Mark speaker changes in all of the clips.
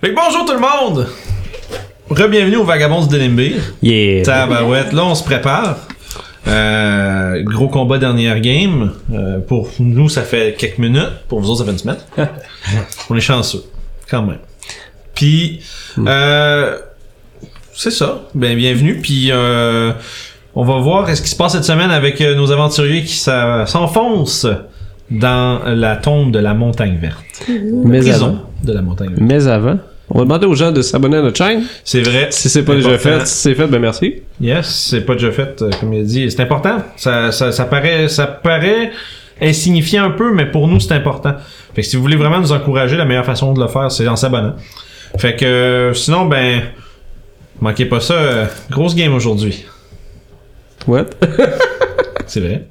Speaker 1: Fait que bonjour tout le monde! Re-bienvenue aux Vagabonds du Délimbir.
Speaker 2: Yeah.
Speaker 1: Tabarouette, là on se prépare. Euh, gros combat dernière game. Euh, pour nous, ça fait quelques minutes. Pour vous autres, ça fait une semaine. on est chanceux, quand même. Puis, euh, c'est ça. Ben, bienvenue. Puis, euh, on va voir ce qui se passe cette semaine avec euh, nos aventuriers qui s'a- s'enfoncent dans la tombe de la montagne verte.
Speaker 2: Mais
Speaker 1: Prison
Speaker 2: avant,
Speaker 1: de la montagne verte.
Speaker 2: mais avant, on va demander aux gens de s'abonner à notre chaîne.
Speaker 1: C'est vrai.
Speaker 2: Si c'est pas déjà
Speaker 1: Important.
Speaker 2: fait, si c'est fait, ben merci.
Speaker 1: Yes, c'est pas déjà fait, euh, comme il a dit. C'est important. Ça, ça, ça paraît, ça paraît insignifiant un peu, mais pour nous, c'est important. Fait que si vous voulez vraiment nous encourager, la meilleure façon de le faire, c'est en s'abonnant. Fait que euh, sinon, ben, manquez pas ça. euh, grosse game aujourd'hui.
Speaker 2: What?
Speaker 1: C'est vrai.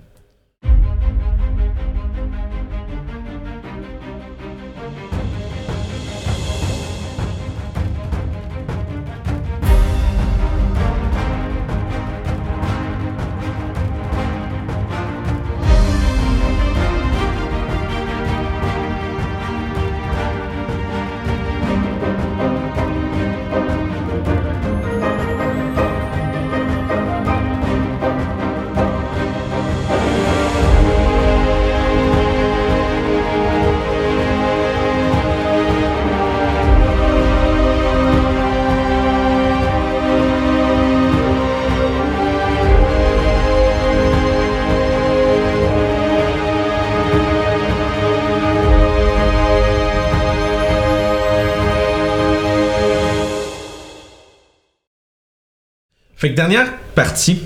Speaker 1: Fait que dernière partie,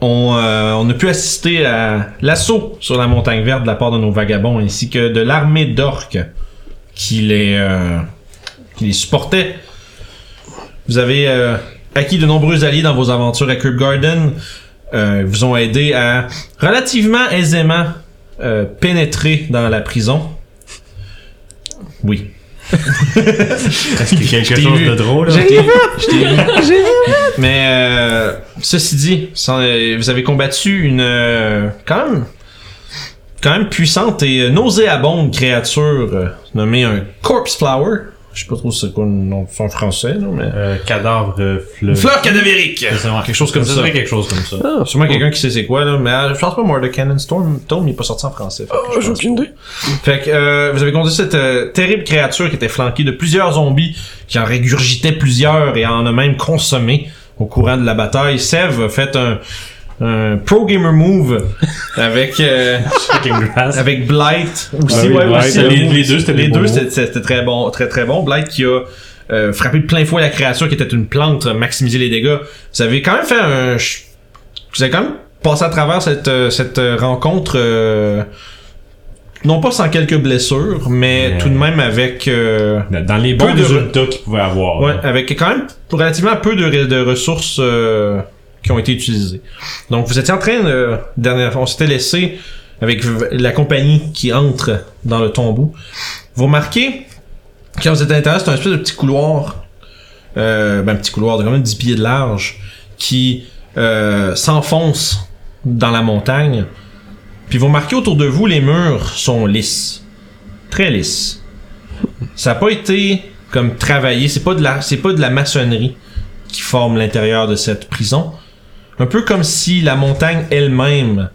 Speaker 1: on, euh, on a pu assister à l'assaut sur la montagne verte de la part de nos vagabonds ainsi que de l'armée d'orques qui les, euh, qui les supportait. Vous avez euh, acquis de nombreux alliés dans vos aventures à Curb Garden. Euh, ils vous ont aidé à relativement aisément euh, pénétrer dans la prison. Oui.
Speaker 3: Est-ce qu'il y a quelque
Speaker 1: t'ai
Speaker 3: chose
Speaker 1: vu.
Speaker 3: de drôle? là?
Speaker 1: J'ai Mais euh, ceci dit, sans- euh, vous avez combattu une euh, quand même quand même puissante et euh, nauséabonde créature euh, nommée un corpse flower. Je sais pas trop c'est quoi le nom en français, non, mais
Speaker 3: Euh, cadavre euh,
Speaker 1: une
Speaker 3: fleur.
Speaker 1: fleur cadavérique. Oh. Quelque chose comme ça.
Speaker 3: quelque chose comme ça.
Speaker 2: Ah,
Speaker 1: Sûrement quelqu'un qui sait c'est quoi là, mais euh, je pense pas Murder Cannon Storm Tome il est pas sorti en français. fait que je
Speaker 2: j'ai
Speaker 1: pense
Speaker 2: aucune idée.
Speaker 1: Fait que euh, vous avez conduit cette euh, terrible créature qui était flanquée de plusieurs zombies qui en régurgitaient plusieurs et en a même consommé au courant de la bataille. Sev a fait un, un pro gamer move avec euh,
Speaker 3: Fucking grass.
Speaker 1: avec Blight aussi.
Speaker 3: Ah oui,
Speaker 1: ouais,
Speaker 3: Blight,
Speaker 1: aussi,
Speaker 3: les-
Speaker 1: le move.
Speaker 3: les deux, c'était des
Speaker 1: les
Speaker 3: bons
Speaker 1: deux
Speaker 3: moves.
Speaker 1: c'était- c'était très bon très très bon. Blight qui a euh, frappé de plein fouet la créature qui était une plante, euh, maximiser les dégâts. Vous avez quand même fait un ch- vous avez quand même passé à travers cette euh, cette euh, rencontre euh, non pas sans quelques blessures, mais
Speaker 3: Mais-
Speaker 1: tout de même avec euh,
Speaker 3: Dans les
Speaker 1: Peu
Speaker 3: bons
Speaker 1: de-
Speaker 3: résultats qu'il pouvait avoir.
Speaker 1: Ouais,
Speaker 3: là.
Speaker 1: avec quand même relativement peu de, re- de ressources euh, qui ont été utilisées. Donc vous étiez en train de dernière on s'était laissé avec v- la compagnie qui entre dans le tombeau. Vous remarquez quand vous êtes à l'intérieur, c'est un espèce de petit couloir euh, ben, un petit couloir de quand même 10 pieds de large qui euh, s'enfonce dans la montagne. Puis vous remarquez autour de vous, les murs sont lisses. Très lisses. Ça n'a pas été comme travaillé. C'est pas de la, c'est pas de la maçonnerie qui forme l'intérieur de cette prison. Un peu comme si la montagne elle-même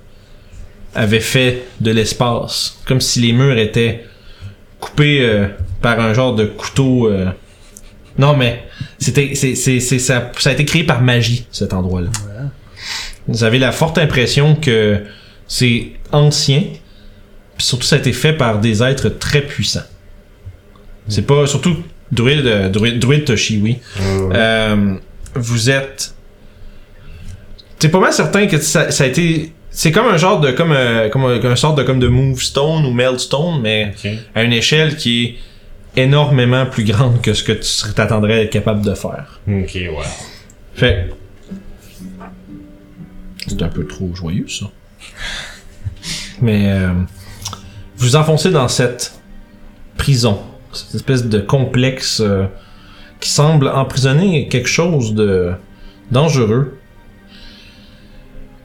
Speaker 1: avait fait de l'espace. Comme si les murs étaient coupés euh, par un genre de couteau. euh. Non, mais c'était, c'est, c'est, c'est- ça, ça a été créé par magie, cet endroit-là. Vous avez la forte impression que c'est ancien. Puis surtout, ça a été fait par des êtres très puissants. C'est pas. Surtout, Druid, euh, Druid, Druid Toshi, oui. Euh, vous êtes. T'es pas mal certain que ça, ça a été. C'est comme un genre de. Comme, euh, comme, un- comme un sorte de, comme de Move Stone ou Meld Stone, mais
Speaker 3: Ok.
Speaker 1: à une échelle qui est énormément plus grande que ce que tu serais- t'attendrais à être capable de faire.
Speaker 3: Ok, ouais.
Speaker 1: Fait. C'est un peu trop joyeux, ça. Mais euh, vous enfoncez dans cette prison, cette espèce de complexe euh, qui semble emprisonner quelque chose de dangereux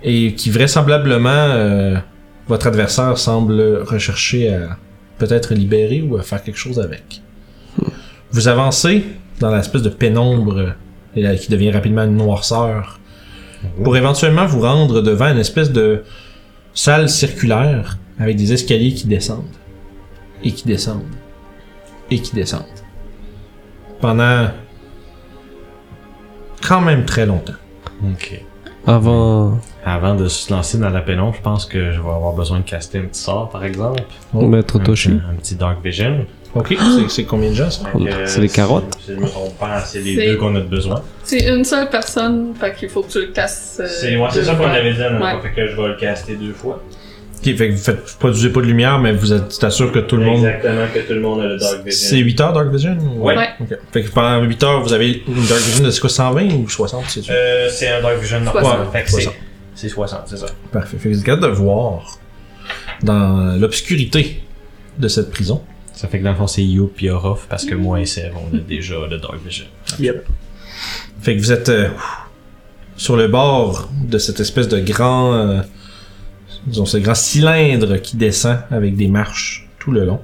Speaker 1: et qui vraisemblablement euh, votre adversaire semble rechercher à peut-être libérer ou à faire quelque chose avec. Vous avancez dans l'espèce de pénombre euh, et là, qui devient rapidement une noirceur pour éventuellement vous rendre devant une espèce de salle circulaire avec des escaliers qui descendent et qui descendent et qui descendent pendant quand même très longtemps.
Speaker 3: Ok.
Speaker 2: Avant.
Speaker 3: Avant de se lancer dans la pénombre, je pense que je vais avoir besoin de caster un petit sort, par exemple.
Speaker 1: Oh.
Speaker 2: Maître
Speaker 3: Un-
Speaker 2: Toshi.
Speaker 3: Un, petit Dark Vision.
Speaker 1: Ok, c'est- c'est combien de gens ça?
Speaker 3: Fait que,
Speaker 2: C'est les
Speaker 3: si-
Speaker 2: carottes.
Speaker 3: Si je me trompe pas, c'est les
Speaker 4: C'est-
Speaker 3: deux qu'on a de besoin.
Speaker 4: C'est une seule personne, fait qu'il faut que tu le casses. euh,
Speaker 3: C'est ouais, c'est
Speaker 4: deux
Speaker 3: ça qu'on
Speaker 4: fois.
Speaker 3: avait dit la dernière
Speaker 4: Ouais.
Speaker 3: fois, fait que je vais le caster deux fois.
Speaker 1: Ok, fait que vous faites, vous produisez pas de lumière, mais vous êtes- t'assures que tout le monde.
Speaker 3: Exactement, que tout le monde a le Dark Vision.
Speaker 1: C'est 8 heures Dark Vision? ou-
Speaker 3: Ouais.
Speaker 4: Ouais.
Speaker 1: Ok. Fait que pendant 8 heures, vous avez une Dark Vision de c'est quoi, 120 ou 60, c'est-tu?
Speaker 3: Euh, c'est un Dark Vision normal.
Speaker 4: 60.
Speaker 3: Fait que c'est-
Speaker 1: 60.
Speaker 3: c'est 60, c'est ça.
Speaker 1: Parfait. Fait que vous êtes capable de voir dans l'obscurité de cette prison.
Speaker 3: Ça fait que dans le fond, c'est You puis Orof, parce que moi et Sev, on a déjà le Dark Vision.
Speaker 1: Fait que vous êtes euh, sur le bord de cette espèce de grand, euh, disons, ce grand cylindre qui descend avec des marches tout le long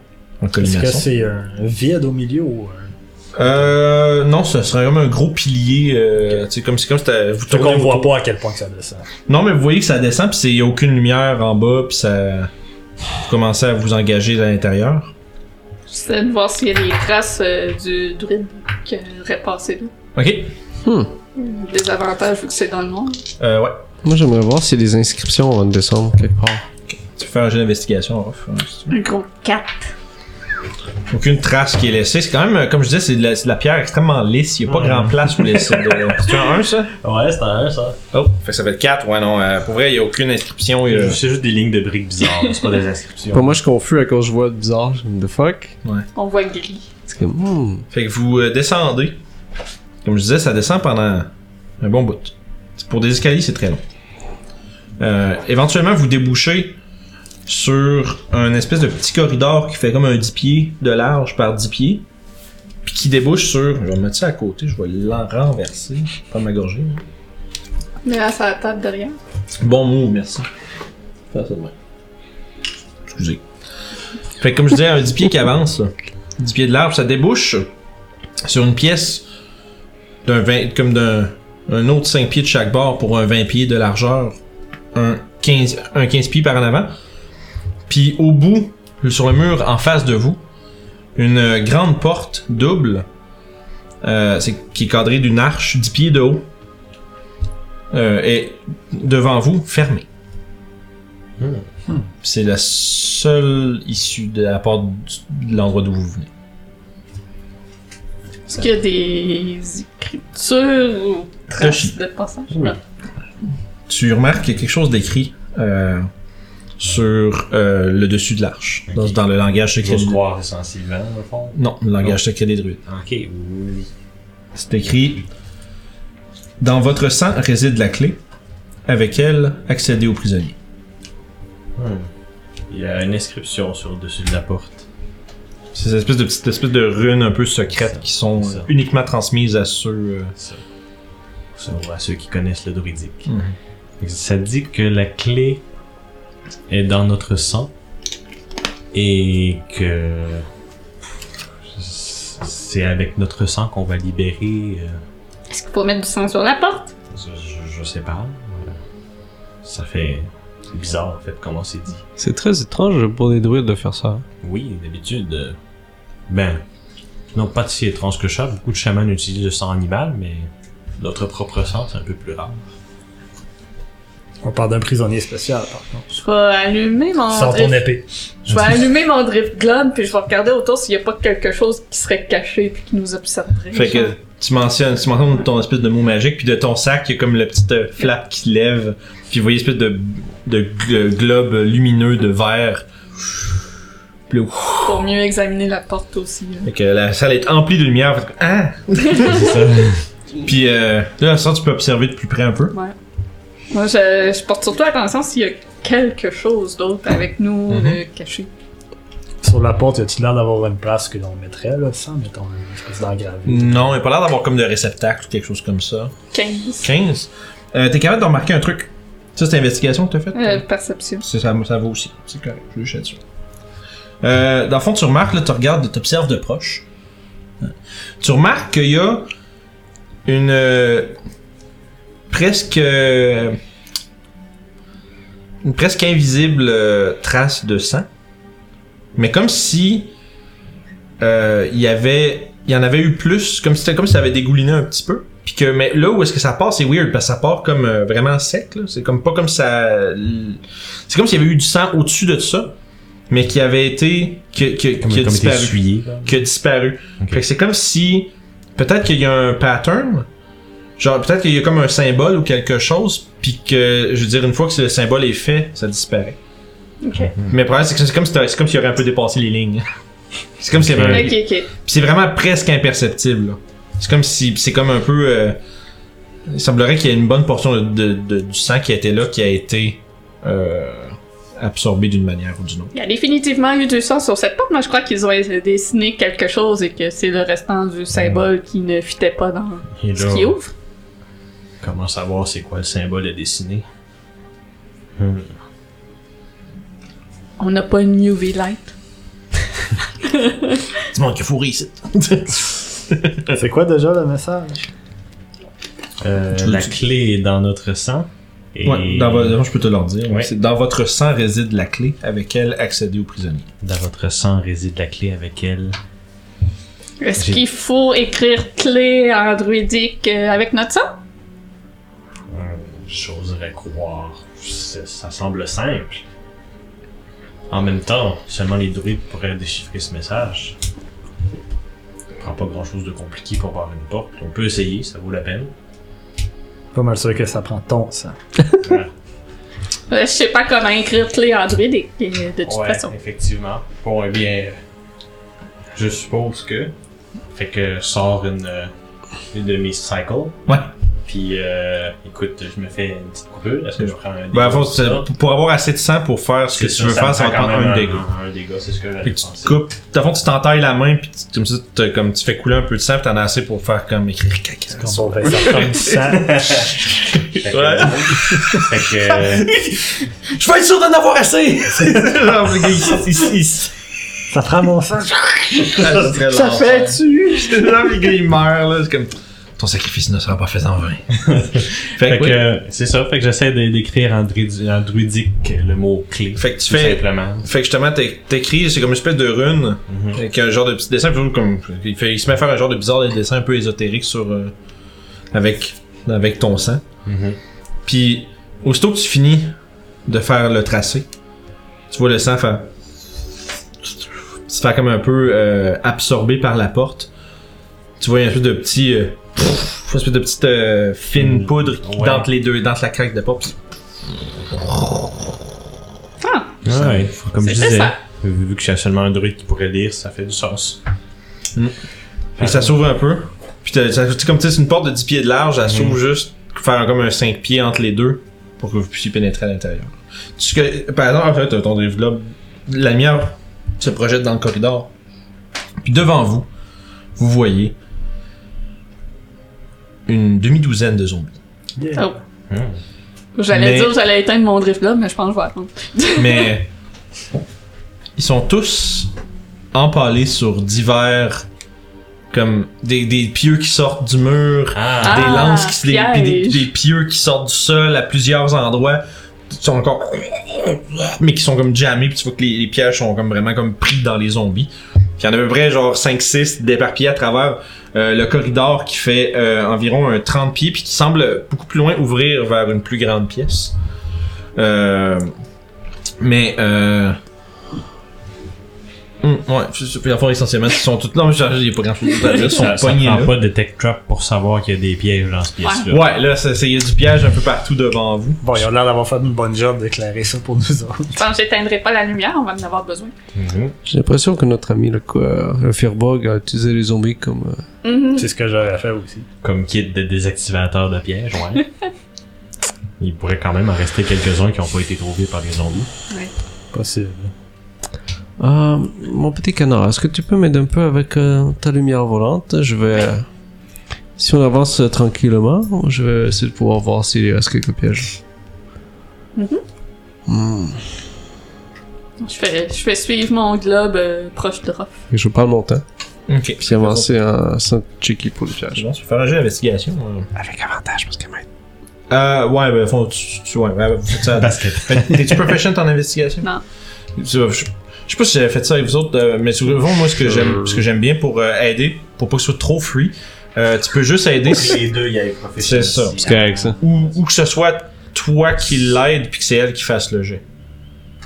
Speaker 1: en
Speaker 5: Est-ce que
Speaker 1: collination.
Speaker 5: c'est un vide au milieu ou un-
Speaker 1: Euh, non, ce serait comme un gros pilier. Euh, tu sais, comme c'est comme si t'as- vous
Speaker 5: Fait qu'on
Speaker 1: autour-
Speaker 5: voit pas à quel point que ça descend.
Speaker 1: Non, mais vous voyez que ça descend, puis c'est y a aucune lumière en bas, puis ça. Vous commencez à vous engager à l'intérieur.
Speaker 4: J'essaie de voir s'il y a des traces euh, du druide qui aurait passé là.
Speaker 1: Ok.
Speaker 4: Des avantages vu que c'est dans le monde.
Speaker 1: Euh, ouais.
Speaker 2: Moi, j'aimerais voir s'il y a des inscriptions avant de descendre quelque part.
Speaker 1: Tu fais un jeu d'investigation off. hein, si tu
Speaker 4: Un gros 4.
Speaker 1: veux. Aucune trace qui est laissée. C'est quand même, euh, comme je disais, c'est de, la- c'est de la pierre extrêmement lisse. Il n'y a pas
Speaker 3: Mhm.
Speaker 1: grand place où laisser. De... C'est un 1 ça
Speaker 3: Ouais, c'est un, ça.
Speaker 1: Oh. Mm. Fait que ça fait 4. Ouais, non. euh, pour vrai, il n'y a aucune inscription. il y a-
Speaker 3: Euh, C'est juste des lignes de briques bizarres, c'est pas des inscriptions.
Speaker 2: Pour moi, je suis confus à cause je vois bizarre. Je me dis, the fuck.
Speaker 4: On voit gris.
Speaker 2: C'est comme, hmm.
Speaker 1: Fait que vous euh, descendez. Comme je disais, ça descend pendant un bon bout. C'est- Pour des escaliers, c'est très long. Euh, éventuellement, vous débouchez sur un espèce de petit corridor qui fait comme un 10 pieds de large par 10 pieds. Puis qui débouche sur. Je vais me mettre ça à côté, je vais l'en renverser. Pas ma gorgée. hein.
Speaker 4: Mais là, ça table derrière.
Speaker 1: Bon move, merci. Faire ça de même. Excusez. Fait que comme je disais, un 10 pieds qui avance, là. 10 pieds de l'arbre, ça débouche sur une pièce d'un 20, comme d'un un autre 5 pieds de chaque bord pour un 20 pieds de largeur, un 15, un 15 pieds par en avant. Puis au bout, sur le mur en face de vous, une euh, grande porte double euh, c'est- qui est cadrée d'une arche 10 pieds de haut. Euh, et devant vous fermé.
Speaker 3: Hmm.
Speaker 1: C'est la seule issue de la porte du- de l'endroit d'où vous venez.
Speaker 4: Est-ce qu'il y a des écritures ou traces
Speaker 1: Toshi.
Speaker 4: de passage?
Speaker 3: Oui.
Speaker 1: Tu remarques qu'il y a quelque chose d'écrit euh, sur euh, le dessus de l'arche, dans,
Speaker 3: Ok.
Speaker 1: dans le langage secret.
Speaker 3: J'ose
Speaker 1: du-
Speaker 3: croire essentiellement, au fond.
Speaker 1: Non, le langage secret des druides.
Speaker 3: Ok, oui.
Speaker 1: C'est écrit Dans votre sang réside la clé. Avec elle, accédez aux prisonniers.
Speaker 3: Il y a une inscription sur le dessus de la porte.
Speaker 1: Ces espèces de petites espèces de runes un peu secrètes qui sont
Speaker 3: Ça.
Speaker 1: euh, uniquement transmises à ceux. euh,
Speaker 3: Ça. Ça, à ceux qui connaissent le druidique.
Speaker 1: Mhm.
Speaker 3: Ça dit que la clé est dans notre sang et que c'est avec notre sang qu'on va libérer. euh,
Speaker 4: Est-ce qu'il faut mettre du sang sur la porte?
Speaker 3: je, je- je sais pas. euh, Ça fait c'est bizarre en fait comment c'est dit.
Speaker 2: C'est très étrange pour des druides de faire ça.
Speaker 3: Oui, d'habitude. euh, Ben, non pas de si étrange que ça. Beaucoup de chamans utilisent le sang animal, mais notre propre sang c'est un peu plus rare.
Speaker 5: On parle d'un prisonnier spécial, par contre.
Speaker 4: Je vais allumer mon
Speaker 5: Sans ton
Speaker 4: Ah, drift-
Speaker 5: épée.
Speaker 4: Je vais allumer mon drift globe puis je vais regarder autour s'il n'y a pas quelque chose qui serait caché puis qui nous observerait.
Speaker 1: Fait que tu mentionnes, tu mentionnes ton espèce de mot magique, puis de ton sac, il y a comme le petit euh, flap qui se lève, puis vous voyez une espèce de, de gl- euh, globe lumineux de verre. Puis là, ouf.
Speaker 4: Pour mieux examiner la porte aussi. là.
Speaker 1: Fait que la salle est emplie de lumière. Fait que, ah! Puis euh, là, ça, tu peux observer de plus près un peu.
Speaker 4: Moi, je, je porte surtout attention s'il y a quelque chose d'autre avec nous
Speaker 1: Mhm.
Speaker 4: euh, caché.
Speaker 5: Sur la porte, y a-t-il l'air d'avoir une place que l'on mettrait, là, sans, mettons, une espèce d'engravé?
Speaker 1: Non, il a pas l'air d'avoir comme de réceptacle ou quelque chose comme ça.
Speaker 4: 15.
Speaker 1: 15. Euh, T'es capable de remarquer un truc. Ça, c'est l'investigation que t'as faite?
Speaker 4: Euh, perception.
Speaker 1: C'est- ça, ça va aussi. C'est correct, je vais jeter dessus. Euh, dans le fond, tu remarques, là, tu regardes, tu observes de proche. Tu remarques qu'il y a une euh, presque euh, une presque invisible euh, trace de sang, mais comme si euh, il y avait il y en avait eu plus, comme si c'était comme si ça avait dégouliné un petit peu. Puis que mais là où est-ce que ça part, c'est weird parce que ça part comme euh, vraiment sec. là. C'est comme pas comme ça. C'est comme s'il y avait eu du sang au-dessus de ça, mais qui avait été qui, qui,
Speaker 3: Comme,
Speaker 1: qui a
Speaker 3: comme t'es
Speaker 1: disparu
Speaker 3: essuyé.
Speaker 1: qui a disparu.
Speaker 3: Ok.
Speaker 1: Fait que c'est comme si peut-être qu'il y a un pattern, genre peut-être qu'il y a comme un symbole ou quelque chose, puis que je veux dire une fois que le symbole est fait, ça disparaît.
Speaker 4: Ok.
Speaker 1: Mais le problème c'est que c'est comme si t'as- c'est comme s'il y aurait un peu dépassé les lignes. c'est comme s'il y avait un-
Speaker 4: Ok, ok.
Speaker 1: puis c'est vraiment presque imperceptible. là. C'est comme si c'est comme un peu euh, il semblerait qu'il y ait une bonne portion de, de- de- du sang qui était là qui a été euh, absorbé d'une manière ou d'une autre.
Speaker 4: Il y a définitivement eu du sang sur cette porte, mais je crois qu'ils ont dessiné quelque chose et que c'est le restant du symbole qui ne fitait pas dans
Speaker 3: Et
Speaker 4: ce qui
Speaker 3: là,
Speaker 4: ouvre.
Speaker 3: comment savoir c'est quoi le symbole à dessiner?
Speaker 4: On n'a pas une UV light.
Speaker 1: Dis moi qu'il fourré ici.
Speaker 5: C'est quoi déjà le message?
Speaker 3: Euh,
Speaker 1: Tu-
Speaker 3: la
Speaker 1: tu-
Speaker 3: clé est dans notre sang. Et
Speaker 1: Ouais, dans votre, je peux te leur dire.
Speaker 3: Ouais.
Speaker 1: C'est dans votre sang réside la clé avec elle accéder au prisonnier.
Speaker 3: dans votre sang réside la clé avec elle.
Speaker 4: Est-ce
Speaker 3: J'ai-
Speaker 4: qu'il faut écrire clé en druidique euh, avec notre sang?
Speaker 3: J'oserais croire. Ça ça semble simple. En même temps, seulement les druides pourraient déchiffrer ce message. Ça prend pas grand chose de compliqué pour voir une porte. On peut essayer, ça vaut la peine.
Speaker 5: Pas mal sûr que ça prend ton sang.
Speaker 4: Euh, Je sais pas comment écrire clé en druidique, euh, de toute façon.
Speaker 3: effectivement. Bon, eh bien, je suppose que. Fait que je sors une, euh, une de mes cycles.
Speaker 1: Ouais.
Speaker 3: Puis, euh, écoute, je me fais une petite coupure. Est-ce que je prends un
Speaker 1: Ben, à fond,
Speaker 3: dégât?
Speaker 1: c'est- pour avoir assez de sang pour faire ce que tu
Speaker 3: C'est
Speaker 1: veux
Speaker 3: ça,
Speaker 1: faire, ça
Speaker 3: ça me
Speaker 1: va
Speaker 3: prend
Speaker 1: prendre
Speaker 3: quand même
Speaker 1: un dégât.
Speaker 3: Un, un dégât, c'est ce que j'avais
Speaker 1: Fait que tu te
Speaker 3: pensé.
Speaker 1: coupes. À fond, tu t'entailles la main, puis tu, comme ça, t'as- comme tu fais couler un peu de sang, puis t'en as assez pour faire comme écrire caca.
Speaker 5: Comme bon, ben, ça prend du sang.
Speaker 3: Fait que, euh, fait que, euh,
Speaker 1: Je vais être sûr d'en avoir assez! Genre, le gars, il- il- il-
Speaker 5: Ça prend mon sang.
Speaker 1: Ça, c'est très
Speaker 5: Ça
Speaker 1: long,
Speaker 5: fait-tu?
Speaker 1: Genre, le gars, il meurt, là. C'est comme. Ton sacrifice ne sera pas fait en vain. fait,
Speaker 3: fait
Speaker 1: que.
Speaker 3: que, euh, c'est ça, fait que j'essaie de- d'écrire en, druidi- en druidique le mot clé.
Speaker 1: Fait que tu
Speaker 3: tout
Speaker 1: fais-
Speaker 3: simplement.
Speaker 1: Fait que justement, t'é- t'écris, c'est comme une espèce de rune,
Speaker 3: Mm-hmm.
Speaker 1: avec un genre de petit dessin, toujours comme, il, fait- il se met à faire un genre de bizarre de dessin un peu ésotérique sur, euh, avec, avec ton sang.
Speaker 3: Mm-hmm.
Speaker 1: Puis, aussitôt que tu finis de faire le tracé, tu vois le sang faire, se faire comme un peu euh, absorbé par la porte. Tu vois un espèce de petit, euh, pff, une espèce de petite euh, fine
Speaker 3: Mm,
Speaker 1: poudre qui
Speaker 3: ouais.
Speaker 1: dente les deux, dente la craque de porte.
Speaker 4: Ah,
Speaker 3: Ouais, faut- comme je
Speaker 4: C'était
Speaker 3: disais,
Speaker 4: ça.
Speaker 3: vu vu que j'ai seulement un druide qui pourrait lire, ça fait du sens.
Speaker 1: Fait que ça s'ouvre un peu. Puis t'as- ça- c'est comme tu sais, c'est une porte de 10 pieds de large, elle s'ouvre juste pour faire comme un 5 pieds entre les deux pour que vous puissiez pénétrer à l'intérieur. Tu que- par exemple, en fait, t'as ton développe, la lumière se projette dans le corridor. Puis devant vous, vous voyez une demi-douzaine de zombies.
Speaker 5: Yeah.
Speaker 4: Oh. J'allais
Speaker 1: Mais-
Speaker 4: dire que j'allais éteindre mon drift là, mais je pense que je vais attendre.
Speaker 1: Mais ils sont tous empalés sur divers comme des, des pieux qui sortent du mur,
Speaker 3: Ah,
Speaker 1: des
Speaker 4: Ah,
Speaker 1: lances qui se- des, des,
Speaker 4: piège.
Speaker 1: des pieux qui sortent du sol à plusieurs endroits qui sont encore mais qui sont comme jammés puis tu vois que les, les pièges sont comme vraiment comme pris dans les zombies puis il y en a à peu près genre 5-6 déparpillés à travers euh, le corridor qui fait euh, environ un 30 pieds puis qui semble beaucoup plus loin ouvrir vers une plus grande pièce euh, mais euh, hum, ouais, c'est- c'est- puis, en fait, essentiellement, ils sont tous. Non, mais j'ai j'ai pas grand chose à dire. Ils sont
Speaker 3: ça, ça
Speaker 1: pognés
Speaker 3: prend
Speaker 1: là.
Speaker 3: pas de tech trap pour savoir qu'il y a des pièges dans ce pièce-là.
Speaker 1: Ouais, là, c'est- c'est- il y a du piège un peu partout devant vous.
Speaker 5: Bon, ils ont l'air d'avoir fait une bonne job d'éclairer ça pour nous autres.
Speaker 4: Je pense que j'éteindrai pas la lumière, on va en avoir besoin.
Speaker 3: Mhm.
Speaker 2: J'ai l'impression que notre ami, le, quoi, le Firbolg, a utilisé les zombies comme. euh,
Speaker 4: Mhm.
Speaker 5: C'est ce que j'aurais fait aussi.
Speaker 3: Comme kit de désactivateur de pièges, ouais. Il pourrait quand même en rester quelques-uns qui n'ont pas été trouvés par les zombies.
Speaker 5: Possible.
Speaker 2: Ah, mon petit canard, est-ce que tu peux m'aider un peu avec euh, ta lumière volante Je vais. Si on avance euh, tranquillement, je vais essayer de pouvoir voir s'il y a quelques pièges.
Speaker 4: Mhm.
Speaker 2: Hmm.
Speaker 4: Je, fais, je fais suivre mon globe euh, proche de Rof.
Speaker 2: Et je parle mon temps.
Speaker 1: Ok.
Speaker 2: Puis avancer en sans checker pour le piège.
Speaker 1: Je faire un jeu d'investigation. ouais.
Speaker 2: Avec avantage parce que m'a
Speaker 1: Euh, ouais, ben, font, tu, tu- ouais, ben, faut que ça-
Speaker 3: Basket.
Speaker 1: Fait- T'es-tu proficient en investigation?
Speaker 4: Non.
Speaker 1: Tu vois, Je, je sais pas si j'avais fait ça avec vous autres, euh, mais sur le fond, moi, ce que j'aime, ce que j'aime bien pour euh, aider, pour pas que ce soit trop free, euh, tu peux juste aider si-
Speaker 3: Les deux, il y a les professionnels.
Speaker 1: C'est ça.
Speaker 2: C'est correct ça.
Speaker 1: ou, ou que ce soit toi qui l'aide puis que c'est elle qui fasse le jet.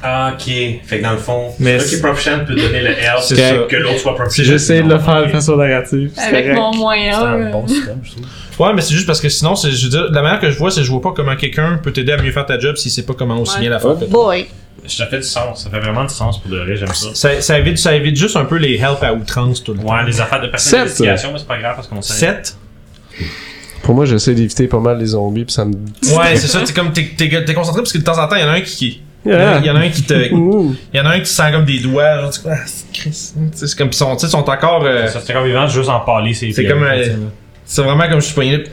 Speaker 3: Ah, ok. Fait que dans le fond,
Speaker 1: Mais
Speaker 3: celui qui
Speaker 1: c'est-
Speaker 3: est proficient peut donner le help
Speaker 1: C'est
Speaker 2: ça.
Speaker 3: que l'autre soit proficient.
Speaker 2: J'essaie de le faire de
Speaker 3: Ok.
Speaker 2: façon narrative. c'est
Speaker 4: Avec
Speaker 2: correct.
Speaker 4: mon
Speaker 5: C'est
Speaker 4: moyen.
Speaker 5: un bon
Speaker 4: euh,
Speaker 5: système, je trouve.
Speaker 1: Ouais, mais c'est juste parce que sinon, c'est, je veux dire, la manière que je vois, c'est que je vois pas comment quelqu'un peut t'aider à mieux faire ta job si c'est pas comment on signale la
Speaker 4: Oh
Speaker 1: faute.
Speaker 4: boy!
Speaker 3: Ça fait du sens. Ça fait vraiment du sens pour de vrai, j'aime ça.
Speaker 1: Ça, ça évite, ça évite juste un peu les help à outrance tout le temps.
Speaker 3: Ouais, les affaires de
Speaker 2: Sept.
Speaker 3: personnalisation, mais c'est pas grave parce qu'on sait.
Speaker 1: 7?
Speaker 2: Pour moi, j'essaie d'éviter pas mal les zombies, puis ça me.
Speaker 1: Ouais, c'est ça, t'es comme, t'es, t'es- t'es concentré parce que de temps en temps, il y en a un qui, il y
Speaker 2: Ah!
Speaker 1: en a un qui te,
Speaker 2: Euh. Ouh.
Speaker 1: Il y en a un qui sent comme des doigts, genre, tu fais, ah, c'est Chris. Tu sais, C'est comme, ils sont, tu sais, ils sont encore. euh,
Speaker 3: Ça, c'est comme vivant, juste en parler, c'est
Speaker 1: c'est comme. euh, c'est vraiment comme je suis poigné.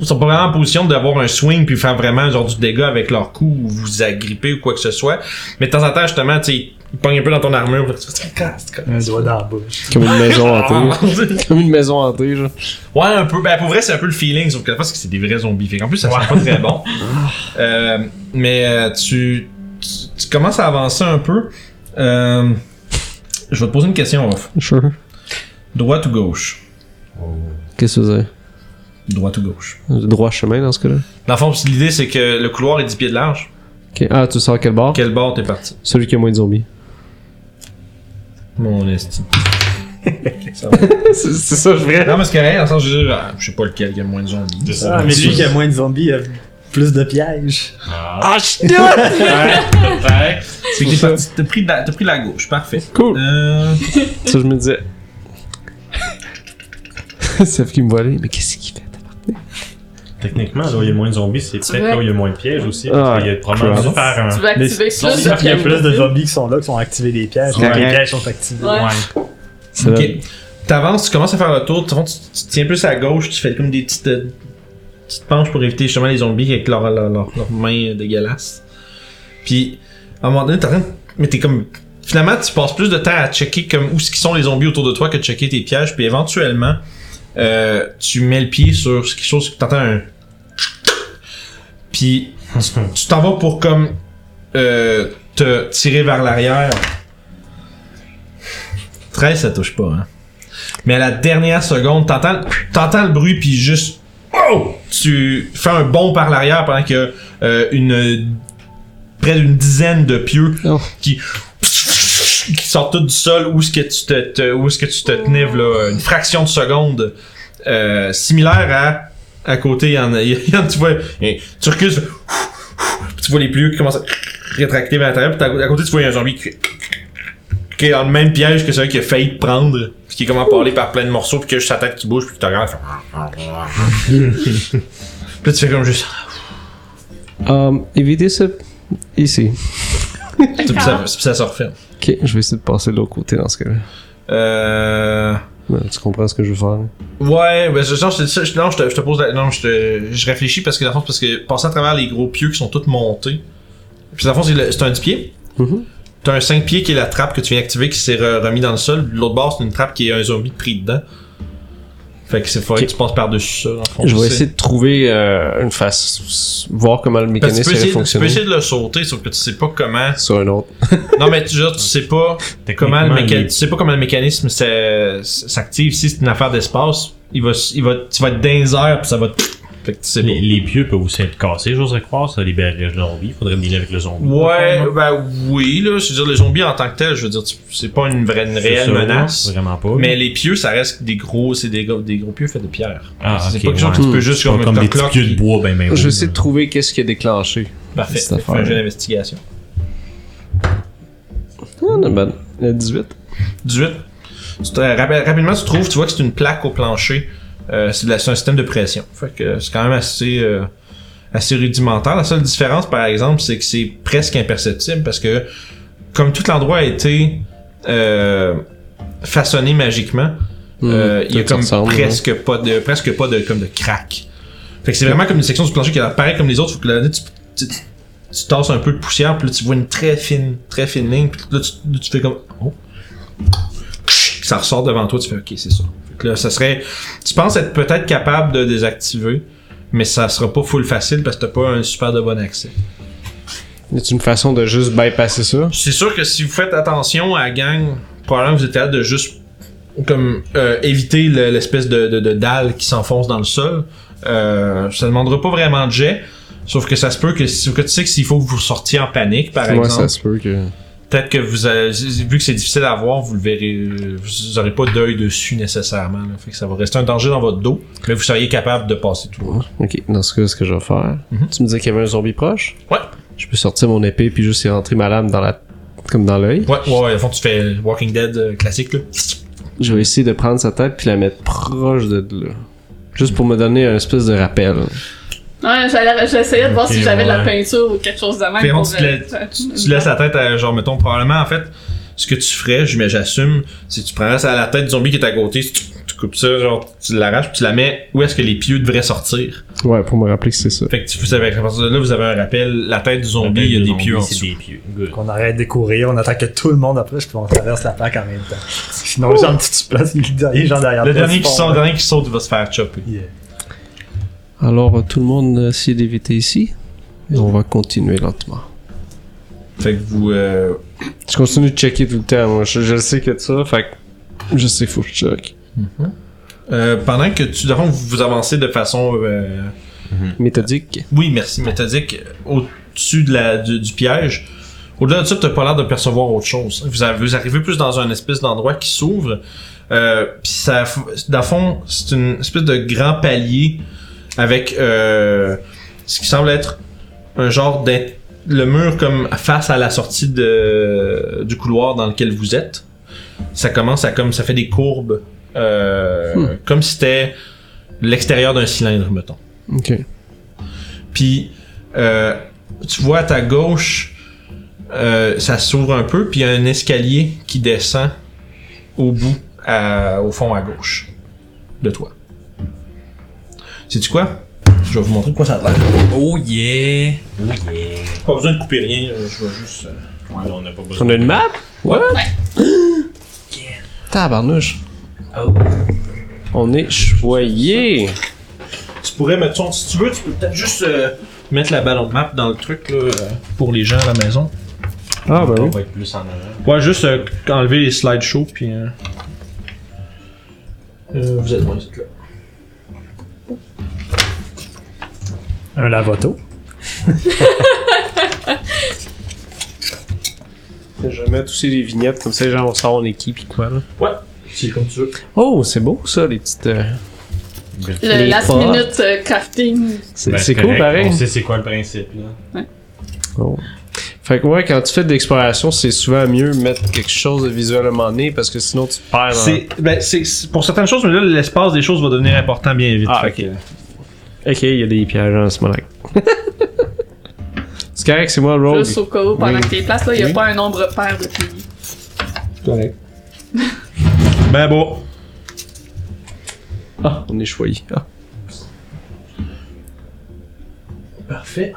Speaker 1: Ils sont pas vraiment en position d'avoir un swing puis faire vraiment genre du dégât avec leur coup ou vous agripper ou quoi que ce soit. Mais de temps en temps, justement, tu sais, ils pognent un peu dans ton armure. puis tu fais, Ah, c'est
Speaker 5: Un doigt dans la bouche.
Speaker 2: Comme une maison hantée.
Speaker 1: comme-
Speaker 2: Comme une maison hantée, genre.
Speaker 1: Ouais, un peu. Ben, pour vrai, c'est un peu le feeling, sauf que la fois, c'est que c'est des vrais zombies. Fait qu'en plus, ça sent pas très bon. Euh, mais euh, tu, tu, tu commences à avancer un peu. Euh, je vais te poser une question, off.
Speaker 2: Sure.
Speaker 1: Droite ou gauche?
Speaker 2: Qu'est-ce que c'est
Speaker 1: Droite ou gauche?
Speaker 2: Le droit chemin dans ce cas-là
Speaker 1: Dans le fond, l'idée, c'est que le couloir est 10 pieds de large.
Speaker 2: Ok. Ah, tu sors quel bord
Speaker 1: Quel bord t'es parti?
Speaker 2: Celui qui a moins de zombies.
Speaker 1: Mon esti.
Speaker 2: c'est ça, je vrai.
Speaker 1: Non, mais c'est correct, dans le sens, je veux dire, ah, je sais pas lequel qui a moins de zombies.
Speaker 3: C'est ça.
Speaker 5: Ah, mais lui qui a moins de zombies, il a plus de pièges.
Speaker 3: Ah,
Speaker 2: Ah, je
Speaker 3: ouais.
Speaker 1: C'est que t'es parti- t'as pris, de la- t'as pris la gauche, parfait.
Speaker 2: Cool.
Speaker 1: Euh,
Speaker 2: Ça, je me disais. Sauf qu'il me voit aller, mais qu'est-ce qu'il fait
Speaker 3: Techniquement, là où il y a moins de zombies, c'est
Speaker 4: Tu
Speaker 3: peut-être
Speaker 4: veux-
Speaker 3: là où il y a moins de pièges aussi.
Speaker 2: Ah,
Speaker 3: parce qu'il y a probablement dû
Speaker 2: crap.
Speaker 3: faire
Speaker 4: Tu
Speaker 3: un.
Speaker 4: vas activer
Speaker 5: Mais
Speaker 4: plus
Speaker 5: sauf qu'il y a plus de
Speaker 4: de
Speaker 5: zombies qui sont là, qui sont activés des pièges.
Speaker 2: Ouais.
Speaker 5: Les pièges sont activés.
Speaker 4: Ouais.
Speaker 2: C'est
Speaker 1: Ok.
Speaker 2: vrai.
Speaker 1: T'avances, tu commences à faire le tour, tu, tu- tu tiens plus à gauche, tu fais comme des petites, euh, petites penches pour éviter justement les zombies avec leurs leur, leur, leurs mains euh, dégueulasses. Puis, à un moment donné, t'es en train de- Mais t'es comme... Finalement, tu passes plus de temps à checker comme où ce qui sont les zombies autour de toi que de checker tes pièges, puis éventuellement, euh, tu mets le pied sur quelque chose, puis t'entends un... Puis, tu t'en vas pour comme euh, te tirer vers l'arrière. 13, ça touche pas, hein. Mais à la dernière seconde, t'entends, t'entends le bruit, puis juste. Oh! Tu fais un bond par l'arrière pendant que euh, une. près d'une dizaine de pieux
Speaker 2: Oh.
Speaker 1: qui. qui sortent tout du sol où est-ce que tu te, te- où est-ce que tu te tenais, là, une fraction de seconde. Euh, similaire à. À côté, il y en a, il y en a- tu vois, et tu recules, tu vois les pieux qui commencent à rétracter vers l'intérieur, puis à à côté, tu vois un zombie qui qui est dans le même piège que celui qui a failli te prendre, puis qui est comme emparlé par plein de morceaux, puis que juste sa tête qui bouge, puis qui te regarde, Puis là, tu fais comme juste.
Speaker 2: Um, évitez ce. Ici.
Speaker 1: Puis ça, puis ça se referme.
Speaker 2: Ok, je vais essayer de passer de l'autre côté dans ce cas-là.
Speaker 1: Euh.
Speaker 2: Ouais, tu comprends ce que je veux faire là?
Speaker 1: Ouais, ben, je, genre, je, je- non, je te, je te pose la- Non, je, te- je réfléchis parce que, dans le fond, parce que passer à travers les gros pieux qui sont tous montés. Puis, dans le fond, c'est le- c'est un 10 pieds.
Speaker 2: Mhm.
Speaker 1: T'as un 5 pieds qui est la trappe que tu viens d'activer qui s'est re- remis dans le sol. L'autre bord, c'est une trappe qui est un zombie pris dedans. Fait que c'est faudrait
Speaker 2: Ok.
Speaker 1: que tu passes par-dessus ça, dans le fond.
Speaker 2: Je vais
Speaker 1: C'est-
Speaker 2: essayer de trouver euh, une face, voir comment le
Speaker 1: Parce que Ben, tu,
Speaker 2: mécanisme
Speaker 1: peux
Speaker 2: allait
Speaker 1: essayer, tu peux
Speaker 2: fonctionner
Speaker 1: essayer de le sauter, sauf que tu sais pas comment.
Speaker 2: sur un autre.
Speaker 1: Non, mais tu, genre, tu sais pas comment le,
Speaker 3: Techniquement,
Speaker 1: méca-
Speaker 3: il-
Speaker 1: tu sais pas comment le mécanisme s'est- s'active. Si c'est une affaire d'espace, il va, il va, tu vas être dans les airs, puis ça va te. Fait que tu sais pas.
Speaker 3: Les, les pieux peuvent aussi être cassés, j'oserais croire, ça libérerait le zombie. Faudrait dealer avec le zombie.
Speaker 1: Ouais, ben oui, là. Je veux dire, les zombies en tant que tel, je veux dire, tu- c'est pas une vraie, une
Speaker 3: C'est
Speaker 1: réelle
Speaker 3: ça,
Speaker 1: menace.
Speaker 3: Vraiment pas.
Speaker 1: Mais les pieux, ça reste des gros, c'est des, gros- des gros pieux faits de pierre.
Speaker 3: Ah,
Speaker 1: c'est
Speaker 3: ok,
Speaker 1: pas quelque chose que
Speaker 2: ouais.
Speaker 1: tu peux juste
Speaker 3: C'est pas
Speaker 1: comme,
Speaker 3: comme
Speaker 1: un
Speaker 3: des petits
Speaker 1: clock
Speaker 3: pieux de
Speaker 1: qui-
Speaker 3: bois, ben, ben, oui,
Speaker 2: je vais essayer de
Speaker 3: là.
Speaker 2: trouver qu'est-ce qui a déclenché.
Speaker 1: Parfait.
Speaker 2: Cette
Speaker 1: Fais un
Speaker 2: affaire.
Speaker 1: jeu d'investigation.
Speaker 2: Ah, non, ben, le 18.
Speaker 1: 18. Tu te- rapi- rapidement, tu trouves, tu vois que c'est une plaque au plancher. Euh, c'est de la- c'est un système de pression. Fait que c'est quand même assez, euh, assez rudimentaire. La seule différence, par exemple, c'est que c'est presque imperceptible parce que, comme tout l'endroit a été euh, façonné magiquement, euh, il y a
Speaker 2: tout
Speaker 1: comme
Speaker 2: ressemble, hein.
Speaker 1: presque pas de presque pas de comme de crack. Fait que c'est vraiment comme une section du plancher qui a l'air pareil comme les autres. Faut que là, tu, tu, tu- tu tasses un peu de poussière, puis là tu vois une très fine, très fine ligne, puis là tu, là, tu fais comme oh. Puis ça ressort devant toi, tu fais OK, c'est ça. Fait que là, ça serait. Tu penses être peut-être capable de désactiver, mais ça sera pas full facile parce que t'as pas un super de bon accès.
Speaker 2: Y a-t-il une façon de juste bypasser ça?
Speaker 1: C'est sûr que si vous faites attention à la gang, probablement vous êtes capable de juste comme euh, éviter le- l'espèce de, de- de dalle qui s'enfonce dans le sol. Euh, ça demandera pas vraiment de jet. Sauf que ça se peut que si que tu sais que s'il faut que vous sortiez en panique, par
Speaker 2: Moi,
Speaker 1: exemple,
Speaker 2: ça se peut que.
Speaker 1: peut-être que vous allez- vu que c'est difficile à voir, vous le verrez, euh, vous aurez pas d'œil dessus nécessairement. là. Fait que ça va rester un danger dans votre dos, mais vous seriez capable de passer tout le monde.
Speaker 2: Ok, dans ce cas, ce que je vais faire.
Speaker 1: Mhm.
Speaker 2: Tu me disais qu'il y avait un zombie proche?
Speaker 1: Ouais.
Speaker 2: Je peux sortir mon épée puis juste y rentrer ma lame dans la. comme dans l'œil.
Speaker 1: Ouais, ouais, ouais, au fond tu fais Walking Dead euh, classique là.
Speaker 2: Je vais essayer de prendre sa tête puis la mettre proche de là. Juste pour me donner un espèce de rappel.
Speaker 4: Ouais, j'allais- j'essayais de voir
Speaker 3: Ok,
Speaker 4: si j'avais de la
Speaker 3: ouais.
Speaker 4: peinture ou quelque chose de même.
Speaker 1: Fait,
Speaker 4: pour- euh,
Speaker 1: tu, te la- tu- tu laisses la tête à, genre, mettons, probablement, en fait, ce que tu ferais, je- mais j'assume, si tu prends ça à la tête du zombie qui est à côté, tu, tu coupes ça, genre, tu l'arraches, puis tu la mets où est-ce que les pieux devraient sortir.
Speaker 2: Ouais, pour me rappeler que c'est ça.
Speaker 1: Fait que tu, vous avez, à partir de là, vous avez un rappel, la tête du zombie, il y a des pieux en
Speaker 3: Ben, c'est
Speaker 1: dessous.
Speaker 3: des pieux. Good.
Speaker 5: Qu'on arrête de courir, on attaque tout le monde après, puis on traverse la plaque en même temps. Sinon, genre, tu tu places le dernier, genre derrière
Speaker 1: Le
Speaker 5: toi,
Speaker 1: dernier
Speaker 5: tu
Speaker 1: qui
Speaker 5: pars,
Speaker 1: saute,
Speaker 5: là.
Speaker 1: le dernier qui saute, il va se faire chopper.
Speaker 5: Yeah.
Speaker 2: Alors, euh, tout le monde euh, essayer d'éviter ici. Et on va continuer lentement.
Speaker 1: Fait que vous, euh,
Speaker 2: Je continue de checker tout le temps, moi. Je, je le sais que ça, fait que je sais, faut que je check.
Speaker 1: euh, pendant que tu, dans le fond, vous vous avancez de façon, euh,
Speaker 2: Mm. Méthodique.
Speaker 1: Oui, merci, méthodique. Au-dessus de la, du, du piège, au-delà de ça, t'as pas l'air de percevoir autre chose. Vous, avez- vous arrivez plus dans un espèce d'endroit qui s'ouvre. Euh, Puis ça, f- dans le fond, c'est une espèce de grand palier avec euh, ce qui semble être un genre d'être le mur comme face à la sortie de, du couloir dans lequel vous êtes. Ça commence à comme ça fait des courbes, euh,
Speaker 2: Hmm.
Speaker 1: comme si c'était l'extérieur d'un cylindre, mettons.
Speaker 2: Ok.
Speaker 1: Puis euh, tu vois à ta gauche, euh, ça s'ouvre un peu, puis il y a un escalier qui descend au bout, à- au fond à gauche de toi. Sais-tu quoi? Je vais vous montrer de quoi ça a l'air.
Speaker 3: Oh yeah! Oh yeah!
Speaker 1: Pas besoin de couper rien, euh, je vais juste. euh,
Speaker 3: On n'a pas besoin.
Speaker 2: On a une map?
Speaker 1: Ouais.
Speaker 2: Tabarnouche.
Speaker 3: Oh.
Speaker 2: On est choyé.
Speaker 1: Tu pourrais mettre son. Si tu veux, tu peux peut-être juste euh, mettre la ballon de map dans le truc là, euh, pour les gens à la maison.
Speaker 2: Ah, bah
Speaker 3: On
Speaker 2: oui.
Speaker 3: va être plus en avant.
Speaker 1: Ouais, juste euh, enlever les slideshows, puis. euh, euh, vous êtes loin, c'est là.
Speaker 5: Un lavoto.
Speaker 2: Je vais mettre aussi les vignettes, comme ça, genre, on sort en équipe et quoi, là.
Speaker 1: C'est comme tu veux.
Speaker 2: Oh, c'est beau, ça, les petites. euh,
Speaker 4: Le
Speaker 2: les
Speaker 4: last
Speaker 2: pas.
Speaker 4: minute euh, crafting.
Speaker 2: C'est
Speaker 3: Ben,
Speaker 2: c'est cool,
Speaker 3: correct,
Speaker 2: pareil.
Speaker 3: On sait c'est quoi le principe, là.
Speaker 2: Oh. Fait que, ouais, quand tu fais de l'exploration, c'est souvent mieux mettre quelque chose de visuel à un moment donné, parce que sinon, tu te perds. dans-
Speaker 1: C'est, ben, c'est, c'est- pour certaines choses, mais là, l'espace des choses va devenir important bien vite.
Speaker 2: Ah,
Speaker 1: Fait
Speaker 2: ok.
Speaker 1: que-
Speaker 2: Ok, il y a des pièges en ce moment-là. c'est correct, c'est moi le rogue.
Speaker 4: Juste au cas où, pendant
Speaker 2: Oh, Oui.
Speaker 4: que t'es place, là, y a
Speaker 2: Oui.
Speaker 4: pas un nombre pair de pays.
Speaker 1: Ben bon.
Speaker 2: Ah, on est choyé. Ah.
Speaker 1: Parfait.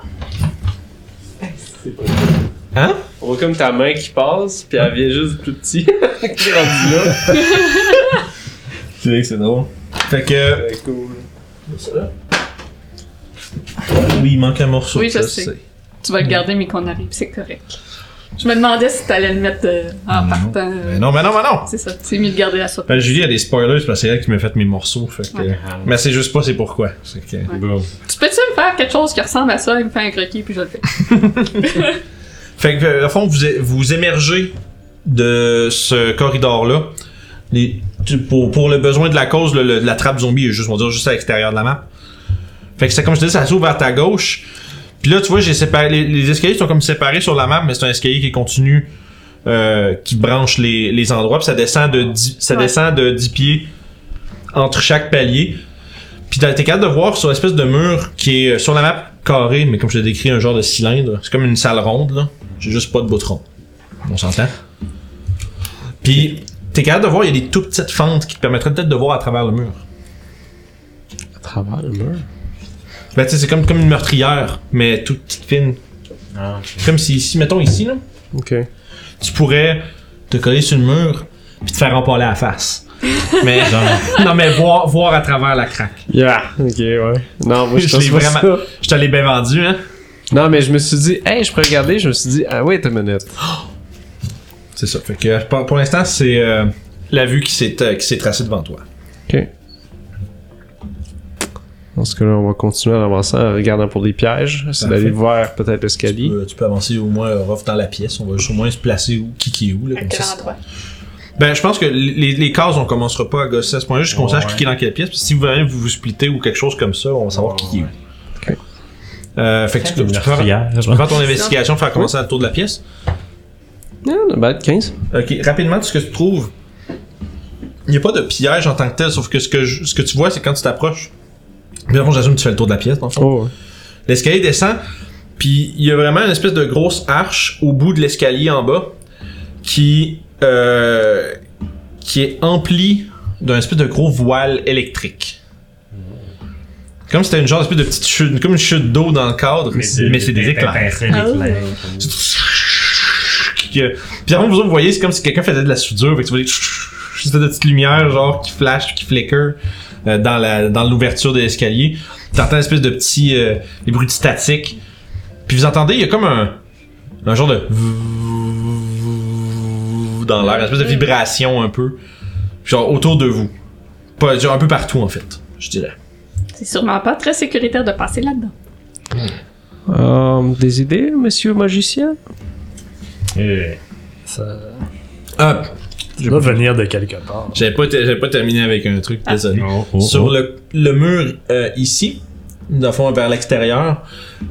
Speaker 1: Hein?
Speaker 2: On voit comme ta main qui passe, puis elle vient juste plus petit. qui est rendu là.
Speaker 1: Tu sais que c'est drôle. Fait que.
Speaker 2: C'est cool.
Speaker 1: Oui, il manque un morceau.
Speaker 4: Oui, je
Speaker 1: ça,
Speaker 4: sais. Tu vas le garder, mais qu'on arrive, c'est correct. Je me demandais si t'allais le mettre euh, en
Speaker 1: Non.
Speaker 4: partant.
Speaker 1: Ben non, mais non, mais non!
Speaker 4: C'est ça, c'est mieux de garder la sorte.
Speaker 1: Ben, Julie a des spoilers parce que c'est elle qui m'a fait mes morceaux. Fait que...
Speaker 4: Ouais.
Speaker 1: Mais c'est juste pas c'est pourquoi. C'est que...
Speaker 3: Bon.
Speaker 4: Tu peux-tu me faire quelque chose qui ressemble à ça? Il me fait un croquis, puis je le fais.
Speaker 1: Fait que, euh, au fond, vous, é- vous émergez de ce corridor-là. Les- tu- pour, pour le besoin de la cause, le- le- la trappe zombie est juste, on va dire, juste à l'extérieur de la map. Fait que c'est comme je te dis, ça s'ouvre à ta gauche. Puis là, tu vois, j'ai séparé. Les, les escaliers sont comme séparés sur la map, mais c'est un escalier qui continue, euh, qui branche les, les endroits. Puis ça descend de 10, ça
Speaker 4: Ouais.
Speaker 1: descend de 10 pieds entre chaque palier. Puis t'as- t'es capable de voir sur l'espèce de mur qui est euh, sur la map carré, mais comme je l'ai décrit, un genre de cylindre. C'est comme une salle ronde, là. J'ai juste pas de boutron. On s'entend? Puis t'es capable de voir, il y a des tout petites fentes qui te permettraient peut-être de voir à travers le mur.
Speaker 2: À travers le mur.
Speaker 1: Ben, tu sais, c'est comme, comme une meurtrière, mais toute petite fine.
Speaker 3: Ah, ok.
Speaker 1: Comme si ici, mettons ici, là,
Speaker 2: Ok.
Speaker 1: tu pourrais te coller sur le mur, puis te faire empaler la face. Mais non, mais voir, voir à travers la craque.
Speaker 2: Yeah, ok, ouais. Non, moi je,
Speaker 1: Je
Speaker 2: pense
Speaker 1: l'ai
Speaker 2: pas
Speaker 1: vraiment-
Speaker 2: ça.
Speaker 1: Je te l'ai bien vendu, hein?
Speaker 2: Non, mais je me suis dit, hey, je peux regarder, je me suis dit, ah ouais, t'as minute.
Speaker 1: C'est ça. Fait que pour, pour l'instant, c'est euh, la vue qui s'est euh, qui s'est tracée devant toi.
Speaker 2: Ok. Dans ce cas-là, on va continuer en avançant en regardant pour des pièges. C'est
Speaker 1: Parfait.
Speaker 2: d'aller voir peut-être l'escalier.
Speaker 1: Euh, tu peux avancer au moins euh, rough dans la pièce. On va juste au moins se placer où, qui qui est où. Là,
Speaker 4: À
Speaker 1: comme
Speaker 4: quel
Speaker 1: ça,
Speaker 4: endroit?
Speaker 1: Ben, je pense que les, les cases, on commencera pas à gosser à ce point-là, juste qu'on
Speaker 3: Ouais.
Speaker 1: sache qui est dans quelle pièce. Puis si vous voulez vous vous splittez ou quelque chose comme ça, on va savoir
Speaker 3: Ouais,
Speaker 1: qui qui est où.
Speaker 3: ouais.
Speaker 2: Ok.
Speaker 1: Euh, fait que tu, tu peux faire, tu
Speaker 3: meurtrière.
Speaker 1: peux faire ton investigation, faire commencer à le tour de la pièce.
Speaker 2: Non, non, bad, 15.
Speaker 1: Ok, rapidement, ce que tu trouves, il n'y a pas de piège en tant que tel, sauf que ce que, je- ce que tu vois, c'est quand tu t'approches. Mais bon, j'assume que tu fais le tour de la pièce, dans le fond.
Speaker 2: Oh,
Speaker 1: L'escalier descend, puis il y a vraiment une espèce de grosse arche au bout de l'escalier en bas qui, euh, qui est emplie d'un espèce de gros voile électrique. Comme si c'était une genre d'espèce de petite chute, comme une chute d'eau dans le cadre, mais c'est mais c'est des
Speaker 5: Ah
Speaker 1: éclairs. Puis euh, puis avant, vous autres, vous voyez, c'est comme si quelqu'un faisait de la soudure, fait que tu vois des une espèce de petite lumière genre qui flash, qui flicker euh, dans la dans l'ouverture de l'escalier. T'entends une espèce de petit euh, des bruits de statique. Puis vous entendez, il y a comme un un genre de dans l'air, une espèce de vibration un peu genre autour de vous. Pas genre un peu partout en fait, je dirais.
Speaker 4: C'est sûrement pas très sécuritaire de passer là-dedans.
Speaker 2: Euh, des idées, monsieur magicien
Speaker 3: Eh.
Speaker 5: Ça
Speaker 1: Ah, J'ai
Speaker 5: doit venir de quelque part.
Speaker 1: j'avais pas ter- j'avais pas terminé avec un truc, désolé. Sur
Speaker 3: Sur
Speaker 1: le, le mur euh, ici, de fond vers l'extérieur,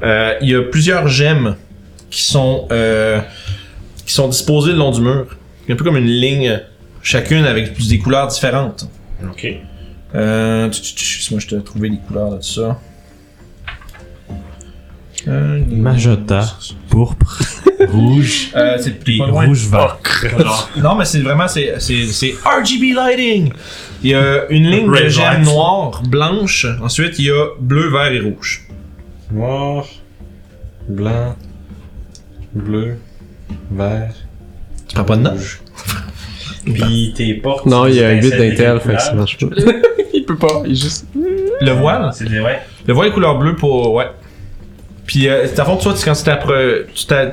Speaker 1: euh, il y a plusieurs gemmes qui sont, euh, qui sont disposées le long du mur. Un peu comme une ligne, chacune avec des couleurs différentes.
Speaker 3: le. Ok.
Speaker 1: Euh, tu- tu- tu- moi, je te trouvé les couleurs de ça. Euh,
Speaker 3: Magenta, pourpre, rouge,
Speaker 1: euh, c'est
Speaker 3: et
Speaker 1: pas loin.
Speaker 3: rouge vert.
Speaker 1: Non, mais c'est vraiment, c'est, c'est, c'est RGB lighting. Il y a une ligne de
Speaker 3: Red
Speaker 1: gemmes
Speaker 3: lights.
Speaker 1: noires, blanches. Ensuite, il y a bleu, vert et rouge.
Speaker 3: Noir, blanc, bleu, vert.
Speaker 1: Tu prends pas de notes?
Speaker 3: Puis tes portes.
Speaker 2: Non,
Speaker 3: c'est
Speaker 2: il y a
Speaker 3: des
Speaker 2: 8
Speaker 3: pincettes
Speaker 2: d'intel,
Speaker 3: de
Speaker 2: fait que ça
Speaker 3: couleur.
Speaker 2: marche pas. il peut pas, il juste.
Speaker 1: Le voile?
Speaker 3: C'est des ouais.
Speaker 1: Le voile couleur bleue pour. Ouais. Puis, euh, à fond, toi, tu- quand tu t'appre- tu t'as.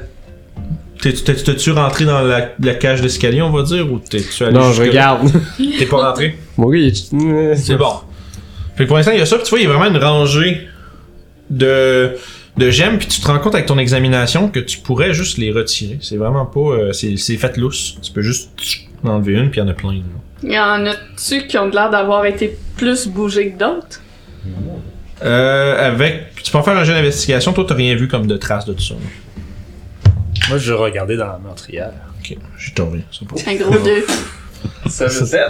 Speaker 1: t'es- t'es- T'es-tu rentré dans la, la cage d'escalier, on va dire, ou t'es-tu allé
Speaker 2: Non, je
Speaker 1: jusque-
Speaker 2: regarde.
Speaker 1: T'es pas rentré?
Speaker 2: Mon gars, il est.
Speaker 1: C'est bon. Fait que pour l'instant, il y a ça, puis tu vois, il y a vraiment une rangée de, de gemmes, puis tu te rends compte avec ton examination que tu pourrais juste les retirer. C'est vraiment pas. euh, c'est c'est fait lousse. Tu peux juste tch, en enlever une, puis il y en a plein. là.
Speaker 4: Il y en a-tu qui ont l'air d'avoir été plus bougés que d'autres?
Speaker 1: Euh, avec. Tu peux en faire un jeu d'investigation, toi, t'as rien vu comme de traces de tout ça. là.
Speaker 5: Moi, je regardais dans la meurtrière.
Speaker 1: Ok, j'ai tombé. c'est pas-
Speaker 4: Un gros deux.
Speaker 3: Ça veut dire.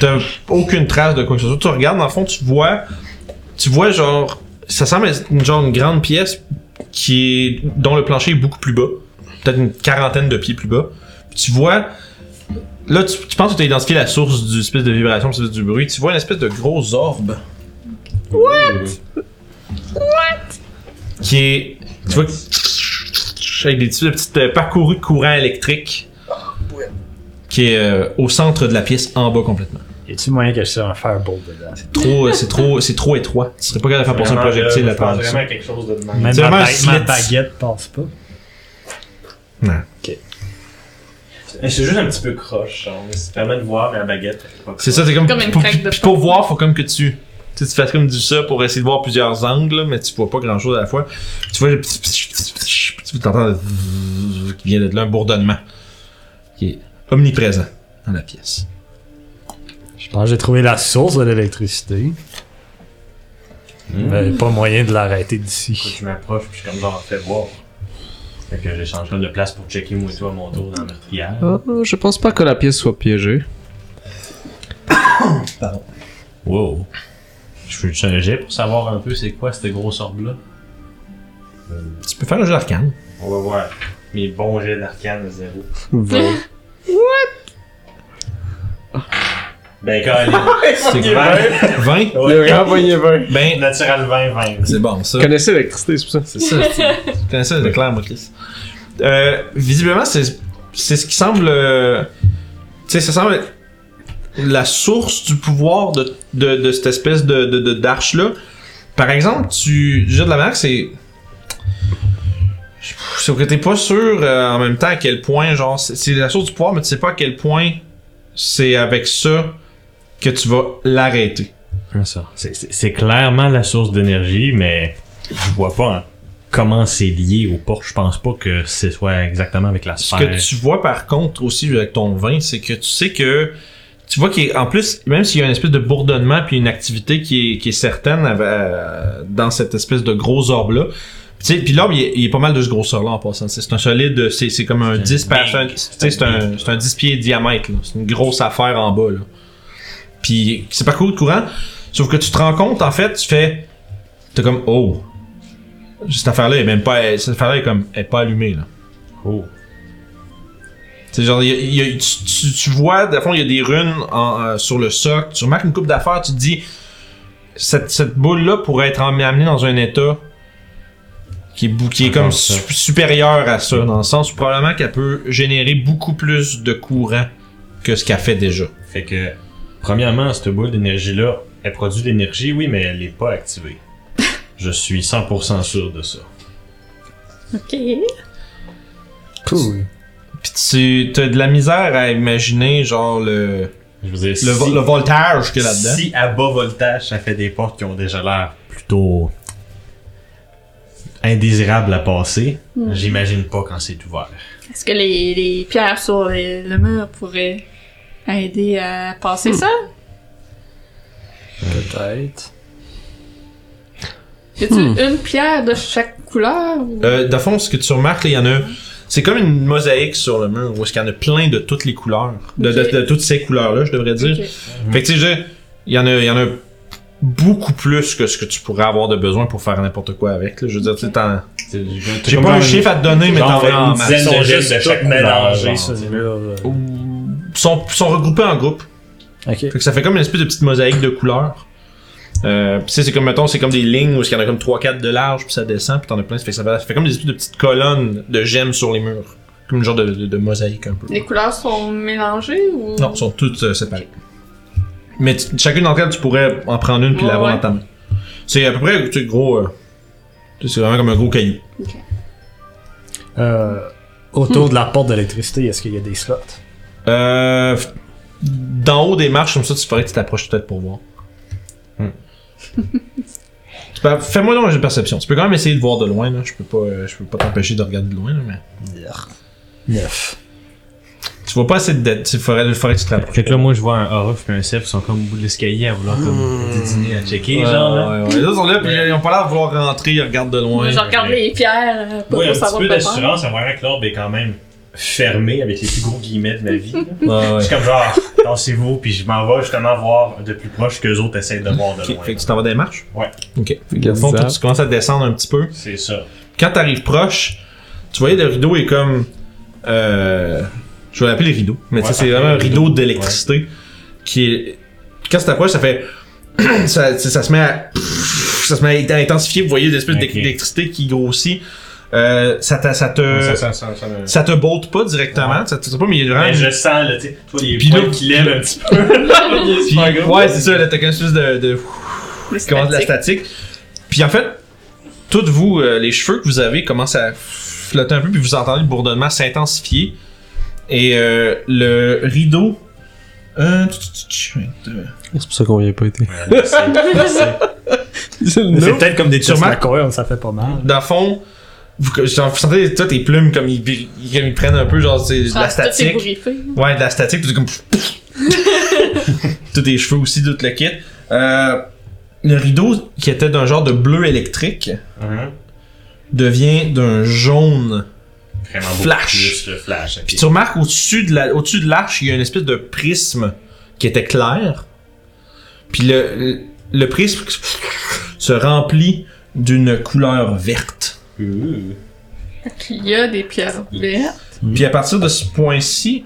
Speaker 1: T'as aucune trace de quoi que ce soit. Tu regardes, dans le fond, tu vois. Tu vois, genre. Ça semble être une, genre une grande pièce qui est, dont le plancher est beaucoup plus bas. Peut-être une quarantaine de pieds plus bas. Puis tu vois. Là, tu, tu penses que tu as identifié la source du espèce de vibration, espèce du bruit. Tu vois une espèce de gros orbe qui est. Tu vois. Avec des petits, petites euh, parcourus de courant électrique. Qui est euh, au centre de la pièce, en bas complètement.
Speaker 5: Y a-tu moyen que je fasse un fireball dedans?
Speaker 1: trop, euh, c'est trop, c'est trop étroit. Tu serais pas capable de faire pour un projectile à travers ça.
Speaker 3: vraiment quelque chose de
Speaker 5: Même
Speaker 1: C'est vraiment
Speaker 5: ma,
Speaker 1: un
Speaker 5: ba- ma
Speaker 1: slit.
Speaker 5: baguette passe pas.
Speaker 3: C'est juste un petit peu croche. genre. Ça permet de voir, mais la baguette. elle est pas
Speaker 1: C'est ça, c'est comme,
Speaker 4: Comme une
Speaker 1: pour,
Speaker 4: craque de
Speaker 1: puis pour voir, faut comme que tu, tu sais, tu fasses comme du ça pour essayer de voir plusieurs angles, là, mais tu vois pas grand chose à la fois. Tu vois le petit, petit- petit- petit- petit- tu entends le qui vient de là, un bourdonnement qui est omniprésent dans la pièce.
Speaker 5: Je pense que j'ai trouvé la source de l'électricité.
Speaker 1: Hmm.
Speaker 3: Mmh.
Speaker 5: Mais pas moyen de l'arrêter
Speaker 3: Quand
Speaker 5: d'ici.
Speaker 3: je m'approche, puis je suis comme genre, fais voir. Fait que je change de place pour checker moi et toi à mon tour dans la meurtrière.
Speaker 2: Oh, je pense pas que la pièce soit piégée.
Speaker 3: Wow. Je fais juste un jet pour savoir un peu c'est quoi cette grosse orbe-là.
Speaker 1: Tu peux faire un jeu d'arcane.
Speaker 3: On va voir. Mes bons jets d'arcane à zéro. Ben, quand
Speaker 1: C'est
Speaker 3: il est
Speaker 1: 20. 20?
Speaker 2: Le grand poignet vert.
Speaker 1: Ben,
Speaker 3: Naturel 20, 20.
Speaker 1: c'est bon, ça.
Speaker 2: Je connaissais l'électricité, c'est pour ça.
Speaker 1: C'est ça, c'est connais ça, c'est clair, moi, Chris. Euh, visiblement, c'est c'est ce qui semble. euh, tu sais, ça semble être la source du pouvoir de, de, de cette espèce de, de, de- d'arche-là. Par exemple, tu jettes de la marque, c'est. Sauf que t'es pas sûr euh, en même temps à quel point, genre, c'est, c'est la source du pouvoir, mais tu sais pas à quel point c'est avec ça que tu vas l'arrêter.
Speaker 3: Ça. C'est- C'est c'est clairement la source d'énergie, mais je vois pas hein, comment c'est lié au porc. Je pense pas que ce soit exactement avec la
Speaker 1: Ce
Speaker 3: sphère.
Speaker 1: que tu vois par contre aussi avec ton vin, c'est que tu sais que tu vois qu'en plus, même s'il y a une espèce de bourdonnement puis une activité qui est, qui est certaine av- euh, dans cette espèce de gros orbe-là, tu sais, puis l'orbe, il, est- il est pas mal de ce grosseur-là en passant. C'est c'est un solide, c'est c'est comme un
Speaker 3: C'est un
Speaker 1: 10 par...
Speaker 3: big.
Speaker 1: c'est un- tu sais, C'est un, c'est un 10 pieds de diamètre. là. C'est une grosse affaire en bas. Là. Puis c'est parcours de courant. Sauf que tu te rends compte, en fait, tu fais... T'es comme, oh... Cette affaire-là est même pas... Cette affaire-là est comme... Elle est pas allumée, là.
Speaker 3: Oh.
Speaker 1: C'est genre, il y a- il y a- tu, tu- tu vois, de fond, il y a des runes en, euh, sur le socle. Tu remarques une coupe d'affaires, tu te dis, cette, cette boule-là pourrait être am- amenée dans un état qui est, bou- qui est
Speaker 3: Encore
Speaker 1: comme
Speaker 3: Ah, ça.
Speaker 1: su- supérieur à ça, dans le sens où probablement qu'elle peut générer beaucoup plus de courant que ce qu'elle fait déjà.
Speaker 3: Fait que, premièrement, cette boule d'énergie-là, elle produit de l'énergie, oui, mais elle n'est pas activée. Je suis 100% sûr de ça.
Speaker 4: Ok.
Speaker 5: Cool.
Speaker 1: Puis tu as de la misère à imaginer, genre, le,
Speaker 3: Je veux dire,
Speaker 1: le, vo-
Speaker 3: si,
Speaker 1: le voltage qu'il y a là-dedans.
Speaker 3: si à bas voltage, ça fait des portes qui ont déjà l'air plutôt indésirables à passer,
Speaker 4: Mm.
Speaker 3: j'imagine pas quand c'est ouvert.
Speaker 4: Est-ce que les, les pierres sur les- le mur pourraient aider à passer ça?
Speaker 5: Peut-être.
Speaker 4: Y a-t-il
Speaker 2: Hmm.
Speaker 4: une pierre de chaque couleur? ou-
Speaker 1: Euh, dans le fond, ce que tu remarques, là, il y en a. C'est comme une mosaïque sur le mur où est-ce qu'il y en a plein de toutes les couleurs. De, de-
Speaker 4: Ok.
Speaker 1: de toutes ces couleurs-là, je devrais dire.
Speaker 4: Ok.
Speaker 1: Fait que tu sais, je- il y en a. Il y en a beaucoup plus que ce que tu pourrais avoir de besoin pour faire n'importe quoi avec. là. Je veux dire, tu sais, t'en- j'ai pas un chiffre à te donner, mais
Speaker 3: genre
Speaker 1: t'en
Speaker 3: faire
Speaker 1: as en
Speaker 3: une dizaine.
Speaker 1: masse.
Speaker 5: Ils sont
Speaker 3: de gels de
Speaker 5: juste
Speaker 3: chaque
Speaker 5: tous
Speaker 3: couleur,
Speaker 5: mélangés
Speaker 3: genre.
Speaker 5: sur les murs.
Speaker 1: Ou- sont, sont regroupés en groupes.
Speaker 5: Ok.
Speaker 1: Fait que ça fait comme une espèce de petite mosaïque de couleurs. Euh, pis tu sais, c'est comme mettons, c'est comme des lignes où il y en a comme 3-4 de large, puis ça descend, puis t'en as plein. Ça fait, que ça fait- ça fait comme des espèces de petites colonnes de gemmes sur les murs. Comme une genre de, de- de mosaïque un peu.
Speaker 4: Les couleurs sont mélangées ou?
Speaker 1: Non, sont toutes euh, séparées. Mais tu- chacune d'entre elles, tu pourrais en prendre une puis
Speaker 4: Ouais,
Speaker 1: l'avoir
Speaker 4: ouais.
Speaker 1: dans ta main. C'est à peu près, tu sais, gros. euh, tu sais, c'est vraiment comme un gros caillou.
Speaker 5: Euh, autour de la porte d'électricité, est-ce qu'il y a des slots?
Speaker 1: Euh, f- D'en haut des marches, comme ça, tu ferais que tu t'approches peut-être pour voir.
Speaker 3: Hmm.
Speaker 1: Tu peux- Fais-moi donc un jeu de perception. Tu peux quand même essayer de voir de loin, là. Je peux pas, euh, je peux pas t'empêcher de regarder de loin, là, mais.
Speaker 5: Neuf.
Speaker 1: Tu vois pas assez de dettes. Il faudrait, il faudrait que tu te rapproches.
Speaker 3: Fait que là, moi, je vois un Orof et un Sef qui sont comme au bout de l'escalier à vouloir comme dédiner à checker, genre, là.
Speaker 1: Ouais, ouais, ouais. Les autres sont là, puis ils ont pas l'air de vouloir rentrer, ils regardent de loin.
Speaker 4: Moi, je regarde
Speaker 3: ouais.
Speaker 4: les pierres euh, pour
Speaker 3: Oui, un petit
Speaker 4: savoir
Speaker 3: peu
Speaker 4: quoi faire.
Speaker 3: d'assurance à voir que l'orbe est quand même fermé avec les plus gros guillemets de ma vie. là.
Speaker 1: Ouais, ouais.
Speaker 3: Je suis comme genre, dansez-vous, puis je m'en vais justement voir de plus proche que les autres essayent de voir de
Speaker 1: Ok,
Speaker 3: loin.
Speaker 1: Fait que tu t'en vas dans les marches?
Speaker 3: Ouais.
Speaker 1: Ok. Fait que, au fond, toi, tu commences à descendre un petit peu.
Speaker 3: C'est ça.
Speaker 1: Quand t'arrives proche, tu voyais le rideau est comme. Euh, je vais l'appeler rideau, mais tu sais,
Speaker 3: Ouais,
Speaker 1: c'est vraiment un
Speaker 3: parfait,
Speaker 1: rideau
Speaker 3: rideau.
Speaker 1: d'électricité qui est. Quand tu t'approches, ça fait. ça, tu sais, ça se met à. Ça se met à intensifier. Vous voyez l'espèce
Speaker 3: Ok.
Speaker 1: d'é- d'électricité qui grossit. Euh, ça, t'a- ça te.
Speaker 3: Ça,
Speaker 1: Ça,
Speaker 3: ça, ça, ça me-
Speaker 1: te bolte pas directement. Ça te- ça te- pas, mais il y a vraiment.
Speaker 3: Mais je sens, là, tu sais, toi, les
Speaker 1: Puis là-
Speaker 3: poils qui lèvent un petit peu. Il est
Speaker 1: Puis-
Speaker 3: super gros.
Speaker 1: ouais, c'est ça, là, t'as qu'un espèce de- de
Speaker 4: Les
Speaker 1: comment de la
Speaker 4: statiques.
Speaker 1: statique. Puis en fait, toutes vous, euh, les cheveux que vous avez commencent à flotter un peu, puis vous entendez le bourdonnement s'intensifier. Et euh, le rideau. Euh, tch, tch, tch, euh,
Speaker 2: C'est pour ça qu'on n'y a pas été.
Speaker 5: C'est peut-être comme des
Speaker 1: Sûrement.
Speaker 5: Tesla ça fait pas mal.
Speaker 1: Dans le fond, vous, genre, vous sentez toi, tes plumes comme ils, ils- comme ils prennent un peu genre c'est de la
Speaker 4: Ah, tout est
Speaker 1: statique.
Speaker 4: briefé.
Speaker 1: Ouais, de la statique, tout est comme. tous tes cheveux aussi, tout le kit. Euh, le rideau qui était d'un genre de bleu électrique
Speaker 3: Mhm.
Speaker 1: devient d'un jaune
Speaker 3: Vraiment beaucoup
Speaker 1: Flash.
Speaker 3: plus le flash. ok.
Speaker 1: Puis tu remarques au-dessus de la, au-dessus de l'arche, il y a une espèce de prisme qui était clair. Puis le, le, le prisme se remplit d'une couleur verte.
Speaker 3: Ouh.
Speaker 4: Il y a des pierres vertes.
Speaker 1: Puis à partir de ce point-ci,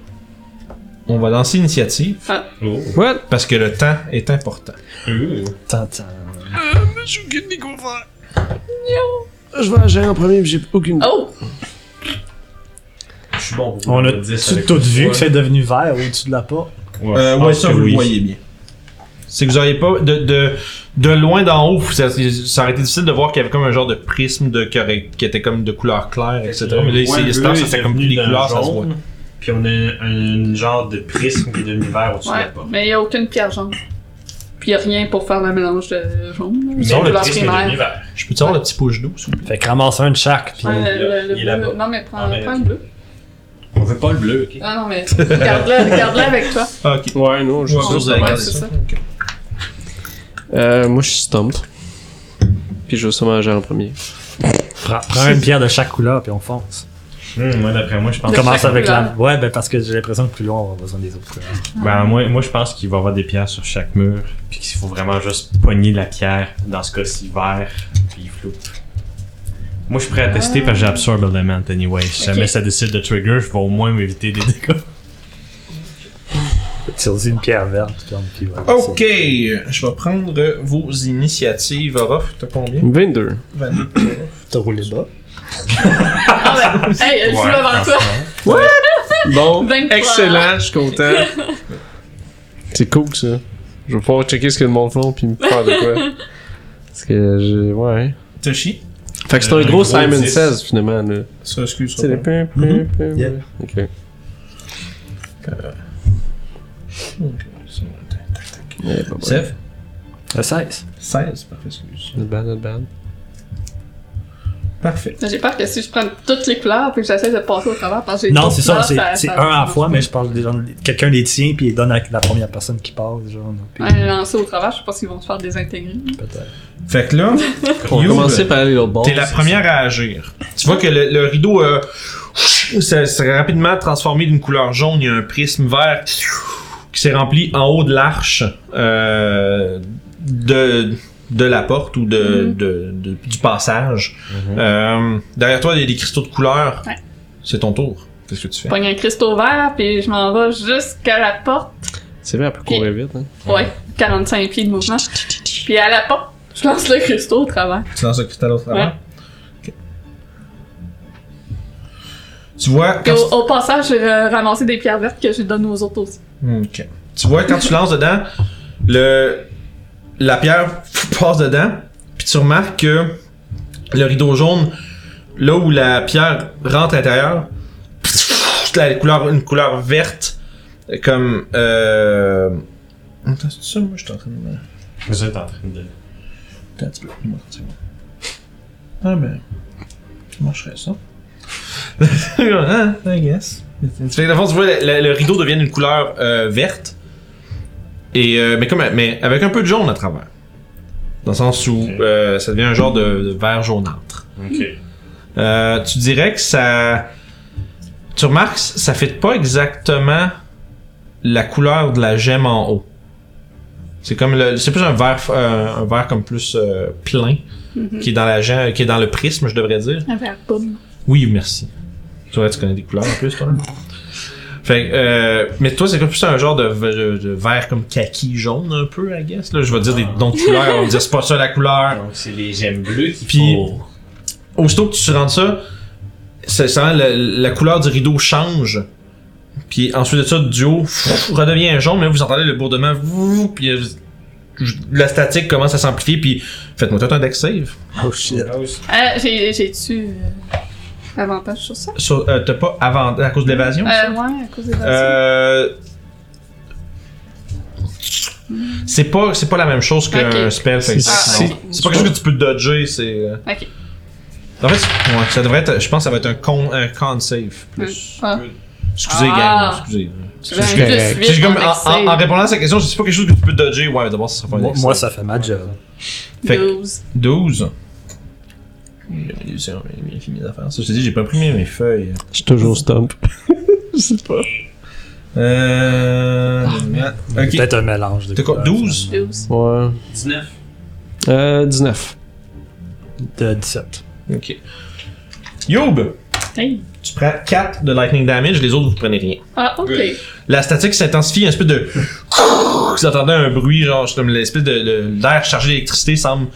Speaker 1: on va lancer l'initiative
Speaker 3: Oh.
Speaker 2: What?
Speaker 1: parce que le temps est important.
Speaker 3: Ouh.
Speaker 5: T'entends.
Speaker 2: J'ai aucune idée comment faire. Je vais agir en premier, mais j'ai aucune
Speaker 4: Oh!
Speaker 3: Je suis bon pour
Speaker 5: On
Speaker 3: le
Speaker 5: a
Speaker 3: 10
Speaker 5: tu
Speaker 3: avec
Speaker 5: tout
Speaker 3: le
Speaker 5: vu
Speaker 3: poil.
Speaker 5: que c'est devenu vert au-dessus de la porte?
Speaker 3: Ouais,
Speaker 1: Euh,
Speaker 3: je
Speaker 1: ouais,
Speaker 3: pense
Speaker 1: ça,
Speaker 3: que
Speaker 1: vous le
Speaker 3: oui.
Speaker 1: voyez bien. C'est que vous auriez pas. De, de, de loin d'en haut, ça, ça aurait été difficile de voir qu'il y avait comme un genre de prisme de, qui, aurait- qui était comme de couleur claire, etc. Mais là, ici,
Speaker 3: Ouais,
Speaker 1: les
Speaker 3: bleu,
Speaker 1: stars, ça
Speaker 3: il
Speaker 1: fait
Speaker 3: est
Speaker 1: comme plus
Speaker 3: venu
Speaker 1: les
Speaker 3: dans le
Speaker 1: couleurs, ça se voit.
Speaker 3: jaune, Puis on a un, un genre de prisme qui est devenu vert au-dessus de
Speaker 4: Ouais,
Speaker 3: la porte.
Speaker 4: mais il n'y a aucune pierre jaune. Puis il a rien pour faire le mélange de jaune. là.
Speaker 3: Mais
Speaker 4: C'est une
Speaker 3: le
Speaker 4: couleur
Speaker 3: prisme est devenu vert.
Speaker 1: Je peux te savoir le petit pouce d'eau, s'il vous plaît?
Speaker 5: Fait que ramasse un de chaque, puis
Speaker 4: Ouais, le- le
Speaker 3: Il est là-bas.
Speaker 4: bleu- Non, mais prends,
Speaker 3: Ah, mais-
Speaker 4: prends le bleu.
Speaker 3: On veut pas le bleu, ok?
Speaker 4: Ah non, mais garde-le garde-le avec toi.
Speaker 1: Ah, ok.
Speaker 2: Ouais, non, je
Speaker 1: Ouais, vous avez
Speaker 4: Ouais,
Speaker 1: gardé
Speaker 4: c'est
Speaker 1: ça.
Speaker 4: ça.
Speaker 1: Ok.
Speaker 2: Euh, moi, je suis stumped. Puis je vais sûrement agir en premier.
Speaker 5: prends, prends une pierre de chaque couleur, puis on fonce.
Speaker 3: Hum, moi, d'après moi, je pense
Speaker 5: On
Speaker 4: De
Speaker 3: que.
Speaker 5: commence
Speaker 4: chaque
Speaker 5: avec la.
Speaker 4: couleur.
Speaker 5: Ouais, ben parce que j'ai l'impression que plus loin, on va avoir besoin des autres couleurs.
Speaker 3: Ben, moi, moi, je pense qu'il va y avoir des pierres sur chaque mur. Puis qu'il faut vraiment juste pogner la pierre, dans ce cas-ci, vert. Puis il floute. Moi, je suis prêt à tester parce que j'absorbe Element anyway. Si
Speaker 4: Ok.
Speaker 3: jamais ça décide de trigger, je vais au moins m'éviter des dégâts.
Speaker 5: Tire aussi une pierre verte, tu prends une pierre verte.
Speaker 1: Ok, je vais prendre vos initiatives. Orof, t'as combien?
Speaker 2: 22.
Speaker 1: Vanille.
Speaker 5: T'as roulé bas.
Speaker 4: Ah, ben, hey, elle joue
Speaker 3: Ouais,
Speaker 4: avant toi.
Speaker 2: Bon,
Speaker 4: 23.
Speaker 2: excellent, je suis content. C'est cool ça. Je vais pouvoir checker ce que le monde font puis me faire de quoi. Parce que je. Ouais.
Speaker 1: Toshi?
Speaker 2: Fait que c'est
Speaker 3: Euh,
Speaker 2: un
Speaker 3: un
Speaker 2: gros
Speaker 3: gros
Speaker 2: Simon
Speaker 3: 10.
Speaker 2: 16 finalement. Là.
Speaker 1: Ça, excuse
Speaker 2: C'est les pim, pim, pim.
Speaker 5: Yep.
Speaker 2: Ok. Eh, bah, bah.
Speaker 5: 16.
Speaker 1: 16, parfait, excuse.
Speaker 2: Not bad, not bad.
Speaker 1: Parfait.
Speaker 4: J'ai peur que si je prends toutes les couleurs puis que j'essaie de passer au travers parce que j'ai
Speaker 5: Non,
Speaker 4: toutes
Speaker 5: c'est
Speaker 4: les
Speaker 5: ça, c'est
Speaker 4: couleurs,
Speaker 5: c'est un à la fois, mais je parle des gens. Quelqu'un les tient, puis il donne à la première personne qui passe, genre. puis
Speaker 4: Ouais, lancer au travers, je sais pas s'ils vont se faire désintégrer.
Speaker 5: peut-être.
Speaker 1: Fait que là,
Speaker 2: On va
Speaker 1: Youb,
Speaker 2: commencer par aller l'autre bord.
Speaker 1: t'es la première à agir. Tu vois que le, le rideau euh, s'est s'est rapidement transformé d'une couleur jaune. Il y a un prisme vert qui s'est rempli en haut de l'arche euh, de, de la porte ou de,
Speaker 4: Mhm.
Speaker 1: de- de- du passage. Euh, derrière toi, il y a des cristaux de couleur.
Speaker 4: Ouais.
Speaker 1: C'est ton tour. Qu'est-ce que tu
Speaker 4: Je
Speaker 1: fais?
Speaker 4: pogne un cristaux vert puis je m'en vais jusqu'à la porte.
Speaker 2: C'est vrai, elle peut courir vite. Hein.
Speaker 4: Ouais, 45 pieds de mouvement. Puis à la porte, je lance le cristaux au travers.
Speaker 1: Tu lances le cristal au
Speaker 4: Ouais.
Speaker 1: travers? Ok. Tu vois,
Speaker 4: Puis
Speaker 1: quand tu
Speaker 4: au, au passage, j'ai ra- ramassé des pierres vertes que je donne aux autres aussi.
Speaker 1: Hmm, Ok. Tu vois, quand tu lances dedans, le, la pierre passe dedans, puis tu remarques que le rideau jaune, là où la pierre rentre à l'intérieur, la couleur, une couleur verte, comme. Euh... Attends, c'est ça, moi, je suis en train de.
Speaker 3: Vous êtes en train de.
Speaker 1: Attends un petit peu, moi, c'est bon. Ah, ben. Comment je ferais ça? ah, I guess. Fait que, dans le fond, tu vois, le, le- le rideau devient une couleur euh, verte. Et, euh, mais, comme, mais avec un peu de jaune à travers. Dans le sens où
Speaker 3: Ok.
Speaker 1: euh, ça devient un genre de, de vert jaunâtre.
Speaker 3: Ok.
Speaker 1: Euh, tu dirais que ça. Tu remarques, ça fait pas exactement la couleur de la gemme en haut. C'est comme le, c'est plus un vert, euh, un vert comme plus euh, plein qui est dans la gemme, qui est dans le prisme, je devrais dire.
Speaker 4: Un verre pomme.
Speaker 1: Oui, merci. Tu vois, tu connais des couleurs en plus, toi. là. Fait que, euh, mais toi, c'est comme plus un genre de, v- de vert comme kaki jaune un peu, I guess. Là, je vais dire des noms de couleurs, on va me dire c'est pas ça la couleur.
Speaker 3: Donc, c'est les gemmes bleues qui
Speaker 1: Puis-
Speaker 3: font-
Speaker 1: aussitôt que tu rentres ça, c'est ça, la, la couleur du rideau change. Puis ensuite de ça, du haut, pff, redevient jaune, mais là, vous entendez le bourdement, vous, puis euh, la statique commence à s'amplifier, puis faites-moi tout un deck save.
Speaker 5: Oh shit.
Speaker 4: Euh, j'ai- J'ai-tu euh, avantage sur ça?
Speaker 1: Sur- euh, T'as pas avant, à cause de l'évasion?
Speaker 4: Euh, ouais, à cause des versions.
Speaker 1: Euh, C'est pas, c'est pas la même chose qu'un
Speaker 4: Ok.
Speaker 1: spell. fait que
Speaker 2: C'est-
Speaker 1: C'est
Speaker 4: c'est-
Speaker 1: c'est pas quelque chose que tu peux dodger, c'est. euh,
Speaker 4: Ok.
Speaker 1: En fait, c'est- ouais, ça devrait être. Je pense que ça va être un con, un con save. Plus.
Speaker 4: Ah.
Speaker 1: Excusez,
Speaker 4: Ah.
Speaker 1: gang, excusez.
Speaker 4: J'ai
Speaker 5: C'est correct.
Speaker 4: juste
Speaker 1: C'est
Speaker 4: vite
Speaker 1: comme,
Speaker 4: en
Speaker 1: en, en- en
Speaker 4: accès.
Speaker 1: répondant à sa question, je sais pas quelque chose que tu peux dodger. Ouais, mais d'abord, ça sera pas un
Speaker 5: Moi,
Speaker 1: deck
Speaker 5: moi,
Speaker 1: save.
Speaker 5: ça fait ma job.
Speaker 1: Fait que-
Speaker 4: 12.
Speaker 1: 12. J'ai vérifié mes affaires. Ça, je te dis, j'ai pas imprimé mes feuilles.
Speaker 2: Je suis toujours stump. je sais pas.
Speaker 1: Euh. ok.
Speaker 5: Peut-être un mélange de
Speaker 1: T'as quoi,
Speaker 5: couleurs,
Speaker 1: 12?
Speaker 4: 12.
Speaker 2: Ouais.
Speaker 3: 19.
Speaker 2: Euh, 19.
Speaker 5: finalement. De 17.
Speaker 1: Ok. Youb,
Speaker 4: Hey.
Speaker 1: tu prends 4 de lightning damage, les autres vous prenez rien.
Speaker 4: Ah, ok.
Speaker 1: La statique s'intensifie, une espèce de. Vous entendez un bruit, genre, c'est comme l'espèce de. de- d'air chargé d'électricité semble.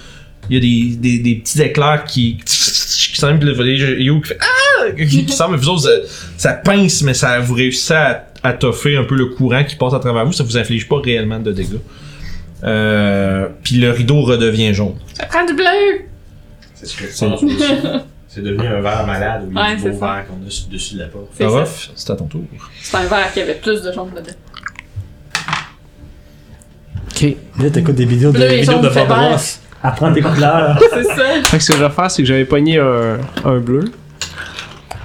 Speaker 1: Il y a des, des, des petits éclairs qui. qui semblent. puis là, vous voyez Youb qui fait. Ah! Qui, qui semble. Vous autres, ça, ça pince, mais ça vous réussissez à, à toffer un peu le courant qui passe à travers vous, ça vous inflige pas réellement de dégâts. Euh, puis le rideau redevient jaune.
Speaker 4: Ça prend du bleu!
Speaker 3: C'est ce que je pense aussi. C'est devenu un verre malade au lieu
Speaker 4: Ouais,
Speaker 3: du
Speaker 4: c'est
Speaker 3: beau
Speaker 4: ça.
Speaker 3: verre qu'on a sur le dessus de la porte.
Speaker 4: C'est ça.
Speaker 1: Orof, c'est à ton tour.
Speaker 4: C'est un verre qui avait plus de jaune dedans.
Speaker 2: Ok.
Speaker 5: Là, t'écoutes des vidéos de,
Speaker 4: Bleu et
Speaker 5: vidéos
Speaker 4: jaune
Speaker 5: de
Speaker 4: fait
Speaker 5: Fandoros.
Speaker 4: vert.
Speaker 5: Apprendre des couleurs.
Speaker 4: C'est ça.
Speaker 2: Fait que ce que je vais faire, c'est que j'avais pogné un, un bleu.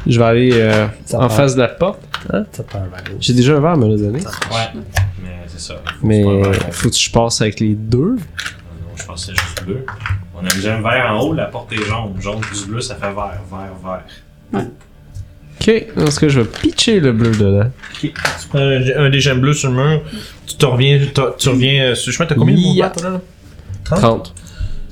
Speaker 2: Je vais aller euh,
Speaker 5: Ça
Speaker 2: en
Speaker 5: prend-
Speaker 2: face de la porte.
Speaker 5: Ça te prend un verre rouge.
Speaker 2: J'ai déjà un verre à me le donner.
Speaker 3: Ouais. Mais c'est ça.
Speaker 2: Mais
Speaker 3: C'est pas un verre.
Speaker 2: faut que je passe avec les deux.
Speaker 3: Non, je pensais juste bleu. On a mis un verre en haut, la porte est jaune. Jaune plus bleu, ça fait vert, vert, vert.
Speaker 2: Ok. Dans ce cas, je vais pitcher le bleu dedans.
Speaker 1: Tu prends
Speaker 3: Euh,
Speaker 1: un, un des gemmes bleus sur le mur, tu te reviens, t'as- tu reviens euh, sur le chemin, t'as combien de mouvements
Speaker 2: Yeah.
Speaker 1: toi là?
Speaker 2: 30.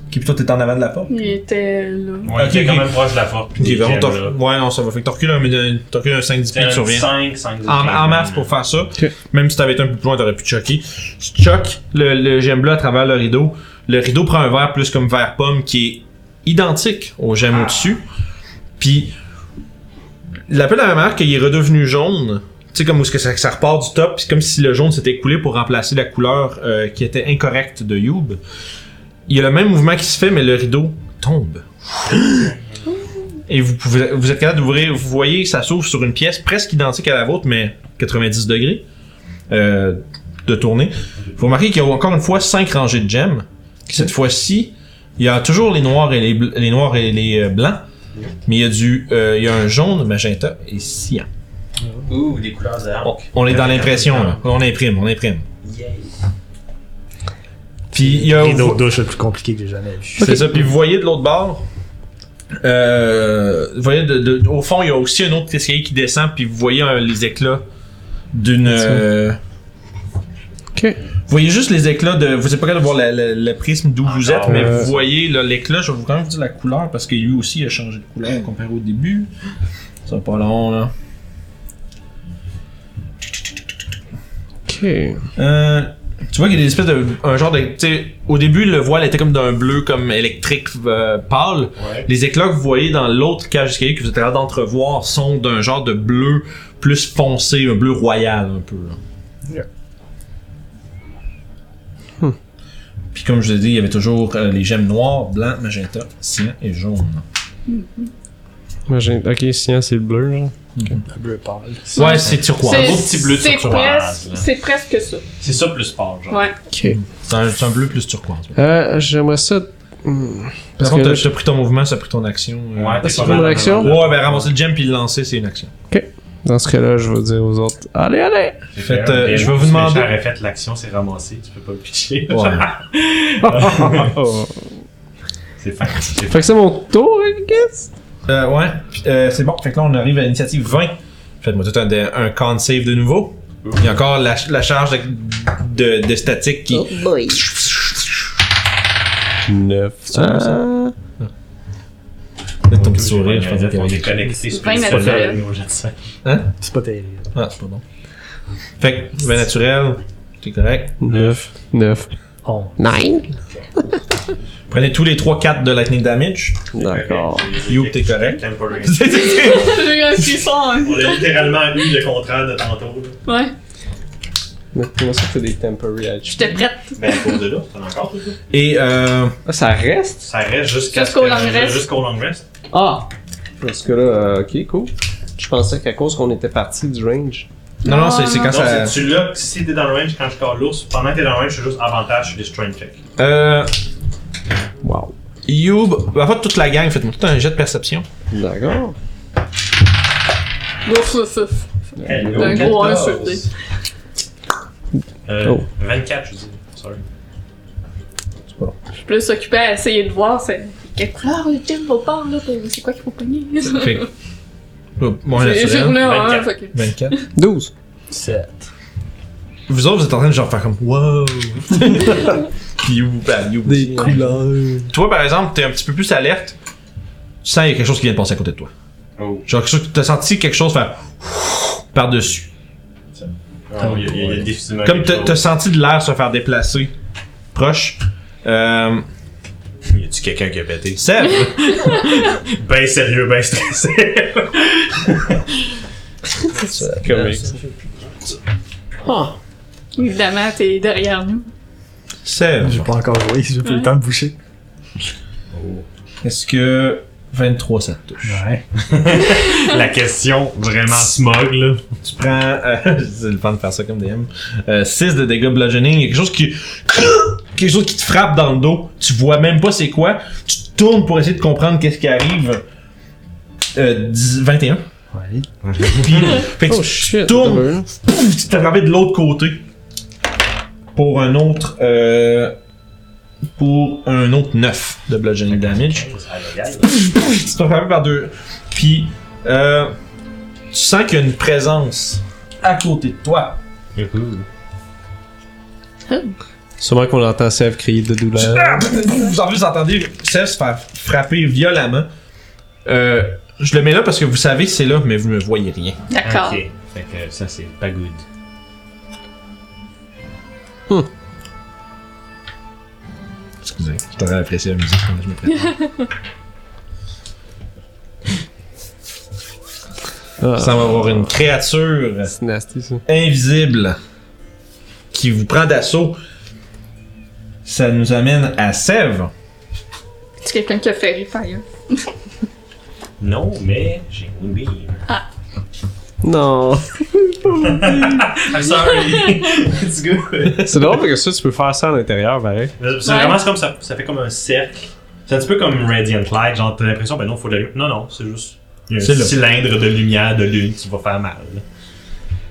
Speaker 1: Qui plutôt t'es en avant de la porte?
Speaker 4: Il était là.
Speaker 3: Ouais,
Speaker 1: Ok,
Speaker 3: il était
Speaker 1: ok.
Speaker 3: quand même proche de la porte.
Speaker 1: Ok, ben,
Speaker 3: Il
Speaker 1: vraiment,
Speaker 3: était
Speaker 1: t'as-
Speaker 3: là.
Speaker 1: ouais, non, ça va. Fait que t'as reculé un, t'as reculé un 5-10 pieds, tu reviens.
Speaker 3: 5, 5,
Speaker 1: en, en masse pour faire ça. Même si t'avais été un peu plus loin, t'aurais pu te choquer. Tu choques le, le gemme bleu à travers le rideau. Le rideau prend un verre plus comme vert pomme qui est identique au gemme au-dessus. Puis, la peu de la même manière qu'il est redevenu jaune. Tu sais, comme où est-ce que ça, ça repart du top, c'est comme si le jaune s'était coulé pour remplacer la couleur euh, qui était incorrecte de Youb. Il y a le même mouvement qui se fait, mais le rideau tombe. Et vous, pouvez, vous êtes capable d'ouvrir, vous voyez que ça s'ouvre sur une pièce presque identique à la vôtre, mais 90 degrés euh, de tournée. Vous remarquez qu'il y a encore une fois 5 rangées de gemmes. Cette fois-ci, il y a toujours les noirs et les, bl- les noirs et les euh, blancs, mais il y a du, euh, il y a un jaune, magenta et cyan.
Speaker 3: Ouh, des couleurs de
Speaker 1: On, on est dans l'impression, là. on imprime, on imprime. Puis il y a
Speaker 5: Les autres douches le plus compliqué que j'ai jamais vu.
Speaker 1: C'est ça. Puis vous voyez de l'autre bord, euh, vous voyez de- de- au fond, il y a aussi un autre escalier qui descend, puis vous voyez euh, les éclats d'une. euh,
Speaker 2: Ok.
Speaker 1: vous voyez juste les éclats de. Vous êtes pas capable de voir la- la- le prisme d'où vous êtes,
Speaker 3: Encore.
Speaker 1: mais
Speaker 2: Euh.
Speaker 1: vous voyez là, l'éclat. Je vais vous quand même vous dire la couleur parce que lui aussi a changé de couleur comparé au début. Ça va pas long là.
Speaker 2: Ok.
Speaker 1: Euh, tu vois qu'il y a des espèces de. Un genre de. Tu sais, au début, le voile était comme d'un bleu comme électrique euh, pâle.
Speaker 3: Ouais.
Speaker 1: Les éclats que vous voyez dans l'autre cage d'escalier que vous êtes capable d'entrevoir sont d'un genre de bleu plus foncé, un bleu royal un peu. là.
Speaker 2: Yeah. Hmm.
Speaker 1: Puis comme je vous ai dit, il y avait toujours euh, les gemmes noires, blanc, magenta, cyan et jaune.
Speaker 2: Moi, j'ai- Ok, cyan, c'est le bleu. genre.
Speaker 5: Un bleu pâle.
Speaker 1: Ouais, c'est turquoise.
Speaker 4: C'est-
Speaker 3: beau petit bleu
Speaker 4: c'est
Speaker 3: turquoise,
Speaker 4: presque-
Speaker 3: là.
Speaker 4: C'est presque ça.
Speaker 3: C'est ça plus sport, genre.
Speaker 4: Ouais.
Speaker 2: Ok.
Speaker 1: C'est un, c'est un bleu plus turquoise.
Speaker 2: Euh, J'aimerais ça. Hmm.
Speaker 1: Par
Speaker 2: Parce que
Speaker 1: contre,
Speaker 2: là,
Speaker 1: t'as- t'as pris ton mouvement, ça a pris ton action. euh.
Speaker 3: Ouais, t'es
Speaker 2: c'est
Speaker 3: pas
Speaker 2: pas
Speaker 3: mal
Speaker 2: mon
Speaker 3: dans
Speaker 2: action?
Speaker 3: la-
Speaker 1: Ouais, ben ramasser le gem puis le lancer, c'est une action.
Speaker 2: dans ce cas-là, je vais dire aux autres Allez, allez
Speaker 3: J'ai
Speaker 1: Faites,
Speaker 3: un
Speaker 1: euh,
Speaker 3: démo,
Speaker 1: je vais vous
Speaker 3: si
Speaker 1: demander-
Speaker 3: J'aurais fait l'action, c'est ramassé, tu peux pas le pitcher.
Speaker 1: Ouais.
Speaker 3: C'est fin. J'ai fait
Speaker 2: Fait que c'est mon tour, I guess
Speaker 1: Euh, ouais, Puis, euh, c'est bon. Fait que là, on arrive à l'initiative 20. Faites-moi tout un, dé- un con save de nouveau. Il y a encore la, ch- la charge de, de- de statique qui.
Speaker 4: boy.
Speaker 2: 9. Euh,
Speaker 1: Faites ton petit sourire, je pense qu'il y
Speaker 3: On
Speaker 1: avait-
Speaker 3: est connecté sur
Speaker 4: Vingt
Speaker 3: le
Speaker 4: naturel.
Speaker 3: sol au jet de cinq.
Speaker 5: C'est pas terrible.
Speaker 1: Ah, c'est pas bon. Fait que, ben naturel, c'est correct.
Speaker 2: 9. 9.
Speaker 5: 11.
Speaker 2: 9
Speaker 1: Prenez tous les 3-4 de lightning damage.
Speaker 3: Ah.
Speaker 2: D'accord.
Speaker 1: You, t'es correct.
Speaker 3: Temporary.
Speaker 4: J'ai eu un frisson. hein.
Speaker 3: On a littéralement lu le contraire de tantôt. là.
Speaker 4: Ouais.
Speaker 2: Mais comment ça fait des temporary edge
Speaker 4: J'étais prête.
Speaker 3: Ben, à cause de là, t'en as encore tout ça.
Speaker 1: Et euh,
Speaker 2: Ah, ça reste
Speaker 3: Ça reste jusqu'à
Speaker 4: Jusqu'au
Speaker 3: ce que-
Speaker 4: long rest.
Speaker 3: Jusqu'au long rest.
Speaker 2: Ah Parce que là, euh, ok, cool. Je pensais qu'à cause qu'on était parti du range.
Speaker 1: non, non, c'est c'est quand
Speaker 3: Non,
Speaker 1: ça.
Speaker 3: c'est là que si t'es dans le range quand je call l'ours, pendant que t'es dans le range, c'est juste avantage sur les strength checks.
Speaker 1: Euh,
Speaker 2: Wow.
Speaker 1: Youb, ben, en fait, toute la gang, faites-moi tout un jet de perception.
Speaker 2: D'accord.
Speaker 4: Gros souffle.
Speaker 3: Hello,
Speaker 4: Un gros
Speaker 3: 14.
Speaker 4: un sur dix.
Speaker 3: Euh,
Speaker 2: Oh.
Speaker 3: 24, je dis. Sorry.
Speaker 4: Je suis plus occupée à essayer de voir c'est quelle couleur le thème va part là. pour- C'est quoi qu'il faut pogner?
Speaker 1: Fait que. Oh, Moi,
Speaker 4: J'ai j'ai roulé
Speaker 1: naturel.
Speaker 4: un un,
Speaker 3: 24.
Speaker 4: fait que-
Speaker 1: 24.
Speaker 2: 12.
Speaker 5: 7.
Speaker 1: Vous autres, vous êtes en train de genre faire comme wow. Puis you, bah, you aussi, hein.
Speaker 2: couleurs.
Speaker 1: Toi, par exemple, t'es un petit peu plus alerte. Tu sens qu'il y a quelque chose qui vient de passer à côté de toi.
Speaker 3: Oh.
Speaker 1: Genre, quelque chose- t'as senti quelque chose faire par-dessus.
Speaker 3: Ah, il y a- il y a difficilement.
Speaker 1: Comme
Speaker 3: quelque
Speaker 1: t'as t'as
Speaker 3: chose.
Speaker 1: senti de l'air se faire déplacer proche. Euh,
Speaker 3: Y a-tu quelqu'un qui a pété?
Speaker 1: Seb,
Speaker 3: Ben sérieux, ben stressé.
Speaker 1: Comics. 18.
Speaker 2: Ah.
Speaker 4: Évidemment, t'es derrière nous.
Speaker 1: 16.
Speaker 5: J'ai pas encore joué, j'ai pas eu le temps de boucher.
Speaker 1: Est-ce que 23 ça te touche?
Speaker 5: Ouais.
Speaker 3: La question vraiment smog, là.
Speaker 1: Tu prends. euh, c'est le fun de faire ça comme DM. 6 de dégâts bludgeoning. Il y a quelque chose qui. quelque chose qui te frappe dans le dos. Tu vois même pas c'est quoi. Tu te tournes pour essayer de comprendre qu'est-ce qui arrive. Euh, 10 21.
Speaker 5: Ouais.
Speaker 1: Puis, fait que
Speaker 2: Oh
Speaker 1: tu
Speaker 2: shit.
Speaker 1: tournes.
Speaker 2: double.
Speaker 1: Pouf, tu t'es frappé de l'autre côté. Pour un autre. euh, pour un autre 9 de bludgeoning damage. tu te fais frapper par deux. Puis, euh, tu sens qu'il y a une présence à côté de toi.
Speaker 2: Sûrement qu'on l'entend Sèvres crier de douleur.
Speaker 1: Ah! Vous en plus entendez Seth se faire frapper violemment. Euh, je le mets là parce que vous savez c'est là, mais vous ne voyez rien.
Speaker 4: D'accord.
Speaker 3: Ok. Fait que ça, c'est pas good.
Speaker 1: Excusez, je t'aurais apprécié la musique quand je me prête.
Speaker 2: Ah,
Speaker 1: Ça va avoir une créature
Speaker 2: C'est nasty ça.
Speaker 1: invisible qui vous prend d'assaut. Ça nous amène à Sèvres.
Speaker 4: C'est quelqu'un qui a fait hein. rire Fire.
Speaker 3: Non, mais j'ai une beam.
Speaker 2: Non.
Speaker 3: I'm Ah, sorry. It's good.
Speaker 2: C'est drôle parce que ça, tu peux faire ça à l'intérieur, pareil.
Speaker 3: Ça
Speaker 4: Ouais.
Speaker 3: vraiment, c'est comme ça, ça fait comme un cercle. C'est un petit peu comme Radiant Light. Genre, t'as l'impression, ben non, faut de la lumière. Non, non, c'est juste. Il y a
Speaker 1: C'est
Speaker 3: un
Speaker 1: là.
Speaker 3: cylindre de lumière de lune qui va faire mal.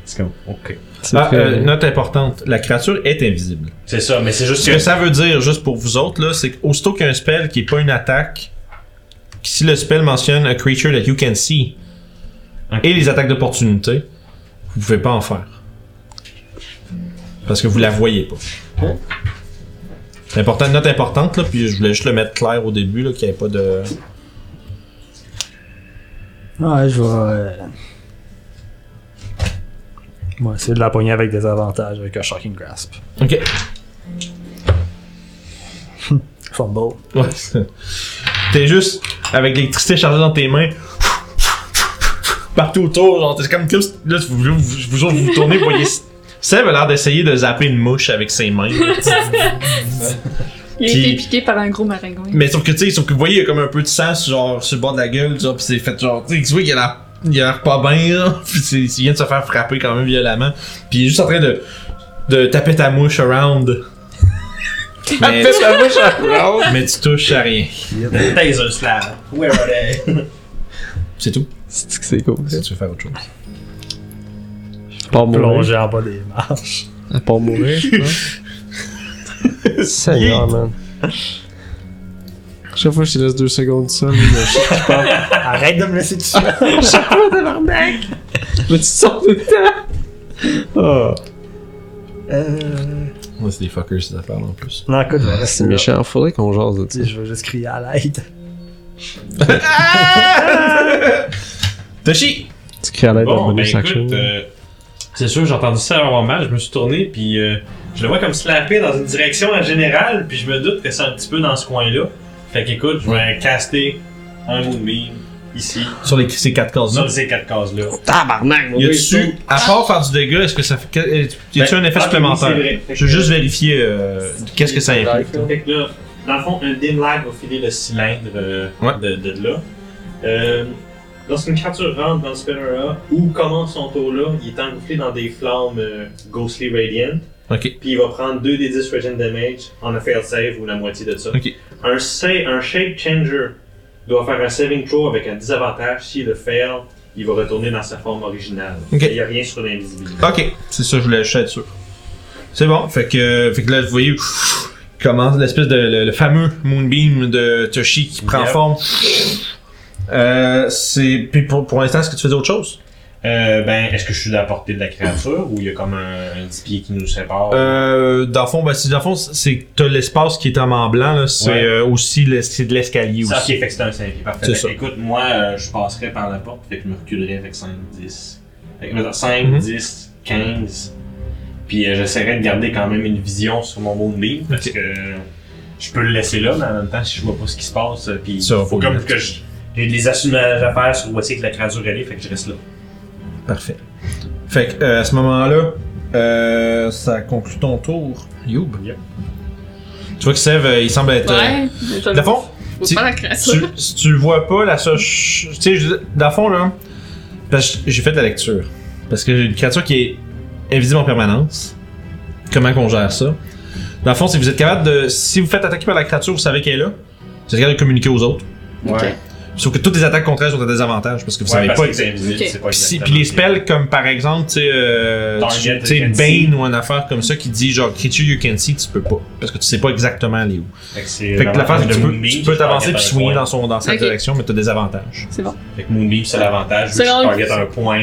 Speaker 3: C'est comme, ok.
Speaker 1: Ah, euh, note importante, la créature est invisible.
Speaker 3: C'est ça, mais c'est juste
Speaker 1: Ce
Speaker 3: que.
Speaker 1: que ça veut dire, juste pour vous autres, là, c'est qu'aussitôt qu'il y a un spell qui n'est pas une attaque, si le spell mentionne a creature that you can see
Speaker 3: Ok.
Speaker 1: et les attaques d'opportunité, vous pouvez pas en faire. Parce que vous la voyez pas. C'est important, note importante, là, puis je voulais juste le mettre clair au début, là, qu'il n'y avait pas de.
Speaker 5: Ouais, je vais. euh, Ouais, essayer de la pogner avec des avantages, avec un Shocking Grasp.
Speaker 1: Ok.
Speaker 5: Fumble.
Speaker 1: Ouais. Euh, T'es juste avec l'électricité chargée dans tes mains. Partout autour, genre, c'est comme, comme si- là, vous, vous, vous, autres, vous vous tournez, vous voyez. Seb a l'air d'essayer de zapper une mouche avec ses mains.
Speaker 4: Il a
Speaker 1: Puis-
Speaker 4: été piqué par un gros maringouin.
Speaker 1: Mais sauf que, tu sais, sauf que vous voyez, il y a comme un peu de sang, genre, sur le bord de la gueule, genre, pis c'est fait, genre, tu sais, tu vois qu'il a l'air- il a l'air pas bien, là. Pis c'est- il vient de se faire frapper quand même violemment. Pis il est juste en train de, de taper ta mouche around. Mais, mais tu touches à rien.
Speaker 3: Taser slap. Where are they?
Speaker 1: C'est tout.
Speaker 2: C'est que c'est cool. ça.
Speaker 1: Si tu veux faire autre chose.
Speaker 2: À part mourir.
Speaker 5: Plonger en bas des marches.
Speaker 2: À part mourir. ouais. Seigneur, man. Chaque fois que je te laisse deux secondes seul, là, je-
Speaker 5: Arrête de me laisser dessus.
Speaker 2: Ah, mais tu sors tout le temps.
Speaker 5: euh.
Speaker 1: Moi, c'est des fuckers, ces affaires-là, en plus.
Speaker 5: Non, écoute, je vais
Speaker 2: Ah, c'est
Speaker 5: rester là.
Speaker 2: méchant. Faudrait qu'on jase de
Speaker 5: Tu sais, Je vais juste crier à l'aide.
Speaker 1: Toshi!
Speaker 2: Tu cries à l'aide
Speaker 3: Bon,
Speaker 2: dans
Speaker 3: ben
Speaker 2: bonus action.
Speaker 3: écoute, euh, c'est sûr, j'ai entendu ça avant mal, je me suis tourné, puis euh, je le vois comme slapper dans une direction en général, puis je me doute que c'est un petit peu dans ce coin-là. Fait qu'écoute, je vais caster un Moonbeam ici,
Speaker 1: Sur les, ces quatre cases-là.
Speaker 3: sur ces quatre cases-là.
Speaker 2: Tabarnak, mon
Speaker 1: Y
Speaker 2: gars,
Speaker 1: a-tu, à part faire du dégât, est-ce que ça fait. que- Y a-tu
Speaker 3: Ben,
Speaker 1: un effet
Speaker 3: ah,
Speaker 1: supplémentaire?
Speaker 3: oui, c'est vrai. Fait
Speaker 1: Je veux
Speaker 3: que-
Speaker 1: juste vérifier euh, qu'est-ce que ça implique.
Speaker 3: Fait que là, dans le fond, un dim light va filer le cylindre euh,
Speaker 1: Ouais.
Speaker 3: de, de là. Euh, Lorsqu'une créature rentre dans le spinner A ou commence son tour-là, il est engouffré dans des flammes euh, Ghostly Radiant.
Speaker 1: Ok.
Speaker 3: Puis il va prendre 2 des 10 Regen Damage en a fail save ou la moitié de ça.
Speaker 1: Ok.
Speaker 3: Un, sa- un Shape Changer doit faire un saving throw avec un désavantage. S'il le fail, il va retourner dans sa forme originale.
Speaker 1: Ok. Ah,
Speaker 3: Il n'y a rien sur l'invisibilité.
Speaker 1: Ok, c'est ça, je voulais juste être sûr. C'est bon, fait que, fait que là, vous voyez, pff, commence l'espèce de. le, le fameux Moonbeam de Toshi qui prend
Speaker 3: Yep.
Speaker 1: forme. Euh, c'est. Puis pour, pour l'instant, est-ce que tu faisais autre chose?
Speaker 3: Euh, ben, est-ce que je suis à la portée de la créature ou il y a comme un, un petit pied qui nous sépare?
Speaker 1: Euh, dans le fond, ben, c'est, dans le fond, c'est que t'as l'espace qui est en en blanc, là, c'est
Speaker 3: Ouais.
Speaker 1: euh, aussi le- c'est de l'escalier
Speaker 3: Ça,
Speaker 1: aussi.
Speaker 3: ok, fait que c'est un 5 pieds. Parfait.
Speaker 1: C'est
Speaker 3: Fait que,
Speaker 1: ça.
Speaker 3: Écoute, moi, euh, je passerais par la porte, fait que je me reculerais avec 5, 10. Fait que, mettons, 5,
Speaker 1: Mhm.
Speaker 3: 10, 15. Puis euh, j'essaierais de garder quand même une vision sur mon moonbeam parce
Speaker 1: Ok.
Speaker 3: que je peux le laisser là, mais en même temps, si je vois pas ce qui se passe, euh, puis
Speaker 1: Ça,
Speaker 3: faut,
Speaker 1: faut le
Speaker 3: comme
Speaker 1: mettre.
Speaker 3: que je- j'ai des assumages à faire sur où est-ce que la créature elle est, fait que je reste là.
Speaker 1: Parfait. Fait que, euh, à ce moment-là, euh, ça conclut ton tour. Youb.
Speaker 3: Yep.
Speaker 1: Tu vois que Sev, euh, il semble être. euh,
Speaker 4: Ouais. je
Speaker 1: dans
Speaker 4: le
Speaker 1: le fond,
Speaker 4: Faut
Speaker 1: tu-
Speaker 4: pas la crasse.
Speaker 1: tu, si tu le vois pas, la seule. ch- Tu sais, je dis- dans le fond, là. parce que j'ai fait de la lecture. Parce que j'ai une créature qui est invisible en permanence. Comment qu'on gère ça? Dans le fond, si vous êtes capable de. Si vous faites attaquer par la créature, vous savez qu'elle est là. Vous êtes capable de communiquer aux autres.
Speaker 4: Ok.
Speaker 1: Sauf que toutes les attaques contraires sont à désavantage parce que vous savez
Speaker 3: parce
Speaker 1: pas
Speaker 3: que c'est invisible,
Speaker 4: Ok.
Speaker 3: c'est pas
Speaker 1: Pis si-
Speaker 3: exactement-
Speaker 1: pis les spells comme par exemple, tu sais, euh,
Speaker 3: Target,
Speaker 1: tu- tu sais,
Speaker 3: you can see.
Speaker 1: Bane ou une affaire comme ça qui dit genre creature you can see, tu peux pas. Parce que tu sais pas exactement les où.
Speaker 3: Fait que c'est
Speaker 1: Fait que l'affaire, c'est que tu peux-
Speaker 3: Moonbeam,
Speaker 1: tu peux
Speaker 3: je
Speaker 1: t'avancer
Speaker 3: target
Speaker 1: puis
Speaker 3: un
Speaker 1: swinguer
Speaker 3: point.
Speaker 1: dans, son, dans sa
Speaker 4: Ok.
Speaker 1: direction, mais t'as des avantages.
Speaker 4: C'est bon.
Speaker 3: Fait que Moonbeam, c'est l'avantage. vu que
Speaker 4: Selon-
Speaker 3: Je target un point,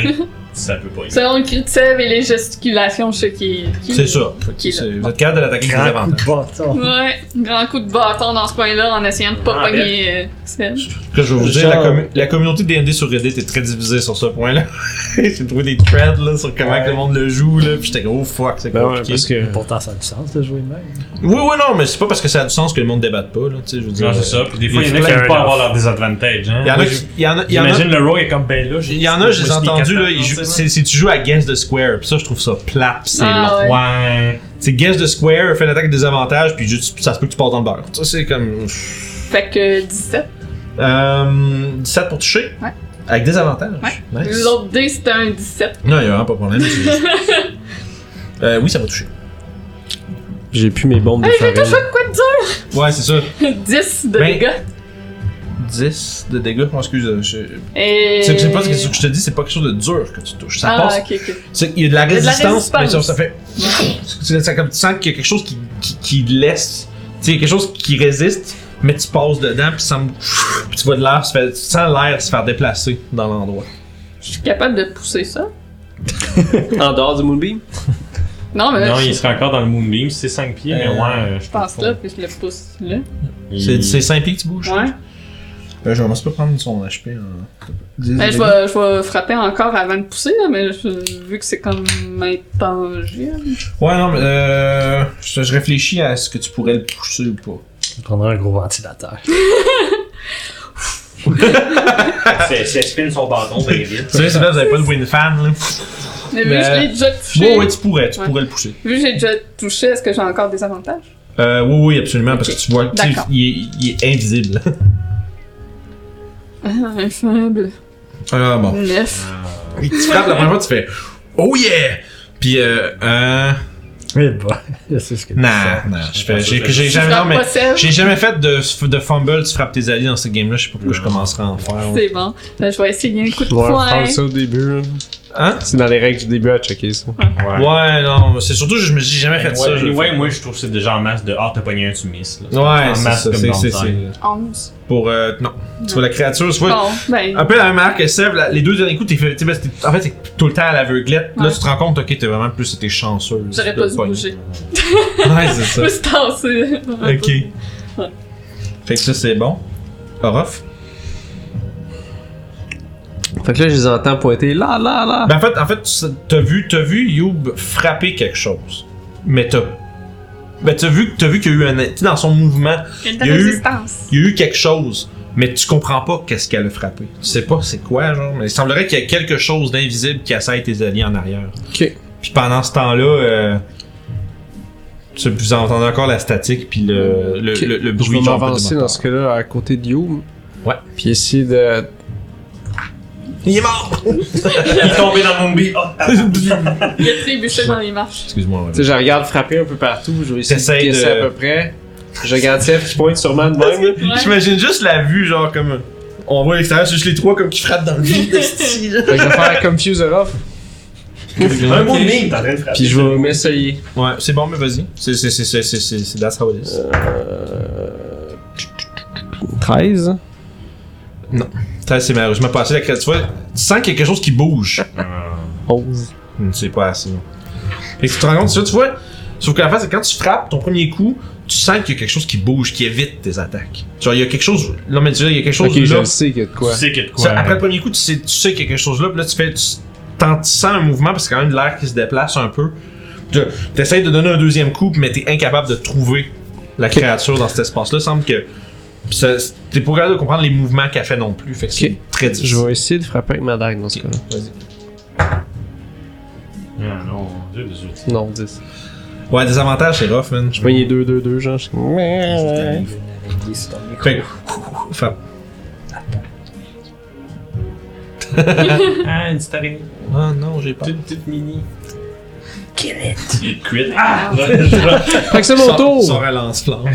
Speaker 3: ça peut pas
Speaker 4: Selon le cri de Seb et les gesticulations, je sais qui. qui-
Speaker 1: C'est ça. Fait que
Speaker 4: Qui est
Speaker 1: c'est- Vous êtes capable de l'attaquer avec des
Speaker 5: Grand coup
Speaker 1: avantages.
Speaker 5: de bâton.
Speaker 4: Ouais, grand coup de bâton dans ce coin-là en essayant de
Speaker 3: Ah,
Speaker 4: pas pogner euh, Seb.
Speaker 1: Là, je vais vous dire,
Speaker 5: Genre-
Speaker 1: la, commu- la communauté D&D sur Reddit est très divisée sur ce point-là. J'ai trouvé des threads là, sur comment
Speaker 5: Ouais.
Speaker 1: que le monde le joue, là, pis j'étais gros fuck, c'est
Speaker 2: Ben ouais,
Speaker 1: compliqué.
Speaker 2: parce que.
Speaker 5: Euh, Pourtant, ça a du sens de jouer de même.
Speaker 1: Oui, oui, non, mais c'est pas parce que ça a du sens que le monde débatte pas, là, tu sais, je veux dire.
Speaker 3: Non, c'est ça. Puis des fois,
Speaker 1: Il
Speaker 3: il
Speaker 1: y
Speaker 3: y en a qui
Speaker 5: plein
Speaker 3: veulent pas
Speaker 5: d'offres.
Speaker 3: avoir leur désavantage. Hein?
Speaker 1: Il y en a
Speaker 3: Moi,
Speaker 1: qui. il y en a- il y en a-
Speaker 3: J'imagine le rogue est comme ben là. j'ai-
Speaker 1: Il y en a, je
Speaker 3: moi,
Speaker 1: les ai
Speaker 3: je suis
Speaker 1: entendus,
Speaker 3: capable,
Speaker 1: là, ils
Speaker 3: tu
Speaker 1: jouent-
Speaker 3: sais,
Speaker 1: c'est si tu joues à Guess the Square, pis ça, je trouve ça plat, pis c'est
Speaker 4: Ah,
Speaker 1: long.
Speaker 4: ouais.
Speaker 3: Ouais.
Speaker 1: C'est Guess the Square, fais une attaque des avantages, pis juste, ça se peut que tu passes dans le beurre. Ça, c'est comme.
Speaker 4: Fait que 17.
Speaker 1: Euh. 17 pour toucher.
Speaker 4: Ouais.
Speaker 1: Avec des avantages.
Speaker 4: Ouais.
Speaker 1: Nice.
Speaker 4: L'autre dé, c'était un 17.
Speaker 1: Non, il y a vraiment pas de problème. c'est juste- euh, oui, ça va toucher.
Speaker 2: J'ai plus mes bombes de
Speaker 4: Hey, j'ai
Speaker 2: farine.
Speaker 4: touché de quoi de
Speaker 1: Ouais, c'est ça.
Speaker 4: dur? 10 de
Speaker 1: Ben,
Speaker 4: dégâts.
Speaker 1: 10 de dégâts. Oh, excuse. Je...
Speaker 4: Et.
Speaker 1: C'est c'est pas ce que ce que je te dis, c'est pas quelque chose de dur que tu touches. Ça
Speaker 4: Euh, Ah,
Speaker 1: passe.
Speaker 4: ok, ok.
Speaker 1: C'est- Il y a de la
Speaker 4: y a de la
Speaker 1: résistance, mais ça,
Speaker 4: résistance.
Speaker 1: ça fait. Tu sens- comme, tu sens qu'il y a quelque chose qui, qui, qui laisse. Tu sais, il y a quelque chose qui résiste, mais tu passes dedans, puis, ça me- puis tu vois de l'air, se faire- tu sens l'air se faire déplacer dans l'endroit.
Speaker 4: Je suis capable de pousser ça.
Speaker 2: En dehors du Moonbeam
Speaker 4: Non, mais là,
Speaker 3: Non,
Speaker 4: je
Speaker 3: il serait encore dans le Moonbeam, c'est 5 pieds, mais
Speaker 1: Euh,
Speaker 3: ouais, euh, je
Speaker 4: passe là, puis je le pousse là.
Speaker 1: C'est C'est 5 pieds que tu bouges.
Speaker 4: Ouais.
Speaker 1: Euh, je vais pas prendre son HP. hein.
Speaker 4: Ben, je vais, je vais frapper encore avant de pousser, là, mais je- vu que c'est comme intangible.
Speaker 1: Ouais, non, mais euh, je, je réfléchis à ce que tu pourrais le pousser ou pas.
Speaker 5: Je prendrais un gros ventilateur.
Speaker 3: C'est c'est spin son bâton, ben vite.
Speaker 1: Tu sais, c'est là, vous avez pas de win fan, là.
Speaker 4: Mais vu
Speaker 1: Mais-
Speaker 4: que je l'ai déjà touché,
Speaker 1: Ouais, ouais, tu pourrais, tu
Speaker 4: Ouais.
Speaker 1: pourrais le pousser.
Speaker 4: vu que j'ai déjà touché, est-ce que j'ai encore des avantages?
Speaker 1: Euh, oui, oui, absolument, parce
Speaker 4: Ok.
Speaker 1: que tu vois, tu sais,
Speaker 4: D'accord.
Speaker 1: il, est- il est invisible.
Speaker 4: Ah, un faible.
Speaker 1: Ah, bon.
Speaker 4: 9.
Speaker 1: Et tu frappes la première fois, tu fais Oh yeah! Puis euh. euh
Speaker 5: Mais bon, c'est ce que tu
Speaker 1: non,
Speaker 5: sens.
Speaker 1: non, je fais. J'ai,
Speaker 3: Je
Speaker 1: j'ai
Speaker 4: Je
Speaker 1: jamais, non,
Speaker 4: frappe
Speaker 1: mais
Speaker 4: pas Seb.
Speaker 1: j'ai jamais fait de, de fumble, tu frappes tes alliés dans ce game-là, je sais pas pourquoi je commencerai à en faire.
Speaker 4: C'est bon. Ben, je vais essayer un coup de
Speaker 2: Ouais, je
Speaker 4: poing.
Speaker 2: parle ça au début. là.
Speaker 1: Hein?
Speaker 2: C'est dans les règles du début à checker ça.
Speaker 3: Ouais.
Speaker 1: Ouais, non, c'est surtout, je me j'ai jamais fait ça. je le
Speaker 3: ouais,
Speaker 1: fais.
Speaker 3: moi je trouve que c'est déjà en masse de Ah, t'as pogné un, tu misses. là.
Speaker 1: Ouais,
Speaker 3: en
Speaker 1: c'est
Speaker 3: masse
Speaker 1: ça,
Speaker 3: comme
Speaker 1: c'est,
Speaker 3: dans
Speaker 1: c'est,
Speaker 3: le temps.
Speaker 1: c'est-
Speaker 4: 11.
Speaker 1: Pour. Euh, non. Tu vois la créature, tu vois.
Speaker 4: Bon, ben,
Speaker 1: Un peu la même manière que Sev, la- les deux derniers coups, t'es fait. t'es- t'es- en fait, t'es tout le temps à l'aveuglette. Là,
Speaker 4: Ouais.
Speaker 1: tu te rends compte, ok, t'es vraiment plus, t'es chanceuse.
Speaker 4: j'aurais
Speaker 1: de
Speaker 4: pas dû
Speaker 1: pogner.
Speaker 4: bouger.
Speaker 1: Ouais, c'est
Speaker 4: Je
Speaker 1: ça.
Speaker 4: me suis tassée.
Speaker 1: Ok.
Speaker 4: Ouais.
Speaker 1: Fait que ça, c'est bon. Orof.
Speaker 2: Fait que là, je les entends pointer là, là, là.
Speaker 1: Ben en fait, en fait, tu- t'as vu, t'as vu Youb frapper quelque chose. Mais t'as. Ben t'as vu, t'as vu qu'il y a eu un. Tu sais, dans son mouvement,
Speaker 4: Il y
Speaker 1: Il y
Speaker 4: a
Speaker 1: a eu-
Speaker 4: résistance.
Speaker 1: il y a eu quelque chose. Mais tu comprends pas qu'est-ce qu'elle a frappé. Tu sais pas c'est quoi, genre. Mais il semblerait qu'il y a quelque chose d'invisible qui assaille tes alliés en arrière.
Speaker 2: Ok.
Speaker 1: Puis pendant ce temps-là, euh, tu, vous entendez encore la statique puis le, Ben, le,
Speaker 2: Ok.
Speaker 1: le, le
Speaker 2: Je vais
Speaker 1: bruit. genre,
Speaker 2: m'avancer
Speaker 1: de
Speaker 2: dans ce cas-là à côté de You.
Speaker 1: Ouais.
Speaker 2: Puis essayer de.
Speaker 1: Il est mort!
Speaker 3: Il est tombé dans le Moonbeam. Ah, ah,
Speaker 4: Il a trébuché dans les marches.
Speaker 1: Excuse-moi. ouais.
Speaker 2: Tu sais, je regarde frapper un peu partout. Je vais essayer
Speaker 1: T'essayes
Speaker 2: de guesser
Speaker 1: de-
Speaker 2: à peu près. Je regarde Seth qui pointe sûrement de même. là.
Speaker 4: Ouais.
Speaker 1: J'imagine juste la vue, genre comme. On voit à l'extérieur, c'est juste les trois comme qui frappent dans le vide. esti, là.
Speaker 2: Fait que je vais faire Confuse off.
Speaker 3: Un Moonbeam, t'es en train de frapper.
Speaker 2: Puis je vais m'essayer.
Speaker 1: Ouais, c'est bon, mais vas-y. C'est, c'est, c'est, c'est, c'est, c'est, c'est that's how it is.
Speaker 2: 13.
Speaker 1: Ça, c'est malheureusement pas assez. La créature, tu vois, tu sens qu'il y a quelque chose qui bouge.
Speaker 2: 11.
Speaker 1: Hum, c'est pas assez. non. Fait que tu te rends compte, ça, tu vois. Sauf que la fin, c'est quand tu frappes ton premier coup, tu sens qu'il y a quelque chose qui bouge, qui évite tes attaques. Genre, il y a quelque chose. Là, mais tu vois, il y a quelque chose
Speaker 2: Ok,
Speaker 1: là.
Speaker 2: je le sais qu'il y a de quoi.
Speaker 3: Tu sais qu'il y a de
Speaker 1: Ça,
Speaker 3: quoi. hein?
Speaker 1: Après le premier coup, tu sais, tu sais qu'il y a quelque chose là, puis là, tu fais. Tu t'en- tu sens un mouvement parce que c'est quand même de l'air qui se déplace un peu. Tu essaies de donner un deuxième coup, mais t'es incapable de trouver la créature dans cet espace-là. Il semble que. pis ça- T'es pas capable de comprendre les mouvements qu'elle fait non plus. Fait que c'est
Speaker 2: Ok.
Speaker 1: très difficile.
Speaker 2: Je vais essayer de frapper avec ma dague dans ce cas-là.
Speaker 1: Vas-y.
Speaker 3: Ah, truc, des outils.
Speaker 2: Non, 10.
Speaker 1: Ouais, des avantages, c'est rough, man.
Speaker 2: Je pognais 2, 2, 2, genre. je-
Speaker 5: Une araignée sur ton micro.
Speaker 1: Fait que- Enfin,
Speaker 3: Ah, une petite araignée.
Speaker 1: Ah non, j'ai pas.
Speaker 3: Toute, toute mini. Kill it! Quit. Ah!
Speaker 2: Fait que c'est mon tour!
Speaker 1: Sors à lance-flamme.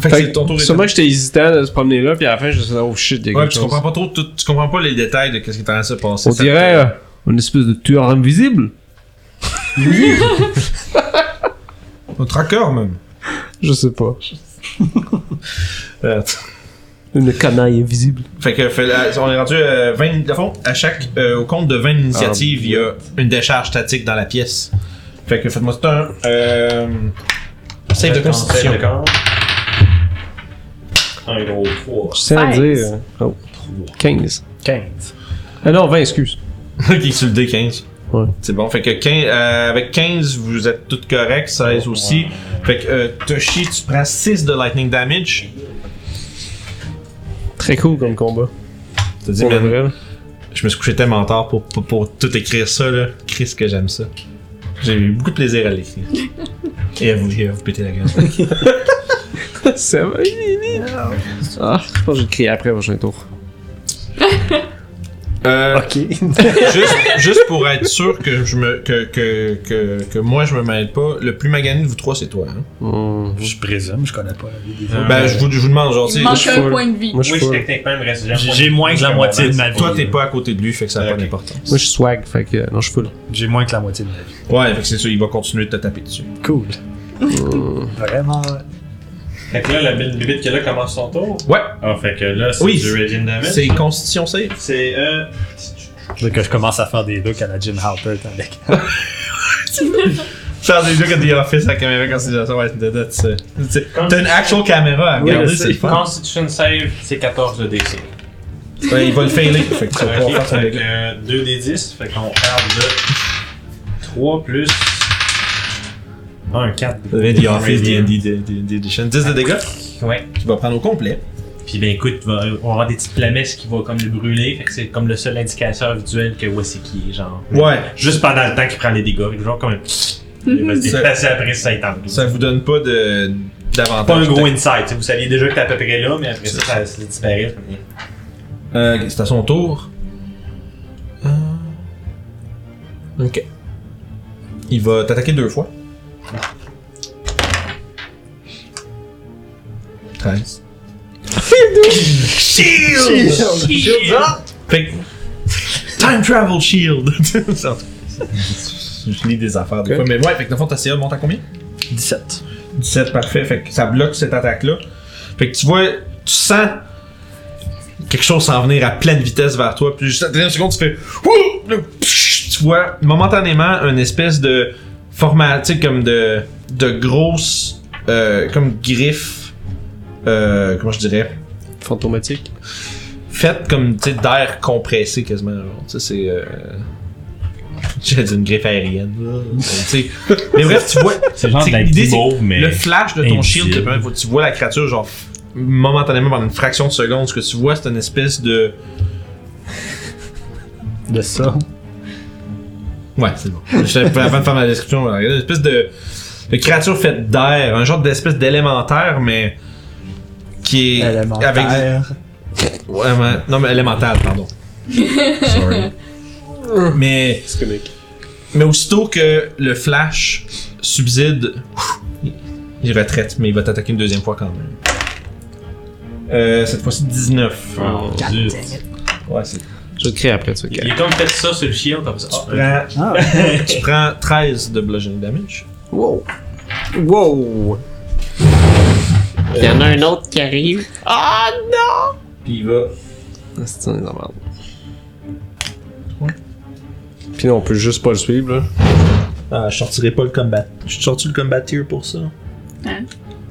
Speaker 1: fait que
Speaker 2: Fait
Speaker 1: c'est ton tour.
Speaker 2: que,
Speaker 1: est
Speaker 2: sûrement que j'étais hésitant de se promener là, puis à la fin, je me suis dit, oh shit, il y a
Speaker 1: Ouais,
Speaker 2: quelque
Speaker 1: tu
Speaker 2: chose.
Speaker 1: comprends pas trop, tout- tu comprends pas les détails de qu'est-ce qui est en train de se passer.
Speaker 2: On
Speaker 1: Ça
Speaker 2: dirait
Speaker 1: te-
Speaker 2: euh, une espèce de tueur invisible. euh,
Speaker 1: Un tracker, même.
Speaker 2: Je sais pas.
Speaker 1: Euh,
Speaker 2: Une canaille invisible.
Speaker 1: Fait que fait la- on est rendu euh, à 20 de fond à chaque euh, au compte de 20 initiatives, il y a une décharge statique dans la pièce. Fait que faites-moi tout un euh, save de constitution.
Speaker 3: Un gros 3.
Speaker 2: Je sais à
Speaker 4: Seize.
Speaker 2: dire. euh, Oh, 15.
Speaker 5: 15.
Speaker 2: Ah non, 20, excuse.
Speaker 1: Qui est sur le D15.
Speaker 2: Ouais.
Speaker 1: C'est bon, fait que 15, euh, avec 15, vous êtes toutes correctes, 16 aussi. Fait que euh, Toshi, tu prends 6 de lightning damage.
Speaker 2: Très cool comme combat.
Speaker 1: Tu te dis,
Speaker 2: Pour le
Speaker 1: man,
Speaker 2: vrai. là.
Speaker 1: je me suis couché tellement tard pour, pour, pour tout écrire ça, là. Chris, que j'aime ça. J'ai eu beaucoup de plaisir à l'écrire. Et à vous, et à vous péter la gueule.
Speaker 2: Ça va, il est né. Ah, je pense que je vais te crier après au prochain tour.
Speaker 1: Euh,
Speaker 5: Ok.
Speaker 1: juste, juste pour être sûr que je me que, que, que, que moi je me mêle pas, le plus magané de vous trois c'est toi. Hein?
Speaker 2: Mmh.
Speaker 5: je présume, je connais pas la vie des autres.
Speaker 1: ben je vous, je vous demande genre tu
Speaker 4: Il
Speaker 1: sais,
Speaker 4: manque
Speaker 2: je
Speaker 4: un
Speaker 2: peux-
Speaker 4: point de vie.
Speaker 2: Moi, je
Speaker 3: Oui,
Speaker 2: suis full.
Speaker 3: techniquement, il me reste déjà
Speaker 5: J'ai-
Speaker 3: moins
Speaker 5: j'ai moins que la
Speaker 3: mon
Speaker 5: moitié de
Speaker 3: avance.
Speaker 5: ma vie.
Speaker 1: toi t'es pas à côté de lui fait que ça n'a
Speaker 3: Ah,
Speaker 1: pas
Speaker 3: ok.
Speaker 1: d'importance.
Speaker 2: Moi, je suis swag, fait que euh, non, je suis full.
Speaker 5: J'ai moins que la moitié de ma vie.
Speaker 1: Ouais, fait que c'est sûr il va continuer de te taper dessus.
Speaker 5: Cool.
Speaker 2: Mm.
Speaker 5: Vraiment.
Speaker 3: Fait que là, la bite bibite qui est là commence son tour.
Speaker 1: Ouais,
Speaker 3: Ah, fait que là, c'est
Speaker 1: Oui,
Speaker 3: du Radiant Damage.
Speaker 1: c'est constitution save.
Speaker 3: C'est. Euh...
Speaker 5: Dès que je commence à faire des looks à la Jim Halpert avec.
Speaker 1: Faire des jeux que des office à caméra constitution ouais c'est de ça. T'as une actual caméra à
Speaker 5: Oui,
Speaker 1: regarder,
Speaker 5: je sais.
Speaker 1: c'est le fun.
Speaker 3: Constitution Save, c'est 14 de DC.
Speaker 1: Ouais, il va le failer, fait que tu vas
Speaker 3: Ok,
Speaker 1: pouvoir faire ton
Speaker 3: fait que
Speaker 1: dégât.
Speaker 3: euh, 2 des 10, fait qu'on parle de 3 plus. Un
Speaker 1: Ça
Speaker 3: 4.
Speaker 1: devient The Office D&D D- D- D- Edition. 10 de dégâts,
Speaker 3: Ouais.
Speaker 1: tu vas prendre au complet.
Speaker 3: Puis ben écoute, va- on va avoir des petites flamèches qui vont comme le brûler. Fait que c'est comme le seul indicateur visuel que voici qui est, genre.
Speaker 1: Ouais,
Speaker 3: Juste pendant le temps qu'il prend les dégâts. Fait que genre comme un. Il va se déplacer après ça il tente.
Speaker 1: ça vous donne pas de d'avantage.
Speaker 3: Pas un gros insight. Vous saviez déjà que t'es à peu près là, mais après ça, ça, ça disparaît.
Speaker 1: Euh, c'est à son tour. Euh, Ok. Il va t'attaquer deux fois. 13. shield! Shield up! Fait que- Time travel shield! Je lis des affaires des
Speaker 2: Ok.
Speaker 1: fois, mais ouais, fait que dans le fond, ta CA monte à combien?
Speaker 5: 17.
Speaker 1: 17, parfait. Fait que ça bloque cette attaque-là. Fait que tu vois, tu sens quelque chose s'en venir à pleine vitesse vers toi. Puis juste à la dernière seconde, tu fais Ouh! Là, psh, Tu vois momentanément une espèce de format, tu sais, comme de, de grosse, euh, comme griffe, euh, comment je dirais,
Speaker 2: Fantomatique.
Speaker 1: faite comme tu sais, d'air compressé quasiment. genre. Tu sais, c'est. euh, J'ai dit une griffe aérienne. là. Tu sais. Mais bref, tu vois.
Speaker 3: C'est
Speaker 1: genre de la L'idée, c'est-
Speaker 3: mauve, mais.
Speaker 1: Le flash de ton
Speaker 3: invisible.
Speaker 1: shield, te permet- tu vois la créature, genre, momentanément, pendant une fraction de seconde, ce que tu vois, c'est une espèce de.
Speaker 5: De ça.
Speaker 1: Ouais, c'est bon. J'avais- Avant de faire ma description, une espèce de, de créature faite d'air, un genre d'espèce d'élémentaire, mais. qui est. avec-
Speaker 5: Élémentaire.
Speaker 1: Ouais, mais- non, mais élémental, pardon. Sorry. mais.
Speaker 2: C'est comique.
Speaker 1: Mais aussitôt que le flash subside, ouf, il retraite, mais il va t'attaquer une deuxième fois quand même. Euh, cette fois-ci 19.
Speaker 3: Oh, zut.
Speaker 1: Ouais, c'est. Tu
Speaker 2: Je vais te crier après, tu
Speaker 3: Il
Speaker 2: vois.
Speaker 3: est comme fait ça sur le shield, comme ça. Ah,
Speaker 1: prends,
Speaker 5: Ah,
Speaker 1: tu prends 13 de bludgeoning damage.
Speaker 2: Wow. Wow. Il y en a un autre qui arrive. Ah non!
Speaker 1: Puis il va.
Speaker 2: C'est une merde. Puis non, on peut juste pas le suivre, là.
Speaker 1: Ah, je sortirai pas le combat. Je sorti le combat tier pour ça.
Speaker 4: Hein?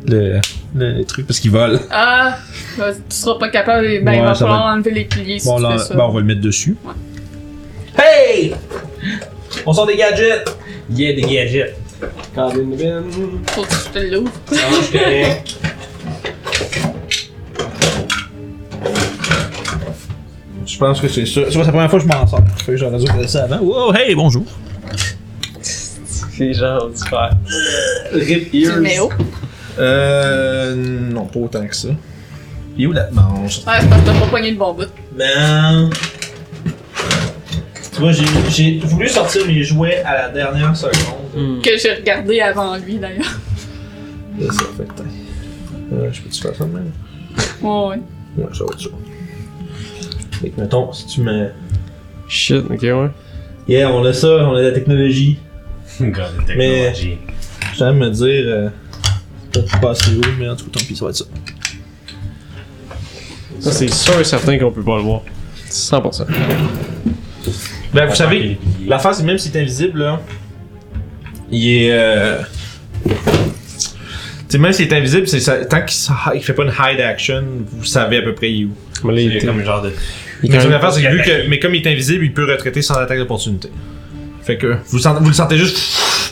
Speaker 1: Le, le, le truc, parce qu'il vole.
Speaker 4: Ah, bah, tu seras pas capable. Ben,
Speaker 1: Ouais,
Speaker 4: il va
Speaker 1: ça
Speaker 4: falloir
Speaker 1: va
Speaker 4: enlever les piliers si
Speaker 1: Bon,
Speaker 4: tu
Speaker 1: là,
Speaker 4: fais ça.
Speaker 1: bon, on va le mettre dessus.
Speaker 4: Ouais.
Speaker 1: Hey! On sort des gadgets!
Speaker 3: Yeah, des gadgets.
Speaker 4: Faut que tu te l'ouvres.
Speaker 3: Ah, je suis correct.
Speaker 1: Je pense que c'est ça. Tu vois, c'est la première fois que je m'en sors. Fait que J'aurais dû faire ça avant. Wow, hey, bonjour!
Speaker 6: t'es genre du faire. Rip
Speaker 4: Tu le
Speaker 6: ears.
Speaker 4: mets haut.
Speaker 1: Euh. Non, pas autant que ça. Il est où la manche?
Speaker 4: Ouais, c'est parce que t'as pas poigné le bon bout.
Speaker 1: Ben. Tu vois, j'ai- j'ai voulu sortir mes jouets à la dernière seconde.
Speaker 3: Hmm.
Speaker 4: Que j'ai regardé avant lui d'ailleurs.
Speaker 1: Là, ça fait que, t'as- Euh, je peux-tu faire ça de même?
Speaker 4: Ouais, ouais.
Speaker 1: Ouais, ça va être ça. Fait que, mettons, si tu mets.
Speaker 2: Shit, ok, ouais.
Speaker 1: Yeah, on a ça, on a de la technologie.
Speaker 3: God, the technology.
Speaker 1: J'aime me dire. Euh, c'est pas assez haut, mais en tout cas, tant pis, ça Ben, va être ça.
Speaker 2: Ça, c'est sûr et certain qu'on peut pas le voir. 100%.
Speaker 1: Ben,
Speaker 3: On
Speaker 1: vous
Speaker 3: parle
Speaker 1: savez,
Speaker 3: des billets.
Speaker 1: la face, même si c'est invisible, là, il est. Euh... Tu sais, même si c'est invisible, c'est ça- tant qu'il ne fait pas une hide action, vous savez à peu près il est où.
Speaker 2: Mais là,
Speaker 3: Il
Speaker 2: il
Speaker 3: y a
Speaker 2: était.
Speaker 3: comme genre de.
Speaker 2: il
Speaker 1: Mais
Speaker 2: était-
Speaker 1: son affaire, c'est que vu
Speaker 3: attaquer.
Speaker 1: que, mais comme il est invisible, il peut retraiter sans attaque d'opportunité. Fait que vous le, sentez, vous le sentez juste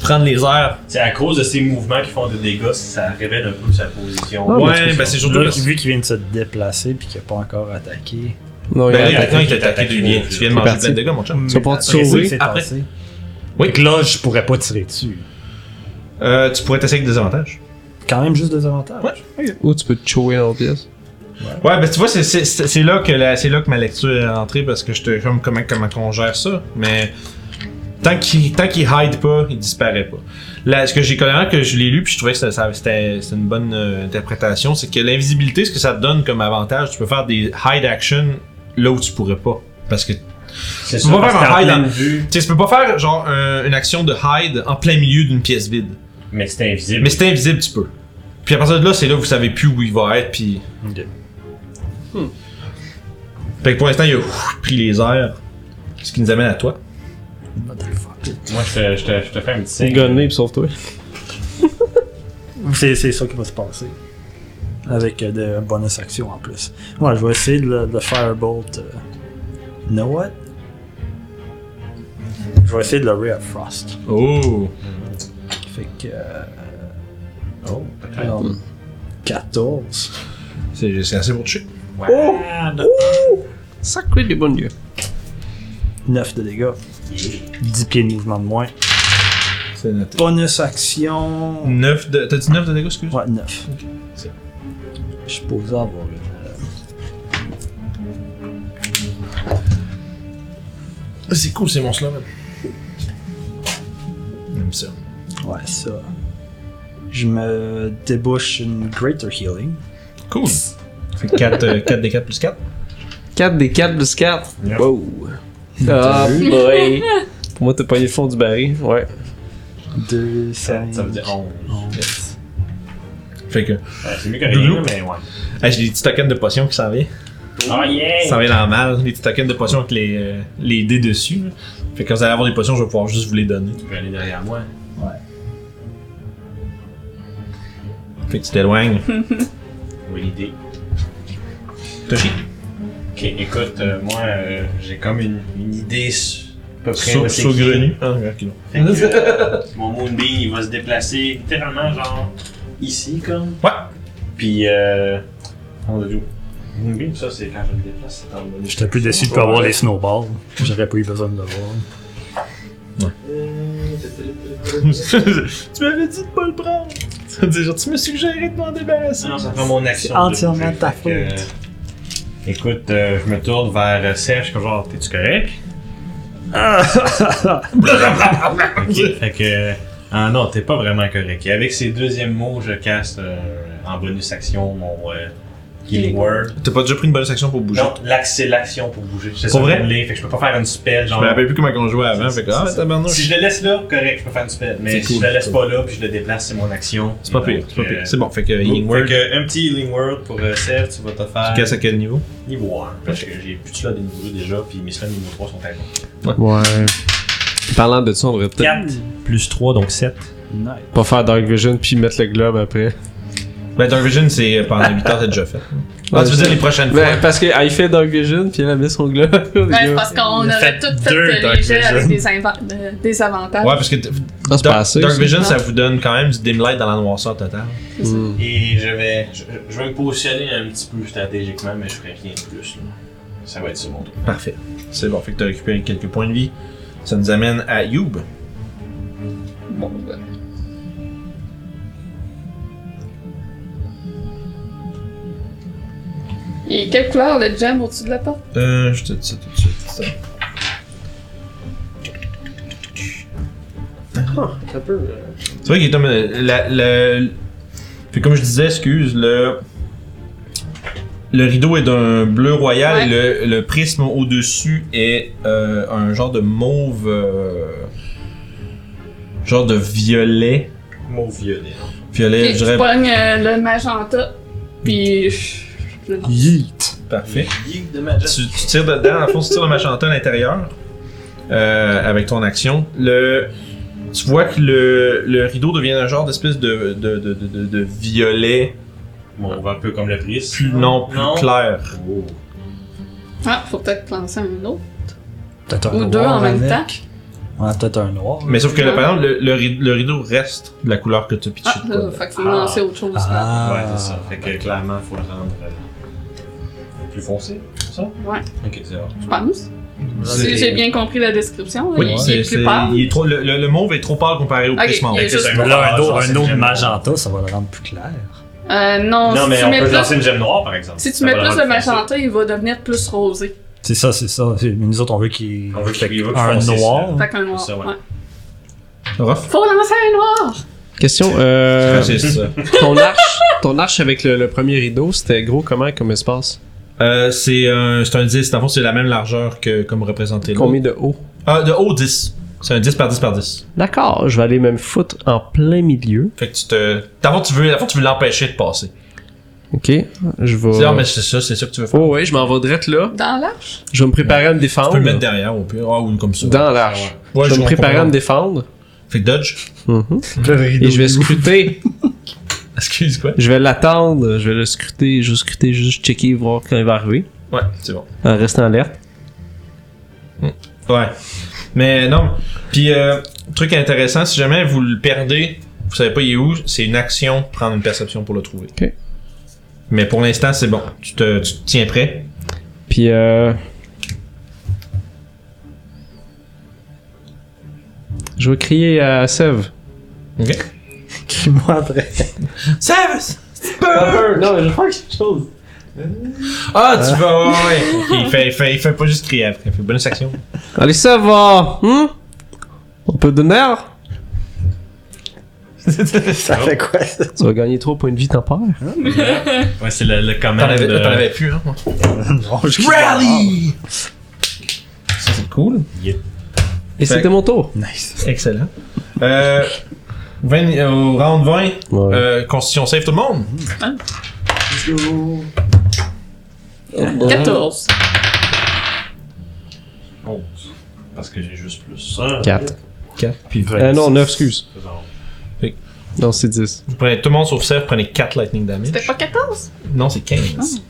Speaker 1: prendre les airs.
Speaker 3: C'est à cause de ces mouvements qui font des dégâts, ça révèle un peu sa position.
Speaker 2: Ah, mais
Speaker 1: ouais, ben c'est surtout
Speaker 5: Là,
Speaker 1: parce que
Speaker 5: vu qu'il vient de se déplacer puis qu'il n'a pas encore attaqué.
Speaker 2: Non, il
Speaker 1: ben,
Speaker 2: a
Speaker 1: là,
Speaker 2: attaqué.
Speaker 1: maintenant, il t'a attaqué, tu viens, tu viens de manger
Speaker 2: parti.
Speaker 1: plein de dégâts, mon chum.
Speaker 2: vas pouvoir te sauver.
Speaker 1: Après-
Speaker 5: Après.
Speaker 1: Oui.
Speaker 5: Donc là, je pourrais pas tirer dessus.
Speaker 1: Euh, tu pourrais t'essayer avec des avantages.
Speaker 5: Quand même juste des avantages.
Speaker 1: Ouais.
Speaker 2: Ou tu peux te chower dans la pièce.
Speaker 1: Ouais, ben tu vois, c'est- c'est c'est- c'est là, que la- c'est là que ma lecture est entrée parce que je te comme comment, comment on gère ça. Mais tant qu'il tant qu'il hide pas, il disparaît pas. Là, ce que j'ai colère que je l'ai lu puis je trouvais que ça- ça- c'était c'était une bonne euh, interprétation, c'est que l'invisibilité, ce que ça te donne comme avantage, tu peux faire des hide action là où tu pourrais pas. Parce que
Speaker 3: C'est
Speaker 1: On va
Speaker 3: parce
Speaker 1: faire un
Speaker 3: qu'en
Speaker 1: hide
Speaker 3: pleine
Speaker 1: en-
Speaker 3: vue,
Speaker 1: Tu sais, tu peux pas faire genre un- une action de hide en plein milieu d'une pièce vide.
Speaker 3: mais c'est invisible.
Speaker 1: Mais c'est invisible, tu peux. Puis à partir de là, c'est là que vous savez plus où il va être, puis.
Speaker 5: Ok.
Speaker 1: Fait que pour l'instant, il a ouf, pris les airs. Ce qui nous amène à toi.
Speaker 3: Moi, je te, je te- je te fais un petit
Speaker 2: C'est
Speaker 3: signe.
Speaker 2: gunné pis sauve-toi.
Speaker 5: C'est, c'est ça qui va se passer. Avec euh, de bonus actions en plus. Ouais, je vais essayer de, le- de le Firebolt. euh, You know what? Je vais essayer de le Ray of Frost.
Speaker 1: Oh!
Speaker 5: Fait que. euh,
Speaker 3: Oh, peut-être.
Speaker 5: euh, 14.
Speaker 1: C'est c'est assez pour toucher.
Speaker 3: Ouais.
Speaker 2: Sacré des bons dieux.
Speaker 5: 9 de dégâts. 10 pieds de mouvement de moins.
Speaker 1: C'est noté.
Speaker 5: Bonus action.
Speaker 3: Mm.
Speaker 1: 9 de. T'as dit 9 de dégâts, excuse?
Speaker 5: Ouais, 9.
Speaker 1: C'est-
Speaker 5: Je suis posé avoir une. euh,
Speaker 1: C'est cool, ces monstres-là, même. J'aime ça.
Speaker 5: Ouais, ça. Je me débouche une Greater Healing.
Speaker 1: Cool! Fait 4, 4 des 4 plus 4.
Speaker 2: 4 des 4 plus 4.
Speaker 3: Yep.
Speaker 2: Wow. Ah boy. Pour moi, t'as pogné le fond du baril. Ouais.
Speaker 5: 2,
Speaker 3: Ça
Speaker 5: 5,
Speaker 3: ça veut dire 11.
Speaker 1: Fait que.
Speaker 3: Ouais, c'est mieux que
Speaker 1: Doudou.
Speaker 3: rien, mais ouais.
Speaker 1: Ah, j'ai des petits tokens de potions qui s'en viennent.
Speaker 3: Ah, yeah!
Speaker 1: Ça va dans mal. Les petits tokens de potions avec les, euh, les dés dessus. là. Fait que quand vous allez avoir des potions, je vais pouvoir juste vous les donner.
Speaker 3: Je vais aller derrière moi.
Speaker 1: Fait que tu t'éloignes.
Speaker 3: Oui, l'idée.
Speaker 1: Toshi.
Speaker 3: Ok, écoute, euh, moi, euh, j'ai comme une, une idée s- à peu près. de c'est qui.
Speaker 1: Saugrenu. Ah, regarde qu'il
Speaker 3: Fait que, euh, mon Moonbeam, il va se déplacer littéralement, genre, ici, comme.
Speaker 1: Ouais.
Speaker 3: Puis, euh. On a vu. Moonbeam, ça, c'est quand je le déplace, c'est en mode.
Speaker 5: J'étais plus déçu de pas avoir les snowballs. J'aurais pas eu besoin de le voir.
Speaker 1: tu m'avais dit de pas le prendre. Ça veut dire, tu me suggéré de m'en débarrasser.
Speaker 3: Non, ça prend mon action.
Speaker 5: C'est entièrement
Speaker 3: de bouger,
Speaker 5: ta
Speaker 3: fait que,
Speaker 5: faute.
Speaker 3: euh, écoute, euh, je me tourne vers euh, Serge, comme genre, t'es-tu correct? ok, fait que. Ah non, t'es pas vraiment correct. Et avec ces deuxièmes mots, je casse euh, en bonus action mon euh, Healing Word.
Speaker 1: T'as pas déjà pris une bonne action pour bouger.
Speaker 3: Non, l'axe- c'est l'action pour bouger. C'est ça
Speaker 1: Pour vrai?
Speaker 3: que je l'ai, Fait que je peux pas faire une spell.
Speaker 1: Je
Speaker 3: Genre,
Speaker 1: me rappelle plus comment on jouait avant. Fait que, ah,
Speaker 3: C'est ça. si
Speaker 1: tabarnouche.
Speaker 3: je le laisse là, correct, je peux faire une spell. Mais
Speaker 1: C'est
Speaker 3: si
Speaker 1: cool,
Speaker 3: je le laisse
Speaker 1: c'est
Speaker 3: pas là, puis je le déplace, c'est mon action.
Speaker 1: C'est pas
Speaker 3: Et
Speaker 1: pire,
Speaker 3: donc,
Speaker 1: c'est pas
Speaker 3: euh,
Speaker 1: pire. C'est bon, fait que Healing
Speaker 3: Healing
Speaker 1: Word, tu
Speaker 3: un petit Healing World pour euh, Seth, tu vas te faire
Speaker 1: casses à quel niveau
Speaker 3: niveau 1. Parce que j'ai plus de slots de niveau 2 déjà, puis mes slots de niveau 3 sont très bons.
Speaker 2: Ouais. Parlant de ça, on devrait peut-être
Speaker 3: 4 plus 3, donc 7.
Speaker 5: Nice.
Speaker 2: pas faire Dark Vision puis mettre le globe après.
Speaker 1: Ben, Dark Vision, c'est euh, pendant 8 heures, t'as déjà fait. Ah, tu veux dire les prochaines fois
Speaker 2: Ben, parce qu'elle fait Dark Vision puis elle a mis son globe. Ah, les
Speaker 4: Ouais, c'est
Speaker 2: gars.
Speaker 4: parce qu'on
Speaker 3: Il a
Speaker 4: aurait
Speaker 3: fait
Speaker 4: tout
Speaker 3: deux
Speaker 4: fait
Speaker 3: Dark
Speaker 4: les jets avec
Speaker 3: Vision.
Speaker 4: des, inva- de- des avantages.
Speaker 1: Ouais, parce que t-
Speaker 2: Ah, c'est pas
Speaker 1: Dark,
Speaker 2: assez,
Speaker 1: Dark
Speaker 2: ça.
Speaker 1: Vision, ça
Speaker 4: Non.
Speaker 1: vous donne quand même du dim light dans la noirceur totale.
Speaker 4: C'est ça.
Speaker 2: Hmm.
Speaker 3: Et je vais, je, je vais me positionner un petit peu stratégiquement, mais je ferai rien de plus. là. Ça va être ça mon tour.
Speaker 1: Parfait. C'est bon, fait que t'as récupéré quelques points de vie. Ça nous amène à Youb.
Speaker 4: bah.
Speaker 6: monde.
Speaker 4: Et quelle couleur le gem au-dessus de la porte?
Speaker 1: Euh, je te dis ça tout de suite.
Speaker 6: Un peu. euh,
Speaker 1: C'est vrai qu'il est comme. euh, La, la- Fait comme je disais, excuse, le. Le rideau est d'un bleu royal
Speaker 4: Ouais.
Speaker 1: et le, le prisme au-dessus est euh, un genre de mauve. euh, Genre de violet.
Speaker 3: Mauve violet.
Speaker 1: Violet,
Speaker 4: Ok,
Speaker 1: je dirais.
Speaker 4: je pogne euh, le magenta, puis je- je le
Speaker 5: Yeet!
Speaker 1: Parfait.
Speaker 6: Geek de Magic.
Speaker 1: tu, tu tires dedans, en fond, tu tires le machantin à l'intérieur euh, avec ton action. Le, tu vois que le, le rideau devient un genre d'espèce de, de, de, de, de- de violet,
Speaker 3: Mauve un peu comme le prisme.
Speaker 1: plus non, plus
Speaker 6: Non.
Speaker 1: clair.
Speaker 3: Oh.
Speaker 4: Ah, faut peut-être lancer un autre.
Speaker 5: Peut-être un
Speaker 4: Ou
Speaker 5: noir
Speaker 4: deux en même
Speaker 5: avec.
Speaker 4: temps.
Speaker 5: Ouais, peut-être un noir.
Speaker 1: Mais sauf que, là, par exemple, le, le ri- le rideau reste de la couleur que tu as pitché.
Speaker 4: Ah,
Speaker 1: de
Speaker 4: là,
Speaker 1: toi.
Speaker 4: fait qu'il faut lancer autre chose. là.
Speaker 5: Ah,
Speaker 3: Ouais, c'est ça. Fait que clairement, faut le rendre euh, plus foncé, c'est ça?
Speaker 4: euh, Ouais.
Speaker 3: Ok, c'est bon.
Speaker 4: Je pense.
Speaker 1: C'est-
Speaker 4: Si j'ai bien compris la description, là,
Speaker 1: Oui,
Speaker 4: il- il
Speaker 1: c'est-
Speaker 4: est
Speaker 1: c'est-
Speaker 4: plus pâle.
Speaker 1: il est trop- le, le- le mauve est trop pâle comparé au
Speaker 4: Ok,
Speaker 1: prisme en
Speaker 4: il est
Speaker 1: haut.
Speaker 4: juste-
Speaker 5: Mais là, un autre,
Speaker 3: Ah, ça,
Speaker 5: un
Speaker 3: c'est
Speaker 5: autre
Speaker 3: une
Speaker 5: magenta, ça va le rendre plus clair.
Speaker 4: Euh, non,
Speaker 3: Non,
Speaker 4: si
Speaker 3: mais
Speaker 4: tu
Speaker 3: on
Speaker 4: mets
Speaker 3: peut
Speaker 4: plus,
Speaker 3: lancer une gemme noire, par exemple.
Speaker 4: si tu
Speaker 3: Ça
Speaker 4: mets
Speaker 3: va
Speaker 4: plus
Speaker 3: rendre
Speaker 4: le
Speaker 3: foncé.
Speaker 4: magenta, il va devenir plus rosé.
Speaker 5: C'est ça, c'est ça. c'est- Mais nous autres, on veut qu'il.
Speaker 3: On veut qu'il-
Speaker 5: fait
Speaker 3: il veut
Speaker 5: Un
Speaker 3: foncer,
Speaker 5: noir.
Speaker 4: Fait qu'un noir.
Speaker 3: Ça, ouais.
Speaker 4: ouais.
Speaker 1: Rough.
Speaker 4: Faut lancer un noir!
Speaker 2: Question, euh,
Speaker 1: Ah, c'est ça.
Speaker 2: ton arche, ton arche avec le, le premier rideau, c'était gros comment comme espace?
Speaker 1: Euh, c'est un, c'est un 10. Dans le fond, c'est la même largeur que comme représenté là.
Speaker 2: Combien de haut?
Speaker 1: Ah, de haut 10. C'est un 10 par 10 par 10.
Speaker 2: D'accord, je vais aller me foutre en plein milieu.
Speaker 1: Fait que tu te. D'abord, tu veux, dans le fond, tu veux l'empêcher de passer.
Speaker 2: Ok, je vais.
Speaker 1: Non, ah, mais c'est ça, c'est ça que tu veux faire.
Speaker 2: Oh ouais, je m'en vais direct là.
Speaker 4: Dans l'arche?
Speaker 2: Je vais me préparer à me défendre.
Speaker 1: Tu peux le mettre derrière au pire. Ah, ou une comme ça.
Speaker 2: Oh. Dans l'arche.
Speaker 1: Ouais,
Speaker 2: je vais me
Speaker 1: comprends.
Speaker 2: préparer à me défendre.
Speaker 1: Fait que dodge.
Speaker 2: Mhm. Et je vais scruter.
Speaker 1: Excuse quoi.
Speaker 2: je vais l'attendre. Je vais le scruter. Je vais scruter, juste checker, voir quand il va arriver.
Speaker 1: Ouais, c'est bon.
Speaker 2: En restant alerte.
Speaker 1: Ouais. Mais non. Puis, euh, truc intéressant, si jamais vous le perdez, vous savez pas il est où, c'est une action, prendre une perception pour le trouver.
Speaker 2: Ok.
Speaker 1: Mais pour l'instant, c'est bon. Tu te, tu te tiens prêt.
Speaker 2: Puis euh. Je vais crier à Sev.
Speaker 1: Ok.
Speaker 5: Qui moi après.
Speaker 1: Service!
Speaker 6: Un peu. Non, mais je vais faire quelque chose.
Speaker 1: Ah, tu vas, ouais, ouais. Ok, il, fait, il, fait, il fait pas juste crier après. Il fait bonus action.
Speaker 2: Allez, Sev, va! Hmm? On peut donner l'air?
Speaker 5: Ça
Speaker 3: Ah.
Speaker 5: fait quoi ça?
Speaker 2: Tu vas gagner 3 points de vie temporaire.
Speaker 3: Ouais, c'est le, euh, le
Speaker 1: T'en
Speaker 3: commande.
Speaker 1: avais,
Speaker 3: de-
Speaker 1: t'en avais plus, hein. moi.
Speaker 5: Non, je
Speaker 1: Rally! Ça, c'est cool.
Speaker 2: Et
Speaker 1: Fait-
Speaker 2: c'était mon tour.
Speaker 5: Oh, Nice.
Speaker 1: Excellent. Euh, 20, euh, au round 20,
Speaker 2: Ouais.
Speaker 1: euh, Constitution save tout le monde.
Speaker 4: Euh, 14.
Speaker 3: Onze. Parce que j'ai juste plus ça.
Speaker 2: 4.
Speaker 1: Puis
Speaker 2: Euh, non, 9, excuse.
Speaker 3: Bon.
Speaker 2: Non, c'est 10.
Speaker 1: Vous prenez, tout le monde sauf Save prenez 4 lightning damage.
Speaker 4: C'était pas 14?
Speaker 1: Non, c'est 15.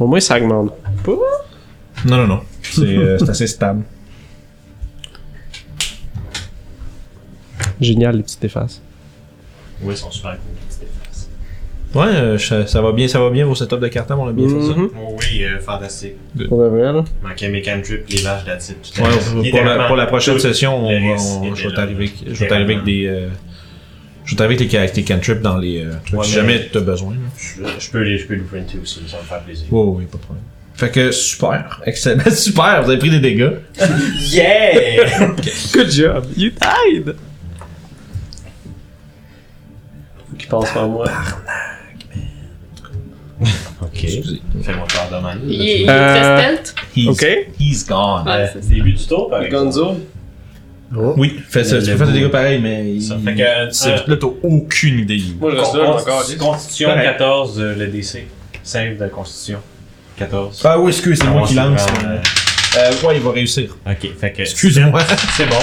Speaker 2: Au moins, ça augmente.
Speaker 4: Ah.
Speaker 1: Non, non, non. C'est euh, c'est assez stable.
Speaker 2: Génial, les petites effaces.
Speaker 3: Ouais, ils sont super cool. les petites faces.
Speaker 1: Ouais, euh, ça, ça va bien, ça va bien, vos setups de cartable, on a bien fait ça.
Speaker 2: Hmm?
Speaker 3: Oh oui, euh, fantastique.
Speaker 2: Mhm. Pour de vrai, là.
Speaker 3: Manquait mes cantrips, les vaches d'attitude. tout à
Speaker 1: Ouais,
Speaker 3: l'heure.
Speaker 1: pour- pour, la,
Speaker 3: Littéralement,
Speaker 1: pour la prochaine
Speaker 3: tout
Speaker 1: session, on
Speaker 3: le
Speaker 1: va-
Speaker 3: risque
Speaker 1: on-
Speaker 3: était
Speaker 1: je vais
Speaker 3: là.
Speaker 1: t'arriver avec- je vais t'arriver avec des. euh, je vais t'arriver avec les, ca- tes cantrips dans les. euh, trucs,
Speaker 3: Ouais,
Speaker 1: si
Speaker 3: mais-
Speaker 1: jamais t'as besoin. là.
Speaker 3: Je, je peux les, je peux les printer aussi, ça va me faire plaisir.
Speaker 1: Ouais, ouais, pas de problème. Fait que super, excellent, super, vous avez pris des dégâts.
Speaker 3: Yeah!
Speaker 2: Good job. You died. Qui passe par moi.
Speaker 3: ok.
Speaker 1: Excusez.
Speaker 3: Fais-moi peur de man.
Speaker 4: Il est, il est
Speaker 2: Euh,
Speaker 4: très stealth.
Speaker 1: He's-
Speaker 2: Ok.
Speaker 1: He's
Speaker 3: Ah.
Speaker 1: gone.
Speaker 4: Ouais, c'est ça.
Speaker 3: Début du tour, par exemple.
Speaker 2: Gonzo.
Speaker 1: Oui, fais ça,
Speaker 3: Le-
Speaker 1: tu
Speaker 3: le
Speaker 1: peux faire des
Speaker 3: bout.
Speaker 1: dégâts pareils, mais.
Speaker 3: Ça
Speaker 1: il-
Speaker 3: fait que-
Speaker 1: c'est-
Speaker 3: euh,
Speaker 1: là, t'as aucune idée.
Speaker 6: Moi, je reste là,
Speaker 3: Con-
Speaker 6: encore.
Speaker 3: Constitution
Speaker 1: Correct.
Speaker 3: 14, euh, le DC. Save de Constitution 14.
Speaker 1: Ah oui, excuse, c'est
Speaker 3: Ah,
Speaker 1: moi
Speaker 3: ouais,
Speaker 1: qui lance.
Speaker 3: vraiment,
Speaker 1: Euh, ouais, il va réussir.
Speaker 3: euh, Ok, fait que.
Speaker 1: Excuse-moi.
Speaker 3: C'est bon.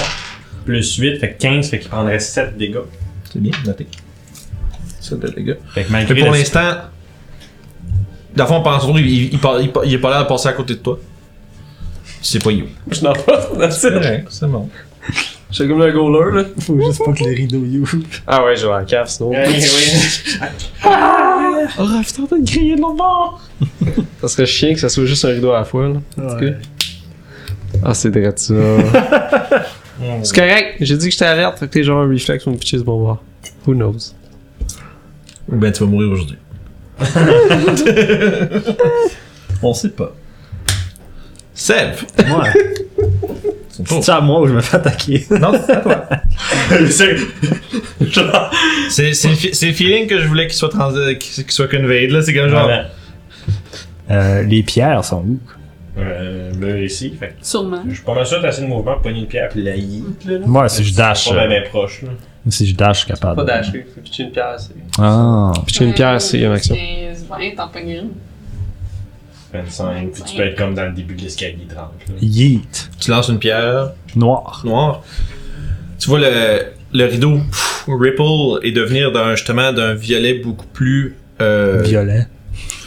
Speaker 3: Plus 8, fait que 15, fait qu'il prendrait 7 dégâts.
Speaker 1: C'est bien, noté. Ça, de dégâts.
Speaker 3: Fait que
Speaker 1: Fait
Speaker 3: malgré
Speaker 1: que pour
Speaker 3: le-
Speaker 1: l'instant, dans le fond, pense il, il, il, par- il par- il est pas là à passer à côté de toi. C'est pas you.
Speaker 2: Je n'en passe.
Speaker 1: c'est bon.
Speaker 2: J'ai comme le goaler, là.
Speaker 5: Faut juste pas que les rideaux you.
Speaker 2: Ah ouais, je vais en cave, sinon.
Speaker 3: Eh oui.
Speaker 2: Oh, je suis en train de crier de l'autre bord. ça serait chiant que ça soit juste un rideau à la fois, là.
Speaker 5: Ouais.
Speaker 2: Ah, c'est direct ça. C'est correct, j'ai dit que j'étais alerte, fait que les gens ont un réflexe pour me pitcher ce bonbon. Who knows?
Speaker 1: Ou ben tu vas mourir aujourd'hui. On sait pas. Seb!
Speaker 5: Ouais.
Speaker 1: Son tour.
Speaker 5: C'est à moi où je me fais attaquer.
Speaker 1: Non, c'est à toi.
Speaker 3: C'est- Genre-
Speaker 1: C'est c'est le, fi- c'est le feeling que je voulais qu'il soit, trans euh, qu'il soit conveyed, là. C'est comme genre.
Speaker 3: Voilà.
Speaker 5: Euh, les pierres sont où?
Speaker 3: Euh, Là, ici, fait que
Speaker 4: Sûrement.
Speaker 3: je suis pas mal sûr que t'as assez de mouvement pour pogner une pierre puis la y.
Speaker 5: Moi, si je dash.
Speaker 3: Pas
Speaker 5: euh,
Speaker 3: bien proche, là.
Speaker 5: si je dash, je suis capable.
Speaker 3: Ah,
Speaker 6: Pas d'acheter, faut pitcher une pierre, c'est.
Speaker 5: Ah.
Speaker 2: Pitcher une pierre, c'est une action.
Speaker 4: 15, 20, t'en pognes une.
Speaker 3: 25, puis tu peux être comme dans le début de l'escalier 30. Là.
Speaker 5: Yeet.
Speaker 1: Tu lances une pierre
Speaker 5: Noir.
Speaker 1: noire. Tu vois le, le rideau pff, ripple et devenir d'un- justement d'un violet beaucoup plus. euh,
Speaker 5: Violet.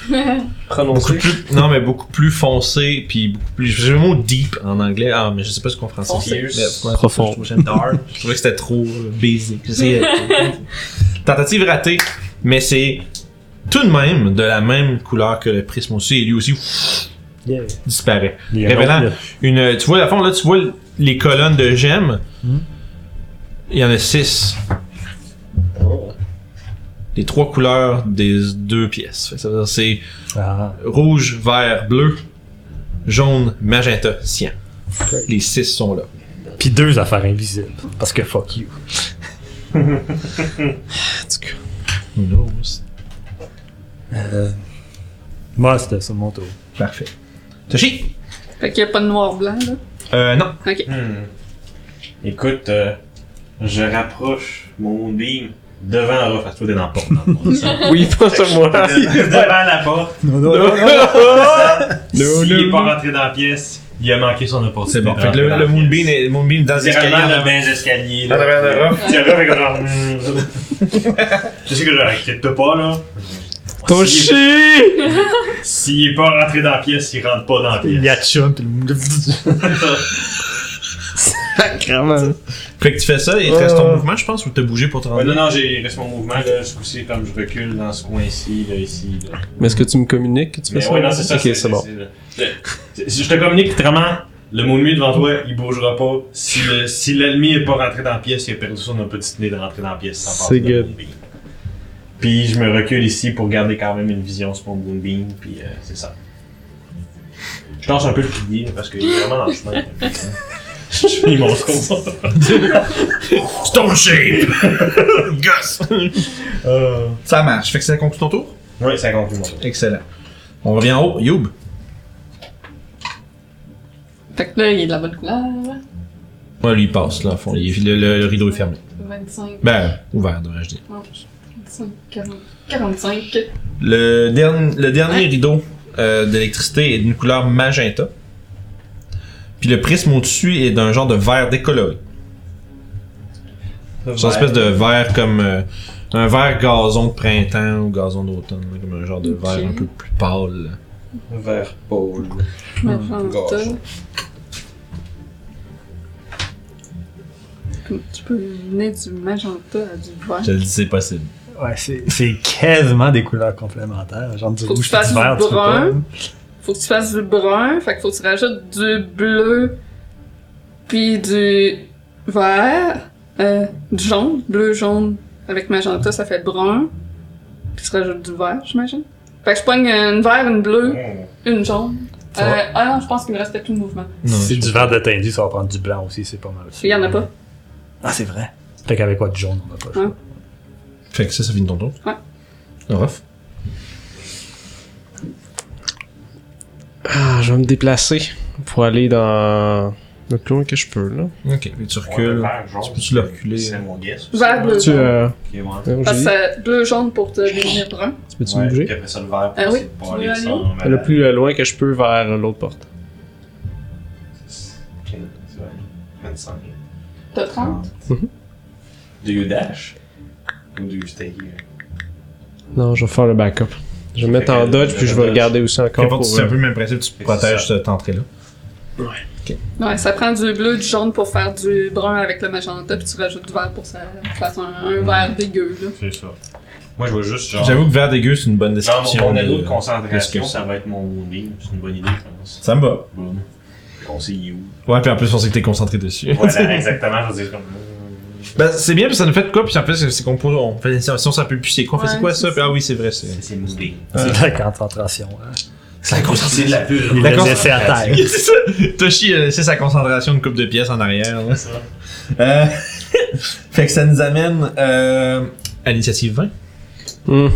Speaker 1: beaucoup
Speaker 6: Prononcé.
Speaker 1: plus. Non, mais beaucoup plus foncé, puis beaucoup plus. J'ai le mot deep en anglais. Ah, mais je sais pas ce qu'on français.
Speaker 3: Foncé.
Speaker 2: Profond.
Speaker 1: Je trouvais ça dark. Je trouvais que c'était trop euh, basic. J'essayais- Tentative ratée, mais c'est tout de même de la même couleur que le prisme aussi, et lui aussi pff,
Speaker 5: Yeah.
Speaker 1: disparaît. Révélant. une, tu vois, à fond, là, tu vois les colonnes de gemmes.
Speaker 5: Mhm.
Speaker 1: Il y en a six. Les trois couleurs des deux pièces. Fait que Ça veut dire c'est
Speaker 5: Ah.
Speaker 1: rouge, vert, bleu, jaune, magenta, cyan. Les six sont là.
Speaker 5: Puis deux affaires invisibles. Parce que fuck you.
Speaker 1: Who knows?
Speaker 5: Moi, c'était ça mon tour.
Speaker 1: Parfait. Toshi!
Speaker 4: Fait qu'il y a pas de noir-blanc, là.
Speaker 1: Euh, non.
Speaker 4: Ok.
Speaker 3: Hmm. Écoute, euh, je rapproche mon beam devant Ruff. Parce que toi, t'es dans la porte. dans le fond, c'est ça.
Speaker 2: Oui, pas sur moi.
Speaker 3: devant la porte.
Speaker 5: Non, non,
Speaker 3: S'il est pas rentré dans la pièce, il a manqué son opportunité.
Speaker 1: C'est bon.
Speaker 3: de
Speaker 1: Fait que le, le
Speaker 3: rentrer dans la
Speaker 1: moonbeam,
Speaker 3: pièce.
Speaker 1: est, le moonbeam dans les escaliers.
Speaker 3: Littéralement,
Speaker 1: en
Speaker 3: le
Speaker 1: avant.
Speaker 3: bain d'escalier.
Speaker 1: En
Speaker 3: là.
Speaker 1: arrière de Ruff.
Speaker 3: Puis Ruff est comme genre. hmm. Je sais que je l'inquiète pas, là.
Speaker 2: Ton
Speaker 3: S'il est-
Speaker 2: chi!
Speaker 3: S'il est pas rentré dans la pièce, il rentre pas dans la
Speaker 5: Il
Speaker 3: pièce.
Speaker 5: y a chum, pis le.
Speaker 2: Sacrement.
Speaker 1: Fait que tu fais ça et il te reste ton mouvement, je pense, ou t'as bougé pour te rendre
Speaker 3: Ouais,
Speaker 1: là.
Speaker 3: non, non, j'ai resté mon mouvement, là, ce coup-ci, comme je recule dans ce coin-ci, là, ici, là.
Speaker 2: Mais est-ce que tu me communiques que tu fais
Speaker 3: Mais
Speaker 2: ça?
Speaker 3: ouais, non, c'est ça.
Speaker 2: Ok, c'est bon.
Speaker 3: c'est- c'est- Je te communique vraiment, le moonbeam devant toi, il bougera pas. Si le- si l'ennemi est pas rentré dans la pièce, il a perdu son opportunité de rentrer dans la pièce sans
Speaker 2: C'est
Speaker 3: passer le
Speaker 2: good.
Speaker 3: moonbeam. Puis je me recule ici pour garder quand même une vision sur mon moonbeam, puis euh, c'est ça. Je lance un peu le pilier, là, parce qu'il est vraiment dans le chemin. Je suis mon con.
Speaker 1: Stone shape! Gosse!
Speaker 3: Euh,
Speaker 1: Ça marche. Fait que ça conclut ton tour?
Speaker 3: Ouais, ça conclut mon tour.
Speaker 1: Excellent. On revient en haut. Youb.
Speaker 4: Fait que là, il est de la bonne couleur.
Speaker 1: Ouais, lui, il passe, là, au fond. Il- le, le- le rideau est fermé.
Speaker 4: 25,
Speaker 1: Ben, ouvert, devrais-je dire.
Speaker 4: non, 25, 40, 45.
Speaker 1: Le, derni- le dernier
Speaker 4: Ouais.
Speaker 1: rideau euh, d'électricité est d'une couleur magenta. Puis le prisme au-dessus est d'un genre de vert décoloré. C'est une espèce de vert comme... euh, un vert gazon de printemps ou gazon d'automne. là, Comme un genre de
Speaker 4: Ok.
Speaker 1: vert un peu plus pâle.
Speaker 3: Vert pôle.
Speaker 4: Magenta.
Speaker 3: Gorge.
Speaker 4: Comme tu peux venir du magenta à du vert.
Speaker 1: Je le dis, c'est possible.
Speaker 5: Ouais, c'est c'est quasiment des couleurs complémentaires. Genre du
Speaker 4: Faut que
Speaker 5: rouge,
Speaker 4: tu fasses
Speaker 5: du vert,
Speaker 4: du
Speaker 5: tu peux pas.
Speaker 4: brun. Faut que tu fasses du brun, fait que faut que tu rajoutes du bleu, puis du vert, euh, du jaune, bleu, jaune. Avec magenta, ça fait brun. Puis tu rajoutes du vert, j'imagine. Fait que je pogne une vert, une bleue, une jaune.
Speaker 5: Ça va.
Speaker 4: Euh, ah non, je pense qu'il me restait tout le mouvement.
Speaker 5: Si
Speaker 1: Non,
Speaker 5: c'est
Speaker 1: je-
Speaker 5: du vert de tendu, ça va prendre du blanc aussi, c'est pas mal.
Speaker 4: Il y en a pas.
Speaker 5: Ah, c'est vrai. Fait qu'avec quoi du jaune, on a pas le choix.
Speaker 4: Ouais.
Speaker 1: Fait que ça, ça finit ton tour.
Speaker 4: Ouais.
Speaker 1: Rof.
Speaker 2: Ah, je vais me déplacer pour aller dans le plus loin que je peux, là.
Speaker 1: Ok, fait que tu recules.
Speaker 3: ben,
Speaker 1: Tu peux-tu le reculer?
Speaker 3: C'est mon guess.
Speaker 4: Vert, bleu,
Speaker 2: Tu,
Speaker 4: jaune.
Speaker 2: euh,
Speaker 3: Ok, ouais.
Speaker 2: euh,
Speaker 4: Parce
Speaker 2: j'ai
Speaker 4: que
Speaker 2: dit,
Speaker 4: c'est bleu, jaune pour te devenir brun.
Speaker 2: tu peux-tu
Speaker 3: Ouais,
Speaker 2: bouger?
Speaker 3: Puis après ça, le verre,
Speaker 4: Ah
Speaker 3: pour
Speaker 4: oui,
Speaker 3: essayer de
Speaker 4: tu
Speaker 3: parler
Speaker 4: veux
Speaker 3: sans
Speaker 2: Le
Speaker 3: malade.
Speaker 2: plus euh, loin que je peux vers euh, l'autre porte.
Speaker 3: Ok, c'est vrai. 25.
Speaker 4: T'as 30.
Speaker 3: Do you dash? Ou do you stay here?
Speaker 2: Non, je vais faire le backup. Je vais me mettre en
Speaker 3: que-
Speaker 2: dodge, puis je vais
Speaker 3: dodge.
Speaker 2: regarder aussi encore
Speaker 1: Qu'importe,
Speaker 2: pour...
Speaker 1: c'est
Speaker 2: euh,
Speaker 1: un peu le même principe, tu
Speaker 3: c'est
Speaker 1: protèges cette entrée-là.
Speaker 4: Ouais, ça prend du bleu, du jaune pour faire du brun avec le magenta, puis tu rajoutes du vert pour que ça fasse un, un vert dégueu, là.
Speaker 3: C'est ça. Moi, je vois juste genre.
Speaker 1: J'avoue que vert dégueu, c'est une bonne
Speaker 3: Genre,
Speaker 1: description.
Speaker 3: mon, mon anneau
Speaker 1: de-
Speaker 3: de
Speaker 1: qu'est-ce que
Speaker 3: concentration,
Speaker 1: c'est.
Speaker 3: ça va être mon moonbeam. C'est une bonne idée, je pense.
Speaker 1: Ça me va.
Speaker 3: Boom. On sait il est où.
Speaker 1: Ouais, puis en plus, on sait que t'es concentré dessus.
Speaker 3: Voilà, exactement. Je veux dire, comme. euh,
Speaker 1: Ben, c'est bien, puis ça nous fait de quoi, puis en fait, c'est c'est qu'on peut- on fait si on s'appelle plus, c'est quoi, on fait, c'est
Speaker 4: Ouais,
Speaker 1: quoi
Speaker 4: c'est
Speaker 1: ça,
Speaker 4: ça.
Speaker 1: puis ah oui, c'est vrai, c'est.
Speaker 3: C'est moulé.
Speaker 5: C'est de la concentration. hein.
Speaker 1: C'est la
Speaker 3: C'est de la pure.
Speaker 5: Il
Speaker 1: La
Speaker 5: les laissé à terre.
Speaker 1: c'est ça. Toshi a laissé sa concentration une coupe de pièces en arrière. là.
Speaker 3: C'est ça.
Speaker 1: Euh, fait que ça nous amène euh, à l'initiative 20.
Speaker 2: Hmm.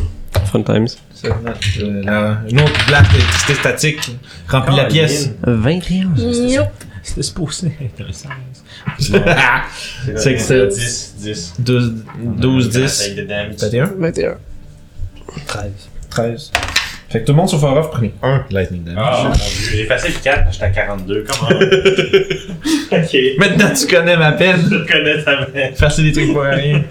Speaker 2: Fun times.
Speaker 1: C'est notre, euh, la- une autre blast d'électricité statique remplit la
Speaker 3: Ah,
Speaker 1: pièce.
Speaker 3: Lynn.
Speaker 2: 21.
Speaker 4: Yup.
Speaker 1: C'était supposé être un 16.
Speaker 3: Ouais.
Speaker 1: C'est que c'est-
Speaker 3: 10, 10.
Speaker 1: 12, 12 10,
Speaker 3: Avec de damage.
Speaker 1: 21,
Speaker 2: 21.
Speaker 5: 13.
Speaker 1: 13. Fait que tout le monde sauf Aurof prenait 1 lightning damage.
Speaker 3: Ah, mon dieu, j'ai passé le 4, j'étais à 42, comment? ok,
Speaker 1: Maintenant tu connais ma peine.
Speaker 3: je connais ta main.
Speaker 1: Faire des trucs pour rien.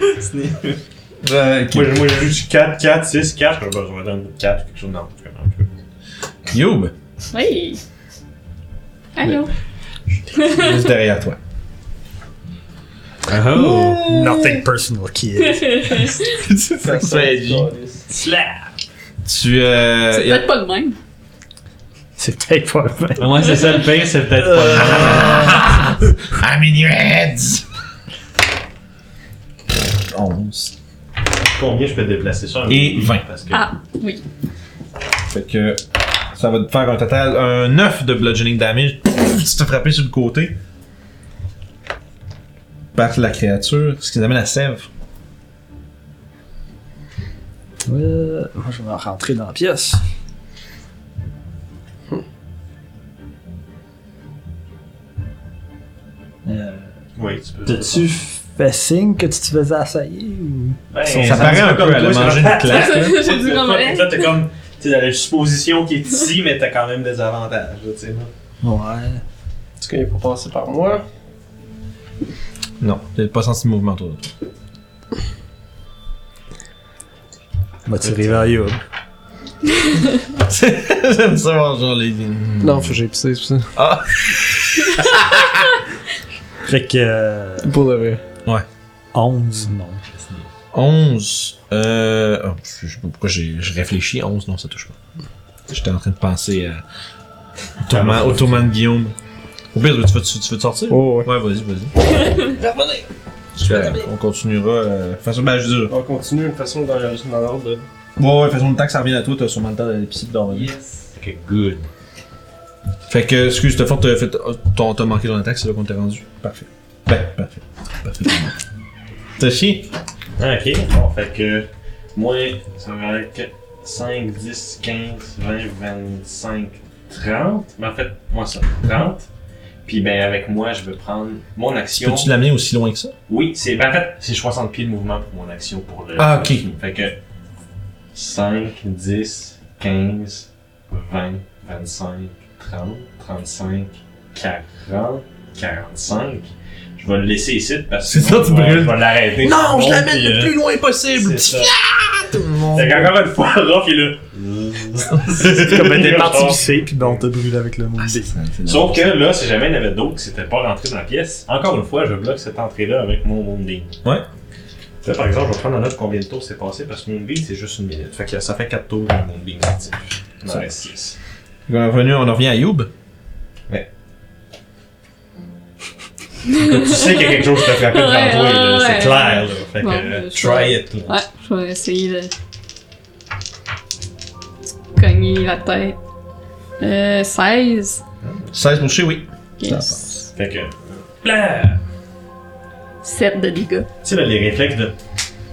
Speaker 1: Euh, ok.
Speaker 3: Moi, j'ai- moi, j'ai juste 4, 4, 6, 4, je vais pas donner 4 ou quelque chose, non, je connais un peu.
Speaker 1: Youb,
Speaker 4: Oui. Allô.
Speaker 1: juste derrière toi.
Speaker 4: Oh.
Speaker 5: Nothing personal, kid.
Speaker 4: C'est
Speaker 1: Ça fait J. Tu euh, y a-
Speaker 4: peut-être pas le même.
Speaker 5: C'est peut-être pas vrai.
Speaker 6: Ouais, c'est ça le pire, c'est peut-être pas.
Speaker 1: I'm in your heads! 11.
Speaker 3: Combien je peux déplacer ça?
Speaker 1: Et 20.
Speaker 3: Parce que
Speaker 4: Ah, oui.
Speaker 1: Fait que ça va te faire un total, un 9 de bludgeoning damage. Tu te frappé sur le côté. Par la créature, ce qui nous amène à Sèvres.
Speaker 5: Euh, moi, je vais rentrer dans la pièce. Hmm. Euh,
Speaker 3: oui, tu peux.
Speaker 5: T'as-tu fait signe que tu te faisais assailler ou...
Speaker 3: Ben,
Speaker 1: Ça, paraît
Speaker 3: dit
Speaker 1: un
Speaker 3: comme
Speaker 1: peu à la
Speaker 3: toi,
Speaker 1: manger
Speaker 3: ça-
Speaker 1: une claque. là.
Speaker 4: J'ai dit comme
Speaker 3: Toi, toi, t'es comme. T'es dans la supposition qui est ici, mais t'as quand même des avantages, là, tu sais. là.
Speaker 5: Ouais.
Speaker 6: Est-ce qu'il faut passer par moi?
Speaker 1: Non, t'as pas senti le mouvement autour de toi.
Speaker 5: On va tirer vers Youb.
Speaker 1: J'aime ça voir genre les.
Speaker 2: Non, faut que j'ai pissé, c'est pour ça.
Speaker 5: Fait que. euh,
Speaker 2: Pour de vrai.
Speaker 5: 11, non.
Speaker 1: 11. Euh. oh, je sais pas pourquoi j'ai je réfléchis. 11, non, ça touche pas. J'étais en train de penser à. au tourment- Au tourment de Guillaume. Au pire, tu veux, tu veux te sortir?
Speaker 2: Oh, ouais.
Speaker 1: Ouais, vas-y, vas-y. Super. On continuera. Euh, façon, ben, je veux dire.
Speaker 6: On continue de toute façon dans dans l'ordre de.
Speaker 1: Ouais, ouais, façon, le temps que ça revienne à toi, t'as sûrement le temps d'aller pisser pis dormir.
Speaker 6: Yes.
Speaker 3: Ok, good.
Speaker 1: Fait que, excuse, t'as fort, t'as fait. T'as t'as manqué ton attaque, c'est là qu'on t'a rendu. Parfait. Ben, parfait. Parfait. T'as chié?
Speaker 3: Ah, ok. Bon, fait que moi, ça va être 5, 10, 15, 20, 25, 30. Mais en fait, moi, ça, 30. Puis, ben, avec moi, je vais prendre mon action.
Speaker 1: Peux-tu l'amener aussi loin que ça?
Speaker 3: Oui, c'est. Ben, en fait, c'est 60 pieds de mouvement pour mon action pour le.
Speaker 1: Ah, ok.
Speaker 3: Fait que 5, 10, 15, 20, 25, 30, 35, 40, 45. Je vais le laisser ici parce que.
Speaker 1: C'est ça,
Speaker 3: sinon,
Speaker 1: tu
Speaker 3: je vais-
Speaker 1: brûles.
Speaker 3: Je vais l'arrêter.
Speaker 1: Non, je l'amène
Speaker 3: Puis,
Speaker 1: le
Speaker 3: euh,
Speaker 1: plus loin possible!
Speaker 3: c'est ça. Fait qu'encore une fois, Rof, il est là.
Speaker 5: C'est comme des parties
Speaker 3: Genre.
Speaker 5: pissées, puis ben on t'a brûlé avec le mouvement.
Speaker 3: Sauf que là, si jamais il y en avait d'autres qui s'étaient pas rentrés dans la pièce, encore une fois, je bloque cette entrée-là avec mon Moonbeam.
Speaker 1: Ouais.
Speaker 3: Là, par exemple, je vais prendre en note combien de tours c'est passé parce que Moonbeam, c'est juste une minute. Fait que ça fait 4 tours de Moonbeam actif. Il en
Speaker 1: Ça.
Speaker 3: reste 6.
Speaker 1: On est revenu- on en revient à Youb.
Speaker 3: tu sais qu'il y a quelque chose qui t'a frappé devant
Speaker 4: Ouais,
Speaker 3: toi, là,
Speaker 4: ouais,
Speaker 3: c'est
Speaker 4: ouais.
Speaker 3: clair. Là. Fait que
Speaker 4: Bon,
Speaker 3: euh,
Speaker 4: ben, je
Speaker 3: try it. Là.
Speaker 4: Ouais, je vais essayer de cogner la tête. Euh, 16.
Speaker 1: 16 pour chez, oui.
Speaker 4: Yes.
Speaker 3: Fait que. euh, Blah!
Speaker 4: 7 de dégâts.
Speaker 3: Tu sais, là, les réflexes de.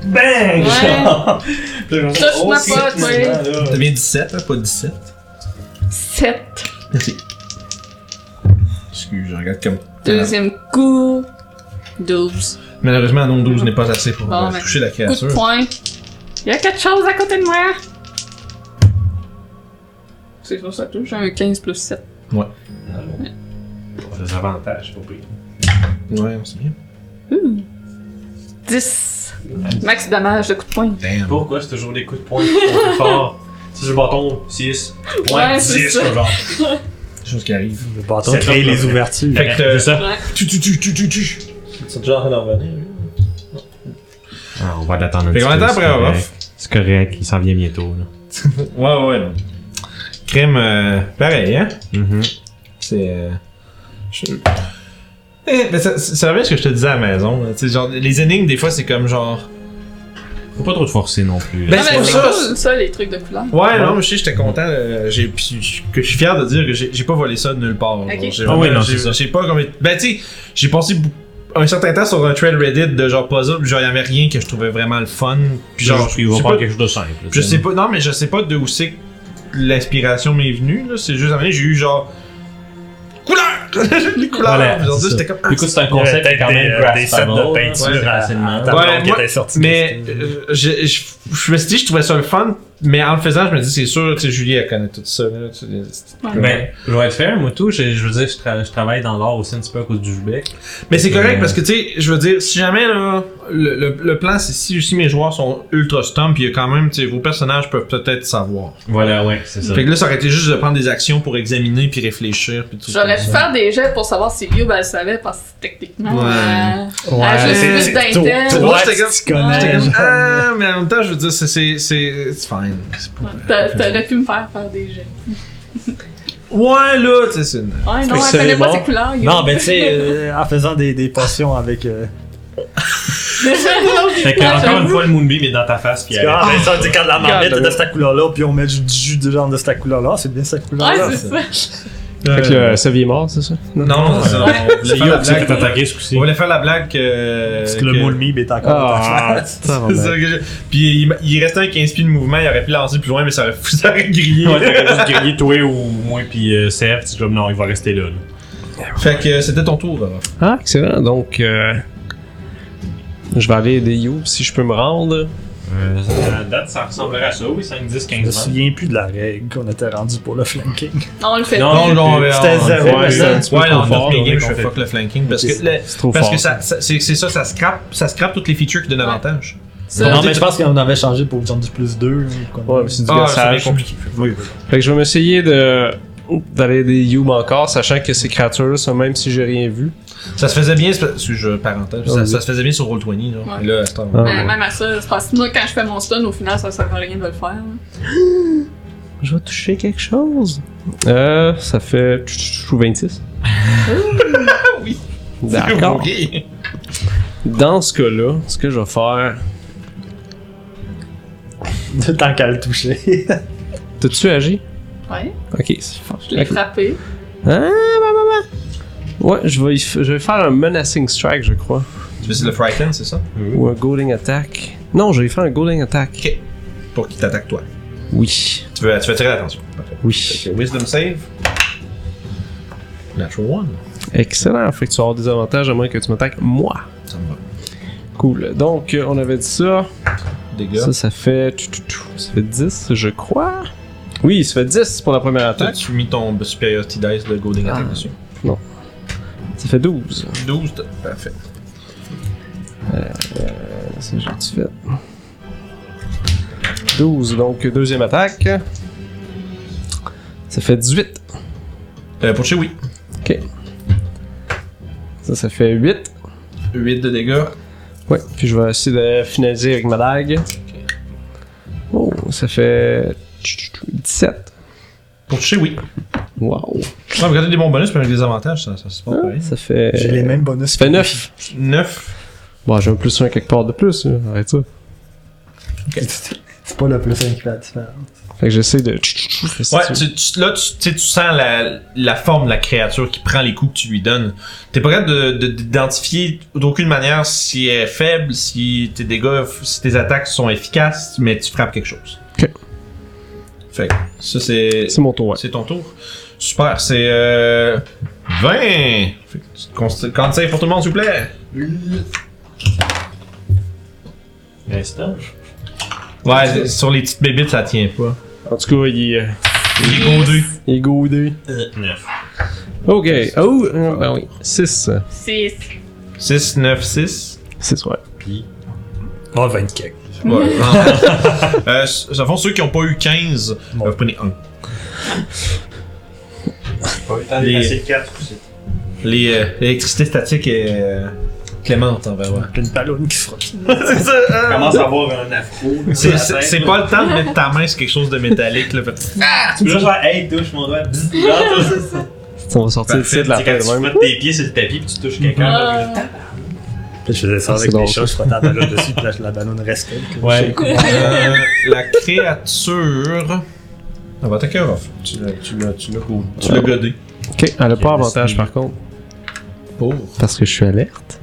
Speaker 3: Bang!
Speaker 4: Ouais.
Speaker 3: Genre. Puis là, je me dis,
Speaker 4: Touche-moi
Speaker 3: oh,
Speaker 4: pas,
Speaker 3: c'est
Speaker 4: toi.
Speaker 3: maintenant, là.
Speaker 1: T'as bien 17, hein, pas 17.
Speaker 4: 7.
Speaker 1: Merci. Excuse, je regarde comme.
Speaker 4: Deuxième coup. 12.
Speaker 1: Malheureusement, un nombre 12 n'est pas assez pour
Speaker 4: Bon,
Speaker 1: euh,
Speaker 4: ben,
Speaker 1: toucher la
Speaker 4: Coup de
Speaker 1: créature.
Speaker 4: poing. Il y a quelque chose à côté de moi. C'est sûr, ça touche. Un 15 plus 7.
Speaker 3: On a Des avantages, pas pire.
Speaker 1: Ouais, c'est bien.
Speaker 4: 10. Max dommage de coup de poing.
Speaker 1: Damn.
Speaker 3: Pourquoi c'est toujours des coups de poing qui sont plus forts? Si je le bâton, 6, point,
Speaker 4: Ouais, c'est
Speaker 3: 10,
Speaker 4: ça.
Speaker 3: genre.
Speaker 1: Chose qui arrive.
Speaker 5: Le bâton
Speaker 3: C'est
Speaker 5: crée
Speaker 3: ça,
Speaker 5: les
Speaker 3: ça.
Speaker 5: ouvertures.
Speaker 1: Fait que, euh,
Speaker 3: C'est ça.
Speaker 4: Ouais.
Speaker 1: Tu, tu, tu, tu, tu, tu.
Speaker 6: Ils sont déjà en train d'en revenir, lui.
Speaker 3: Ah, on va l'attendre un
Speaker 1: Fait qu'on attend après Orof.
Speaker 3: C'est correct, il s'en vient bientôt. Là.
Speaker 1: Ouais, ouais, non. Crème, euh, pareil, hein? C'est. euh, Je- Eh, ben, ça, ça- ça revient à ce que je te disais à la maison. là. Tu sais, genre, les énigmes, des fois, c'est comme genre.
Speaker 3: Faut pas trop te forcer non plus. là.
Speaker 1: Ben,
Speaker 4: Ah,
Speaker 1: c'est
Speaker 4: mais
Speaker 1: pour
Speaker 4: c'est
Speaker 1: ça,
Speaker 4: cool, ça, les trucs de couleur.
Speaker 1: Ouais, non, mais je sais, j'étais content. euh, j'ai, puis je- que je suis fier de dire que j'ai, j'ai pas volé ça de nulle part. genre. J'ai
Speaker 4: Ah
Speaker 1: vraiment-
Speaker 3: oui, non,
Speaker 1: j'ai,
Speaker 3: c'est ça.
Speaker 1: j'ai pas comme. Ben, tu sais, j'ai passé bou- un certain temps sur un thread Reddit de genre puzzle, puis genre, y avait rien que je trouvais vraiment le fun.
Speaker 3: Ben,
Speaker 1: Puis genre,
Speaker 3: ils vont
Speaker 1: je sais
Speaker 3: faire
Speaker 1: pas-
Speaker 3: quelque chose de simple. là,
Speaker 1: Je
Speaker 3: tu
Speaker 1: sais pas, non, mais je sais pas d'où c'est que l'inspiration m'est venue. Là. C'est juste à un moment donné, j'ai eu genre. Couleur! les couleurs!
Speaker 3: Voilà,
Speaker 1: puis genre,
Speaker 3: c'est
Speaker 1: ça,
Speaker 3: ça.
Speaker 1: j'étais comme. ah,
Speaker 3: Écoute, c'est un concept qui est quand
Speaker 5: Des,
Speaker 3: même
Speaker 5: euh,
Speaker 3: graspable,
Speaker 5: des sets de peinture
Speaker 3: ouais,
Speaker 5: à-
Speaker 3: facilement.
Speaker 5: à table
Speaker 1: Ouais,
Speaker 5: ronde qui
Speaker 1: moi-
Speaker 5: étaient sortis.
Speaker 1: Mais euh, je, je, je me suis dit, je trouvais ça le fun, mais en le faisant, je me dis, c'est sûr, tu sais, Julie, elle connaît tout ça. Là, tu sais, c'est-
Speaker 4: Ouais.
Speaker 3: Ben, je vais être fair, moi tout, je, je veux dire, je, tra- je travaille dans l'art aussi un petit peu à cause du Québec.
Speaker 1: mais c'est correct
Speaker 3: Euh,
Speaker 1: parce que, tu sais, je veux dire, si jamais, là, le, le, le plan, c'est si, si mes joueurs sont ultra stomp, puis il y a quand même, tu sais, vos personnages peuvent peut-être savoir.
Speaker 3: Voilà, ouais, c'est ça.
Speaker 1: Fait que là, ça aurait été juste de prendre des actions pour examiner, puis réfléchir, puis tout
Speaker 4: J'aurais
Speaker 1: comme
Speaker 4: pu
Speaker 1: ça.
Speaker 4: faire des jets pour savoir si Youb elle savait parce que techniquement.
Speaker 1: Ouais.
Speaker 4: euh,
Speaker 5: Ouais,
Speaker 4: elle a juste
Speaker 5: c'est-
Speaker 4: plus
Speaker 5: c'est-
Speaker 4: d'intel.
Speaker 5: toi-
Speaker 1: Moi,
Speaker 5: Ouais,
Speaker 1: j'étais comme-
Speaker 5: tu connais,
Speaker 1: j'étais comme,
Speaker 5: genre.
Speaker 1: Ah, mais en même temps, je veux dire, c'est. C'est. C'est c'est fine. C'est pas-
Speaker 4: T'a- T'aurais pu me faire faire des jets.
Speaker 1: Ouais, là, tu sais, c'est une.
Speaker 4: Ouais,
Speaker 5: Fait
Speaker 4: non,
Speaker 5: que
Speaker 4: elle connaît
Speaker 5: c'est
Speaker 4: pas
Speaker 5: bon.
Speaker 4: ses couleurs. Youb.
Speaker 5: Non, ben tu sais, euh, en faisant des, des potions avec. euh,
Speaker 3: Fait que,
Speaker 4: Ouais,
Speaker 3: encore
Speaker 4: j'avoue.
Speaker 3: une fois, le Moonbeam est dans ta face, puis
Speaker 5: tu vois, ben, ça, tu sais, quand la marmite est
Speaker 6: God.
Speaker 5: de cette couleur-là, puis on met du jus de genre de cette couleur-là, c'est bien cette couleur-là.
Speaker 4: Ouais, c'est
Speaker 5: ça.
Speaker 4: ça.
Speaker 2: Fait que le Xavier est mort, c'est ça?
Speaker 1: Non, c'est- on voulait faire la
Speaker 3: Youb s'est fait
Speaker 1: blague.
Speaker 3: attaquer ce coup-ci.
Speaker 1: On voulait faire la blague que.
Speaker 5: Parce que le
Speaker 1: Euh, que-
Speaker 5: moule mib est encore
Speaker 2: Ah,
Speaker 5: attaché.
Speaker 1: C'est ça que j'ai- Puis il, il restait un 15 pieds de mouvement, il aurait pu lancer plus loin, mais ça aurait, ça aurait grillé.
Speaker 3: Ouais, t'aurais juste grillé toi ou moi, puis euh, Seth, tu dis comme non, il va rester là. là.
Speaker 1: Fait que euh, c'était ton tour. alors.
Speaker 2: Ah, excellent. Donc, euh, je vais aller aider You si je peux me rendre.
Speaker 3: Euh, ça- à date, ça ressemblerait à ça, oui, 5, 10,
Speaker 5: Je me
Speaker 3: 15 ans.
Speaker 5: souviens plus de la règle qu'on était rendu pour le flanking.
Speaker 4: Non, on le fait.
Speaker 3: Non,
Speaker 1: non,
Speaker 5: c'était
Speaker 1: mais on-
Speaker 5: zéro,
Speaker 1: Ouais,
Speaker 5: mais
Speaker 1: ouais,
Speaker 5: c'était un
Speaker 2: petit peu
Speaker 1: ouais,
Speaker 2: trop
Speaker 1: non,
Speaker 2: fort,
Speaker 1: notre
Speaker 3: on
Speaker 1: game,
Speaker 3: est
Speaker 1: je fais
Speaker 3: confus.
Speaker 1: fuck le flanking. Parce que, le-
Speaker 2: C'est trop
Speaker 1: parce
Speaker 2: fort.
Speaker 1: que ça, ça- c'est c'est ça, ça scrape, ça scrape toutes les features qui donnent avantage.
Speaker 4: Ça,
Speaker 5: non, mais je pense qu'on avait changé pour genre du plus 2.
Speaker 2: Ouais, mais c'est du
Speaker 1: Ah, ça devient
Speaker 2: gossage.
Speaker 1: compliqué.
Speaker 2: Fait que je vais m'essayer de d'aller aider You encore, sachant que ces créatures-là sont même si j'ai rien vu.
Speaker 1: Ça se faisait bien, c'est parce- je parenthèse,
Speaker 2: Ah
Speaker 1: ça,
Speaker 2: oui.
Speaker 1: ça se faisait bien sur Roll20. Là,
Speaker 4: Ouais.
Speaker 1: Et là à cette heure,
Speaker 2: Ah.
Speaker 4: Mais Ben, Même à ça, c'est parce que moi, quand je fais mon stun, au final, ça sert à rien de le faire. là.
Speaker 2: Je vais toucher quelque chose. Euh, ça fait tch, tch, 26. oui. D'accord.
Speaker 1: Ok.
Speaker 2: Dans ce cas-là, ce que je vais faire,
Speaker 5: Tant qu'à le toucher.
Speaker 2: t'as-tu agi
Speaker 4: Ouais,
Speaker 2: Ok, c'est fort.
Speaker 4: je l'ai
Speaker 2: Ok.
Speaker 4: frappé.
Speaker 2: Ah, ma maman. Ouais, je vais, y f- je vais faire un menacing strike, je crois.
Speaker 1: Tu veux essayer de le frighten, c'est ça
Speaker 2: Ou un Golden Attack. Non, je vais faire un Golden Attack.
Speaker 1: Pour qu'il t'attaque toi.
Speaker 2: Oui.
Speaker 1: Tu veux, tu veux tirer l'attention. Parfait.
Speaker 2: Oui.
Speaker 1: Fait que Wisdom save. Natural one.
Speaker 2: Excellent. Fait que tu vas avoir des avantages à moins que tu m'attaques moi.
Speaker 1: Ça me va.
Speaker 2: Cool. Donc, euh, on avait dit ça.
Speaker 1: Dégâts.
Speaker 2: Ça, ça fait. tchou, tchou, tchou. Ça fait 10, je crois. Oui, ça fait 10 pour la première attaque.
Speaker 1: T'as-tu mis ton superiority dice de Golden
Speaker 2: Ah.
Speaker 1: Attack dessus?
Speaker 2: Ça fait 12.
Speaker 1: 12, t'as- parfait.
Speaker 2: C'est gentil fait. 12, donc deuxième attaque. Ça fait 18.
Speaker 1: Euh, pour chez oui.
Speaker 2: Ça, ça fait 8.
Speaker 1: 8 de dégâts.
Speaker 2: Ouais, puis je vais essayer de finaliser avec ma dague. Oh, ça fait tchou, tchou, tchou, 17.
Speaker 1: Pour chez oui.
Speaker 2: Wow.
Speaker 1: Non, mais quand t'as des bons bonus, mais avec des avantages, ça, ça se passe pareil.
Speaker 2: Ah, Ça fait.
Speaker 5: J'ai les mêmes bonus.
Speaker 2: Ça fait 9.
Speaker 1: 9.
Speaker 2: Bon, j'ai un plus 1 quelque part de plus. là. Arrête ça.
Speaker 5: C'est pas le plus 1 qui fait la différence.
Speaker 2: Fait que j'essaie de. tchou, tchou, tchou,
Speaker 1: Ouais,
Speaker 2: restituer.
Speaker 1: tu, tu- là, tu, tu sais, tu sens la, la forme de la créature qui prend les coups que tu lui donnes. T'es pas capable de- de- d'identifier d'aucune manière si elle est faible, si tes dégâts, si tes attaques sont efficaces, mais tu frappes quelque chose.
Speaker 2: Ok.
Speaker 1: Fait que ça, c'est.
Speaker 2: C'est mon tour, ouais.
Speaker 1: C'est ton tour. Super, c'est euh, 20. Fait que tu te cons- Conseil pour tout le monde, s'il vous plaît.
Speaker 3: Instant.
Speaker 1: Ouais, c'est- sur les petites bébites, ça tient pas.
Speaker 2: En tout cas, il est, euh,
Speaker 1: Il est goûté.
Speaker 2: il est goudé.
Speaker 1: Euh,
Speaker 3: 9.
Speaker 2: Ok. Oh, euh, ben oui. 6.
Speaker 4: 6.
Speaker 1: 6, 9, 6.
Speaker 2: 6, ouais.
Speaker 3: Puis.
Speaker 5: Oh, 24.
Speaker 1: Ouais. euh, s- ça font ceux qui n'ont pas eu 15,
Speaker 5: Bon.
Speaker 1: euh, vous prenez 1.
Speaker 3: Pas eu le temps de
Speaker 1: Les-
Speaker 3: passer le 4 aussi.
Speaker 1: Les, euh, l'électricité statique est euh, clémente envers moi.
Speaker 5: Une ballonne qui se frotte.
Speaker 1: c'est ça.
Speaker 3: Je commence à avoir un afro.
Speaker 1: C'est, c'est, c'est pas le temps de
Speaker 3: Ah!
Speaker 1: mettre ta main sur quelque chose de métallique. Là, fait- Ah!
Speaker 3: Tu peux juste faire, hey, touche mon doigt. Bzzz. Non, ça, c'est ça.
Speaker 2: On va sortir le
Speaker 3: Parfait,
Speaker 2: site de
Speaker 3: tu sais,
Speaker 2: la
Speaker 3: quand
Speaker 2: tête
Speaker 3: tu
Speaker 2: même.
Speaker 3: mettes tes pieds sur le tapis puis tu touches quelqu'un. là,
Speaker 4: Ah.
Speaker 5: Puis je faisais ça
Speaker 2: Ah,
Speaker 5: avec
Speaker 2: c'est
Speaker 5: des
Speaker 2: drôle.
Speaker 5: chats, je frottais la ballonne dessus, puis la, la ballonne restait. puis
Speaker 3: Ouais.
Speaker 5: je sais quoi.
Speaker 1: Euh, la créature. Ah, bah, Elle va attaquer Ruff. Tu l'as- tu l'as tu l'as go- tu
Speaker 2: Ah,
Speaker 1: l'as godé.
Speaker 2: Ok, elle a
Speaker 3: Ok,
Speaker 2: pas avantage
Speaker 3: c'est-
Speaker 2: par contre.
Speaker 1: Pour.
Speaker 2: Parce que je suis alerte.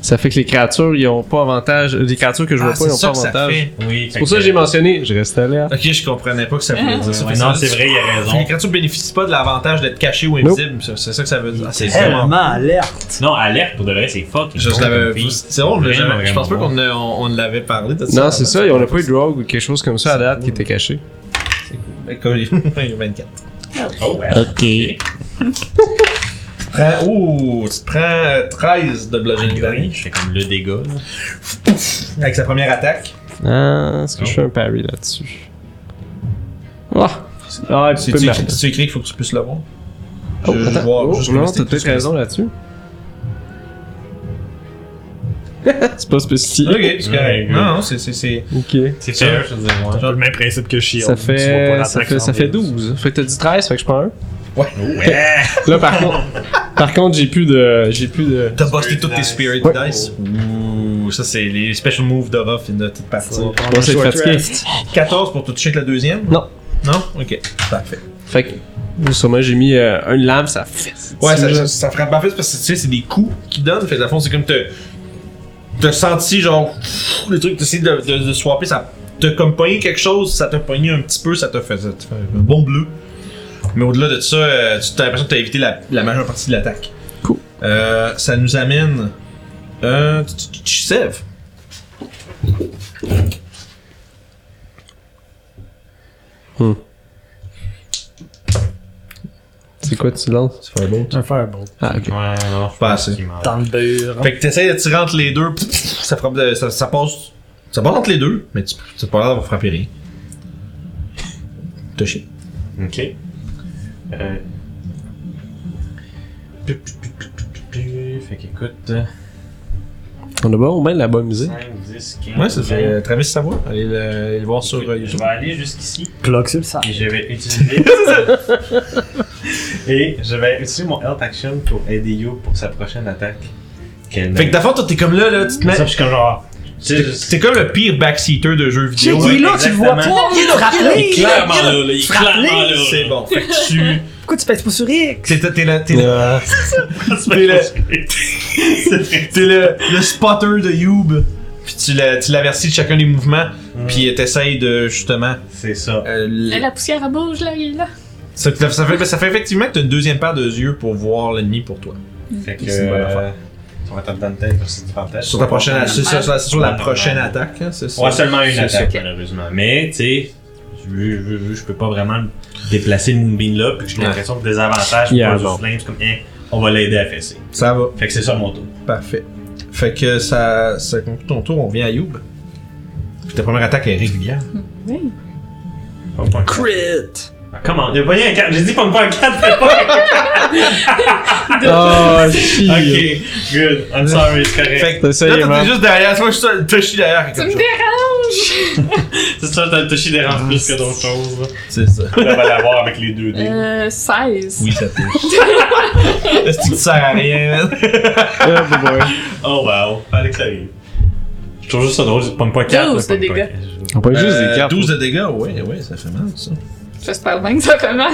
Speaker 2: Ça fait que les créatures, ils ont pas avantage. Les créatures
Speaker 1: Ah,
Speaker 2: que je vois pas, ils ont pas avantage.
Speaker 3: Oui,
Speaker 2: C'est pour ça que j'ai mentionné, je reste alerte.
Speaker 1: Ok, je comprenais pas que ça voulait dire ça. Fait
Speaker 3: Ah,
Speaker 1: ça,
Speaker 3: non, c'est vrai, il
Speaker 1: Fait
Speaker 3: a
Speaker 1: que Les
Speaker 3: raison.
Speaker 1: créatures bénéficient pas de l'avantage d'être cachées ou
Speaker 2: Nope.
Speaker 1: invisibles. ça- C'est ça que ça veut dire. Ah, c'est vraiment.
Speaker 5: Tellement alerte!
Speaker 3: Non, alerte, pour de vrai, c'est fucking.
Speaker 1: Je
Speaker 3: con
Speaker 1: je l'avais.
Speaker 3: comme fille.
Speaker 1: C'est drôle, je l'avais-
Speaker 3: Vraiment,
Speaker 1: je pense pas
Speaker 3: vraiment
Speaker 1: qu'on a- on, on l'avait parlé de ça.
Speaker 2: Non, c'est ça, on a pas eu de rogue ou quelque chose comme ça à date qui était caché.
Speaker 1: Comme les 24.
Speaker 3: Oh, ouais.
Speaker 2: Ok.
Speaker 1: Prends, ouh, tu te prends euh, 13 de bludgeoning damage
Speaker 3: Je fais comme le dégât. là.
Speaker 1: avec sa première attaque.
Speaker 2: Ah, est-ce que je fais un parry là-dessus? Ah! Ah, tu
Speaker 1: Si
Speaker 2: peux
Speaker 1: tu,
Speaker 2: marquer.
Speaker 1: écris- si tu écris, il faut que tu puisses le voir.
Speaker 2: Oh,
Speaker 1: Je- je
Speaker 2: attends.
Speaker 1: vois-
Speaker 2: Oh,
Speaker 1: juste
Speaker 2: non,
Speaker 1: rester
Speaker 2: t'as
Speaker 1: tout
Speaker 2: peut-être
Speaker 1: seul.
Speaker 2: raison là-dessus. c'est pas spécifié.
Speaker 1: Ok, c'est correct.
Speaker 3: Ouais,
Speaker 1: Non, non, c'est. c'est- c'est-
Speaker 2: Ok.
Speaker 3: C'est fair, je veux dire, ouais.
Speaker 5: Genre le même principe que Shield.
Speaker 2: Ça
Speaker 5: tu vois pas
Speaker 2: fait,
Speaker 5: l'attaque
Speaker 2: ça fait, ça
Speaker 5: sans
Speaker 2: fait
Speaker 5: dé.
Speaker 2: 12. Fait que t'as dit 13, fait que je prends un.
Speaker 3: Ouais.
Speaker 2: Là, par contre, par contre, j'ai plus de, j'ai plus de.
Speaker 1: T'as busté toutes tes spirit
Speaker 2: Ouais.
Speaker 1: dice. Ouh, ça, c'est les special moves de Ruff de toute partie.
Speaker 5: Ça va prendre
Speaker 2: Bon,
Speaker 5: un
Speaker 2: c'est
Speaker 5: short
Speaker 2: fatigué.
Speaker 5: rest.
Speaker 1: 14 pour te toucher avec la deuxième
Speaker 2: Non.
Speaker 1: Non Ok, parfait.
Speaker 2: Fait que, moi, sûrement, j'ai mis euh, une lame, ça fait.
Speaker 1: Ouais, ça, ça, ça frappe en fait parce que tu sais, c'est des coups qui donnent. Fait que, dans le fond, c'est comme te. T'as senti, genre, pff, le truc, t'essayes de, de, de swapper, ça t'a comme pogné quelque chose, ça t'a pogné un petit peu, ça t'a fait, ça te fait un bon bleu. Mais au-delà de ça, euh, tu as l'impression que t'as évité la, la majeure partie de l'attaque.
Speaker 2: Cool.
Speaker 1: Euh, ça nous amène. Euh. tu- tu- tu- Sève.
Speaker 2: C'est quoi, tu lances?
Speaker 1: Ça fait un bon
Speaker 5: Un firebolt.
Speaker 2: Ah, ok.
Speaker 3: Ouais, non, je
Speaker 1: Pas
Speaker 3: pense
Speaker 1: assez.
Speaker 3: qu'il m'en-
Speaker 5: Dans le beurre.
Speaker 1: Fait que t'essayes de tirer entre les deux, pff, ça frappe, de- ça, ça passe, ça passe entre les deux, mais tu, tu as pas l'air d'avoir frappé rien. T'as chier.
Speaker 3: Ok. Euh... pu- pu- pu- pu- pu- pu- pu- Fait qu'écoute.
Speaker 2: On a bon, ben, la bonne musique.
Speaker 3: 5, 10, 15.
Speaker 1: Ouais, ça fait euh, Travis Savoie. Allez le, allez le voir sur euh,
Speaker 3: Je
Speaker 1: YouTube.
Speaker 3: vais aller jusqu'ici
Speaker 5: Plug sur le sac.
Speaker 3: et je vais utiliser. et je vais utiliser mon Health Action pour aider You pour sa prochaine attaque. Quelle
Speaker 1: Fait que d'abord, toi, t'es comme là, là, tu te
Speaker 3: Mais...
Speaker 1: mets.
Speaker 3: Ça, je suis comme genre. Tu sais,
Speaker 1: T'es
Speaker 3: je-
Speaker 1: t'es comme le pire backseater de jeux vidéo.
Speaker 3: Ouais, exactement.
Speaker 5: Il est là, il
Speaker 3: Il est clairement là, là, il est clairement là. là.
Speaker 1: C'est bon. Fait que tu.
Speaker 5: Pourquoi tu pèses pas sur X?
Speaker 1: T'es t'es la- t'es la-
Speaker 3: C'est le-
Speaker 1: t'es le, le spotter de Youb. Puis tu la- tu l'avertis de chacun des mouvements. Puis t'essayes de justement.
Speaker 3: C'est ça.
Speaker 1: euh,
Speaker 4: Eh,
Speaker 1: l-
Speaker 4: La poussière elle bouge là, il est là.
Speaker 1: ça, ça fait, ça fait effectivement que t'as une deuxième paire de yeux pour voir l'ennemi pour toi.
Speaker 3: Fait que.
Speaker 1: C'est une bonne affaire.
Speaker 3: On euh, va taper dans le tête parce que c'est du partage.
Speaker 1: Sur ta prochaine attaque. C'est sur- sur- sur la
Speaker 3: Ouais,
Speaker 1: prochaine
Speaker 3: normal.
Speaker 1: attaque. hein, c'est ça.
Speaker 3: Ouais, seulement une
Speaker 1: C'est
Speaker 3: attaque,
Speaker 1: ça.
Speaker 3: malheureusement. Mais, tu sais, je, veux- je, veux- je peux pas vraiment déplacer le Moonbeam là, puis j'ai l'impression que des avantages
Speaker 2: Yeah,
Speaker 3: pour
Speaker 2: non.
Speaker 3: juste Flames, comme, hein, on va l'aider à fesser.
Speaker 1: Ça va.
Speaker 3: Fait que c'est ça mon tour.
Speaker 1: Parfait. Fait que ça, ça conclut ton tour, on vient à Youb. Puis ta première attaque est régulière.
Speaker 4: Oui.
Speaker 3: Pas un quatre.
Speaker 5: Crit!
Speaker 3: Ah, Comment? Il a pas eu un 4. J'ai dit pas pas un 4, c'est pas un 4.
Speaker 2: Oh, shit.
Speaker 3: Ok, good. I'm sorry, c'est correct.
Speaker 1: Fait que
Speaker 2: T'as essayé,
Speaker 1: là, t'es
Speaker 2: man.
Speaker 1: juste derrière, toi, je suis le touchy derrière.
Speaker 4: Tu
Speaker 1: quelque
Speaker 4: me
Speaker 1: chose.
Speaker 4: déranges!
Speaker 3: C'est ça, t'as le touché des rangs plus que d'autres choses. là.
Speaker 1: C'est ça.
Speaker 3: Tu devais l'avoir avec les deux dés.
Speaker 4: Euh, 16.
Speaker 1: Oui, ça touche. Est-ce que tu sers à rien, man?
Speaker 2: Ah, bah, bah, ouais.
Speaker 3: Oh wow, fallait que ça arrive. Je trouve juste ça drôle, c'est pas pas 4.
Speaker 4: 12 de dégâts.
Speaker 2: On peut juste
Speaker 1: Euh,
Speaker 2: des cartes.
Speaker 1: 12 de dégâts, ouais, ouais, ça fait mal, ça.
Speaker 4: J'espère bien que ça fait mal.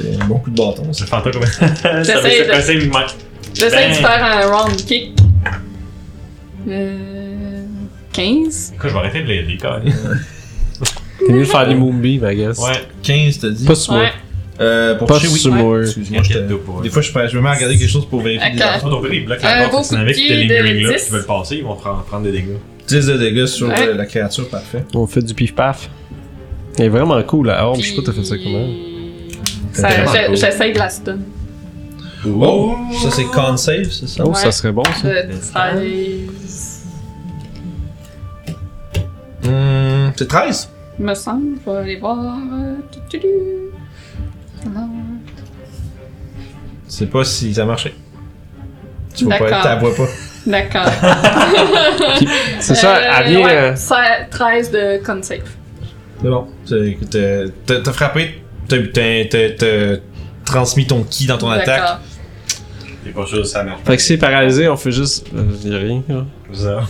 Speaker 1: C'est un bon coup de bâton, ça.
Speaker 3: Je fantôme comme ça.
Speaker 4: J'essaie de-
Speaker 3: Ça fait me manque.
Speaker 4: J'essaie
Speaker 3: Ben.
Speaker 4: de faire un round kick. Euh, 15.
Speaker 3: Écoute, je vais arrêter de l'aider quand même.
Speaker 2: T'es mieux de faire des moonbeams, I guess.
Speaker 3: Ouais,
Speaker 1: 15, t'as dit.
Speaker 2: Pas sur moi.
Speaker 4: Ouais.
Speaker 1: Euh, pour
Speaker 2: Pas
Speaker 1: toucher, oui.
Speaker 2: sur moi.
Speaker 1: Excuse-moi, je
Speaker 3: Inquiète-toi pas.
Speaker 1: te... Des fois, je, fais- je me mets à regarder quelque chose pour vérifier. des
Speaker 4: Ok.
Speaker 1: affaires.
Speaker 3: Quand on les blocs
Speaker 4: Un
Speaker 3: la
Speaker 4: beau
Speaker 3: porte, c'est
Speaker 4: coup de
Speaker 3: avec
Speaker 4: pied
Speaker 3: des
Speaker 4: de
Speaker 3: lingering là,
Speaker 4: 10.
Speaker 3: tu veux le passer, ils vont prendre, prendre des dégâts.
Speaker 1: 10 de dégâts sur
Speaker 4: Ouais.
Speaker 1: euh, la créature, parfait.
Speaker 2: On fait du pif-paf. Elle est vraiment cool, la orbe. Je sais pas, t'as fait ça comment?
Speaker 4: Ça-
Speaker 1: Vraiment
Speaker 4: j'ai-
Speaker 1: cool.
Speaker 4: J'essaie de la stun.
Speaker 1: Oh! Ça, c'est con save, c'est ça?
Speaker 2: Oh,
Speaker 4: Ouais.
Speaker 2: ça serait bon, ça.
Speaker 4: De 16.
Speaker 1: Hum, c'est 13.
Speaker 4: Me semble, je vais aller voir. euh, tu- tu- tu. Alors,
Speaker 1: Tu sais pas si ça marchait. Tu vois pas,
Speaker 4: D'accord.
Speaker 1: t'as vois pas.
Speaker 4: D'accord.
Speaker 2: C'est ça, elle vient. euh,
Speaker 4: ouais, ça- 13 de con save.
Speaker 1: euh, C'est bon. C'est- t'as- T'as t'as frappé, t'as- t'as t'as- t'as transmis ton ki dans ton attaque.
Speaker 4: D'accord.
Speaker 3: T'es pas sûr de ça marche.
Speaker 2: Fait que c'est paralysé, on fait juste. euh, il y a rien. là.
Speaker 3: Bizarre.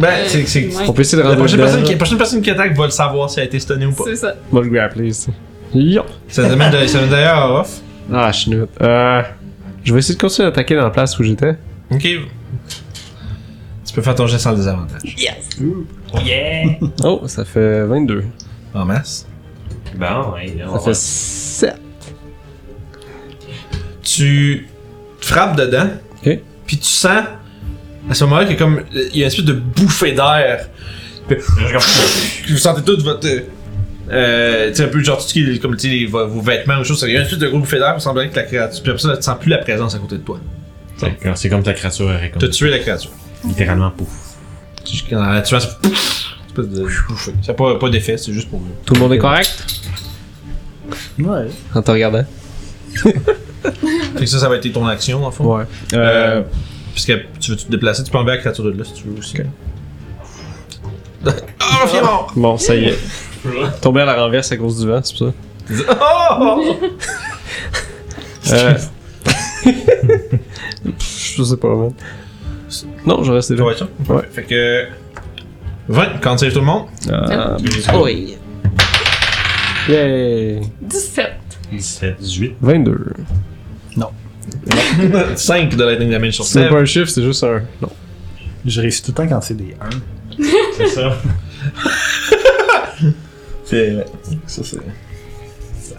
Speaker 1: Ben, c'est. c'est-
Speaker 4: Euh, Ouais,
Speaker 2: On peut essayer de
Speaker 1: La
Speaker 2: rendre
Speaker 1: prochaine
Speaker 2: dedans,
Speaker 1: personne, qui,
Speaker 2: là.
Speaker 1: la prochaine personne qui attaque va le savoir si elle a été stunnée ou pas.
Speaker 4: C'est ça.
Speaker 2: On va le grappler, ça. Yo!
Speaker 1: Ça nous amène de- ça nous amène d'ailleurs à off.
Speaker 2: Ah, je suis nul. Euh. Je vais essayer de continuer d'attaquer dans la place où j'étais.
Speaker 1: Ok. Tu peux faire ton jet sans désavantage.
Speaker 3: Yeah!
Speaker 2: Oh, ça fait 22.
Speaker 1: En masse.
Speaker 3: bon, hey, là, on
Speaker 2: Ça
Speaker 3: va-
Speaker 2: fait 7.
Speaker 1: Tu te frappes dedans.
Speaker 2: Ok.
Speaker 1: Puis tu sens, à ce moment-là, qu'il y a comme. Il y a une espèce de bouffée d'air.
Speaker 3: Je comprends.
Speaker 1: Vous sentez tout votre. euh, Euh, tu sais, un peu genre tout ce qui est comme tu sais, les- vos, vos vêtements ou choses. Il y a une espèce de gros bouffée d'air. Il semblerait que la créature. Puis après ça, tu sens plus la présence à côté de toi.
Speaker 3: C'est comme- C'est comme ta créature est
Speaker 1: T'as
Speaker 3: comme.
Speaker 1: tué la créature.
Speaker 3: Littéralement pouf.
Speaker 1: Tu, dans la tuant, ça fait pouf, une espèce de bouffée. Ça n'a pas, pas d'effet, c'est juste pour.
Speaker 2: Tout le monde est correct?
Speaker 5: Ouais.
Speaker 2: En te regardant.
Speaker 1: Fait que ça, ça va être ton action, en fond.
Speaker 2: Ouais.
Speaker 1: Euh, puisque tu veux te déplacer, tu peux enlever la créature de là si tu veux aussi. oh, c'est mort!
Speaker 2: Bon, ça y est. Tombé à la renverse à cause du vent, c'est pour ça.
Speaker 1: Oh!
Speaker 2: Euh... Pff, je sais pas, man. Non, je reste
Speaker 1: Ça
Speaker 2: là.
Speaker 1: va être ça?
Speaker 2: Ouais.
Speaker 1: Fait que. 20, quand save tout le monde.
Speaker 2: Euh...
Speaker 3: Oui.
Speaker 2: Yay!
Speaker 4: 17.
Speaker 3: 17, 18.
Speaker 2: 22.
Speaker 1: 5 de lightning damage sur
Speaker 2: C'est même
Speaker 1: save.
Speaker 2: pas un chiffre, c'est juste un. Non.
Speaker 5: Je réussis tout le temps quand c'est des 1.
Speaker 3: C'est ça.
Speaker 6: C'est. ouais, Ça,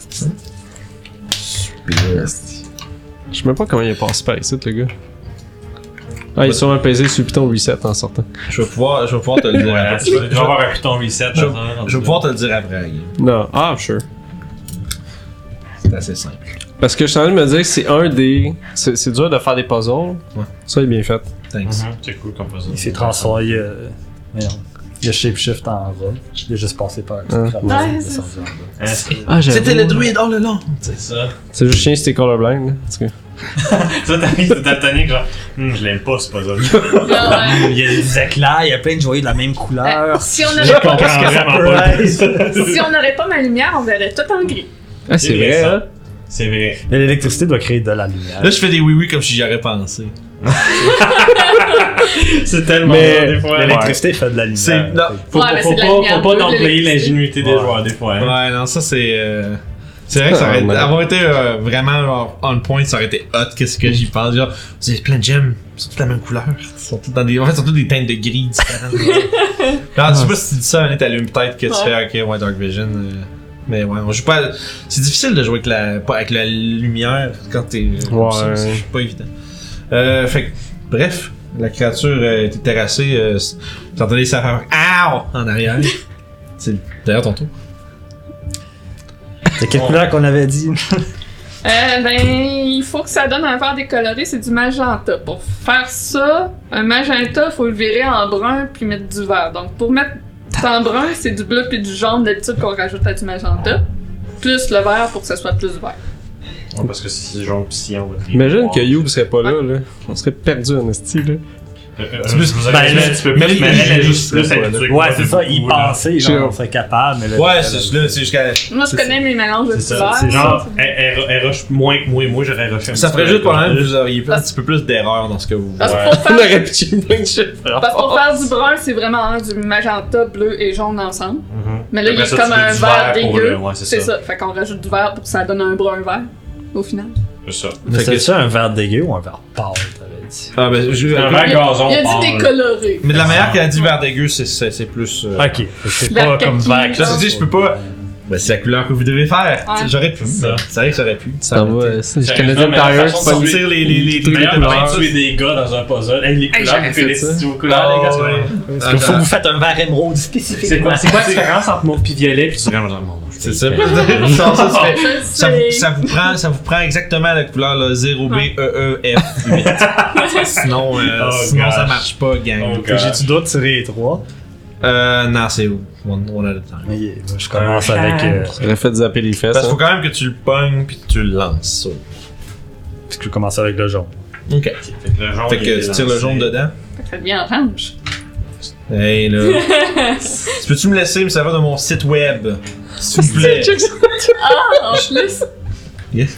Speaker 6: c'est.
Speaker 2: Je sais même pas comment il est passé par ici, le gars. Ah, il est sûrement pesé sur le piton 8-7 en sortant.
Speaker 1: Je vais pouvoir, je vais pouvoir te le dire
Speaker 3: Ouais,
Speaker 1: après.
Speaker 3: tu vas tu vas avoir un piton 8-7.
Speaker 1: Je-
Speaker 3: dans un-
Speaker 1: Je vais pouvoir te le dire après, Guy.
Speaker 2: Non, ah, sure.
Speaker 1: C'est assez simple.
Speaker 2: Parce que je suis en train de me dire que c'est un des. C'est c'est dur de faire des puzzles.
Speaker 1: Ouais.
Speaker 2: Ça, il est bien fait.
Speaker 1: Thanks.
Speaker 3: Mhm, C'est cool comme ça.
Speaker 5: Il s'est transformé. Euh... Merde. Il a shapeshift en robe. Il a juste passé par un petit
Speaker 2: Ah.
Speaker 5: crapaud,
Speaker 4: Ouais,
Speaker 5: il est
Speaker 4: c'est
Speaker 5: descendu en bas.
Speaker 3: Hein, c'est-
Speaker 2: Ah,
Speaker 1: C'était le druide oh all along!
Speaker 3: C'est ça.
Speaker 2: C'est juste chien si t'es colorblind. là. Parce que-
Speaker 3: Ça, t'as mis tout daltonique, genre, Hum, je l'aime pas ce puzzle.
Speaker 4: Non, ouais.
Speaker 5: Il y a des éclairs, il y a plein de joyeux de la même couleur.
Speaker 4: euh, Si on
Speaker 3: Je
Speaker 4: avait
Speaker 3: comprends
Speaker 4: pas,
Speaker 3: vraiment pas le
Speaker 4: si on n'aurait pas ma lumière, on verrait tout en gris.
Speaker 2: Ah, c'est
Speaker 3: C'est vrai,
Speaker 2: vrai,
Speaker 3: ça.
Speaker 2: hein?
Speaker 3: C'est vrai.
Speaker 5: Mais L'électricité doit créer de la lumière.
Speaker 1: Là, je fais des oui-oui comme si j'y aurais pensé.
Speaker 3: C'est tellement
Speaker 2: Mais-
Speaker 3: vrai, des fois.
Speaker 5: L'électricité fait de la
Speaker 1: C'est-
Speaker 5: lumière.
Speaker 1: non.
Speaker 3: Faut,
Speaker 4: Ouais, mais
Speaker 3: faut,
Speaker 4: c'est de la
Speaker 3: pas,
Speaker 4: lumière
Speaker 3: faut pas
Speaker 4: bleue,
Speaker 3: d'employer
Speaker 4: l'électricité.
Speaker 3: l'ingénuité des
Speaker 5: Ouais.
Speaker 3: joueurs, des fois. hein.
Speaker 1: Ouais, non, ça c'est. euh, C'est vrai que ça aurait
Speaker 2: Ah, ouais.
Speaker 1: avoir été euh, vraiment genre, on point, ça aurait été hot. Qu'est-ce que j'y pense? Genre, vous avez plein de gemmes, ils sont toutes la même couleur. Ils sont toutes dans des, en fait, ils sont toutes des teintes de gris différentes. genre, je sais pas si tu dis ça, Annette, t'allumes peut-être que tu
Speaker 4: Ouais.
Speaker 1: fais, ok, ouais, Dark Vision. euh, mais ouais, on joue pas. C'est difficile de jouer avec la, pas avec la lumière quand t'es. euh,
Speaker 2: Ouais.
Speaker 1: c'est- C'est pas évident. Euh, fait que, bref, la créature euh, était terrassée. Euh, s- J'entendais ça faire Ow! en arrière. C'est d'ailleurs ton tour.
Speaker 5: C'est quelle couleur qu'on avait dit
Speaker 4: Euh, ben, il faut que ça donne un vert décoloré, c'est du magenta. Pour faire ça, un magenta, faut le virer en brun puis mettre du vert. Donc, pour mettre en brun, c'est du bleu puis du jaune d'habitude qu'on rajoute à du magenta. Plus le vert pour que ça soit plus vert.
Speaker 3: Ouais, Parce que si genre si on va te
Speaker 2: Imagine
Speaker 3: voir.
Speaker 2: que Youb serait pas là, là. On serait perdu en esti, là.
Speaker 3: Euh, euh,
Speaker 1: C'est plus-
Speaker 3: vous
Speaker 1: ben,
Speaker 3: avez-
Speaker 1: là,
Speaker 3: tu peux
Speaker 1: mais
Speaker 3: plus,
Speaker 1: là,
Speaker 3: mais
Speaker 1: il-
Speaker 3: elle est juste
Speaker 1: il-
Speaker 3: plus
Speaker 1: il-
Speaker 3: habituée que
Speaker 5: Ouais,
Speaker 3: moi,
Speaker 5: c'est
Speaker 3: de
Speaker 5: ça,
Speaker 3: beaucoup,
Speaker 5: il
Speaker 3: là.
Speaker 5: pensait, genre, on serait capable, mais là.
Speaker 1: Ouais, c'est là, c'est jusqu'à.
Speaker 4: Moi, je connais mes mélanges de
Speaker 5: c'est ça,
Speaker 4: couleurs.
Speaker 5: c'est
Speaker 3: Genre, elle, elle, elle rush moins que moi et moi, j'aurais rushé un
Speaker 1: Ça ferait
Speaker 3: petit peu
Speaker 1: juste
Speaker 3: avec
Speaker 1: problème que
Speaker 3: elle.
Speaker 1: vous auriez un petit peu plus d'erreurs dans ce que vous.
Speaker 4: Parce que
Speaker 3: Ouais.
Speaker 4: pour
Speaker 2: On
Speaker 4: faire
Speaker 2: aurait pitché plein de chiffres.
Speaker 4: Parce que pour faire du brun, c'est vraiment hein, du magenta, bleu et jaune ensemble.
Speaker 3: Mhm.
Speaker 4: Mais là, il y
Speaker 3: Après
Speaker 4: a
Speaker 3: ça,
Speaker 4: comme
Speaker 3: tu veux
Speaker 4: un
Speaker 3: du
Speaker 4: vert
Speaker 3: vert pour
Speaker 4: dégueu.
Speaker 3: le- ouais, c'est
Speaker 4: c'est
Speaker 3: ça.
Speaker 4: ça. Fait qu'on rajoute du vert pour que ça donne un brun vert, au final.
Speaker 3: C'est ça.
Speaker 5: Mais
Speaker 1: Fait que-
Speaker 5: c'est ça un verre dégueu ou un verre pâle, t'avais dit
Speaker 1: Ah, ben, je-
Speaker 3: Un
Speaker 4: Il
Speaker 3: vert
Speaker 4: y a-
Speaker 3: gazon.
Speaker 4: Il a
Speaker 3: pâle.
Speaker 4: dit décoloré.
Speaker 1: Mais de la manière qu'elle a dit vert dégueu, c'est- c'est c'est plus. euh,
Speaker 5: Ok, fait que c'est
Speaker 4: Vert
Speaker 5: pas comme
Speaker 4: kaki.
Speaker 5: verre.
Speaker 1: Ça, c'est dit, je peux pas. Ben, c'est la couleur que vous devez faire.
Speaker 4: Ouais.
Speaker 1: Tu sais, J'aurais pu.
Speaker 3: Ça.
Speaker 1: mais C'est vrai que j'aurais pu.
Speaker 2: Ça
Speaker 1: aurait
Speaker 2: va,
Speaker 1: été-
Speaker 2: c'est
Speaker 3: Ça,
Speaker 2: Canadian
Speaker 3: non, mais la
Speaker 2: Tire,
Speaker 3: façon
Speaker 2: c'est pas
Speaker 3: de
Speaker 1: Sortir les. les, les,
Speaker 2: Truc de
Speaker 3: Meilleur
Speaker 2: couleur.
Speaker 3: peinture des gars dans un puzzle. Hey, les couleurs,
Speaker 4: j'aurais
Speaker 3: vous
Speaker 2: fait ça.
Speaker 3: félicitez vos couleurs, les gars.
Speaker 1: Ah, ouais.
Speaker 5: Parce qu'il faut que vous faites un verre émeraude spécifique.
Speaker 3: C'est quoi, c'est quoi la différence entre mon pis violet pis tu dirais, genre, mon
Speaker 1: C'est ça. Sans ça, tu fais-
Speaker 4: Je
Speaker 1: ça vous,
Speaker 4: sais.
Speaker 1: ça vous prend, ça vous prend exactement la couleur là, E, 0BEEF8. sinon, euh,
Speaker 3: Oh,
Speaker 1: sinon ça
Speaker 3: gosh.
Speaker 1: marche pas, gang.
Speaker 3: Oh, gosh.
Speaker 5: J'ai-tu d'autres tirer les trois
Speaker 1: Euh, non, c'est one, one at a time.
Speaker 5: Je commence avec. euh,
Speaker 2: J'aurais fait zapper les fesses.
Speaker 1: Parce qu'il
Speaker 2: hein.
Speaker 1: faut quand même que tu le pognes puis que tu le lances. ça.
Speaker 5: Parce que je commence avec le jaune.
Speaker 1: Ok.
Speaker 3: Fait que le jaune,
Speaker 1: Fait
Speaker 3: il est
Speaker 1: que tu tires le
Speaker 3: lancé.
Speaker 1: jaune dedans.
Speaker 4: Ça devient orange.
Speaker 1: Hey là. Tu Peux-tu me laisser me servir de mon site web? S'il vous plaît.
Speaker 4: Ah, en plus.
Speaker 1: Yes.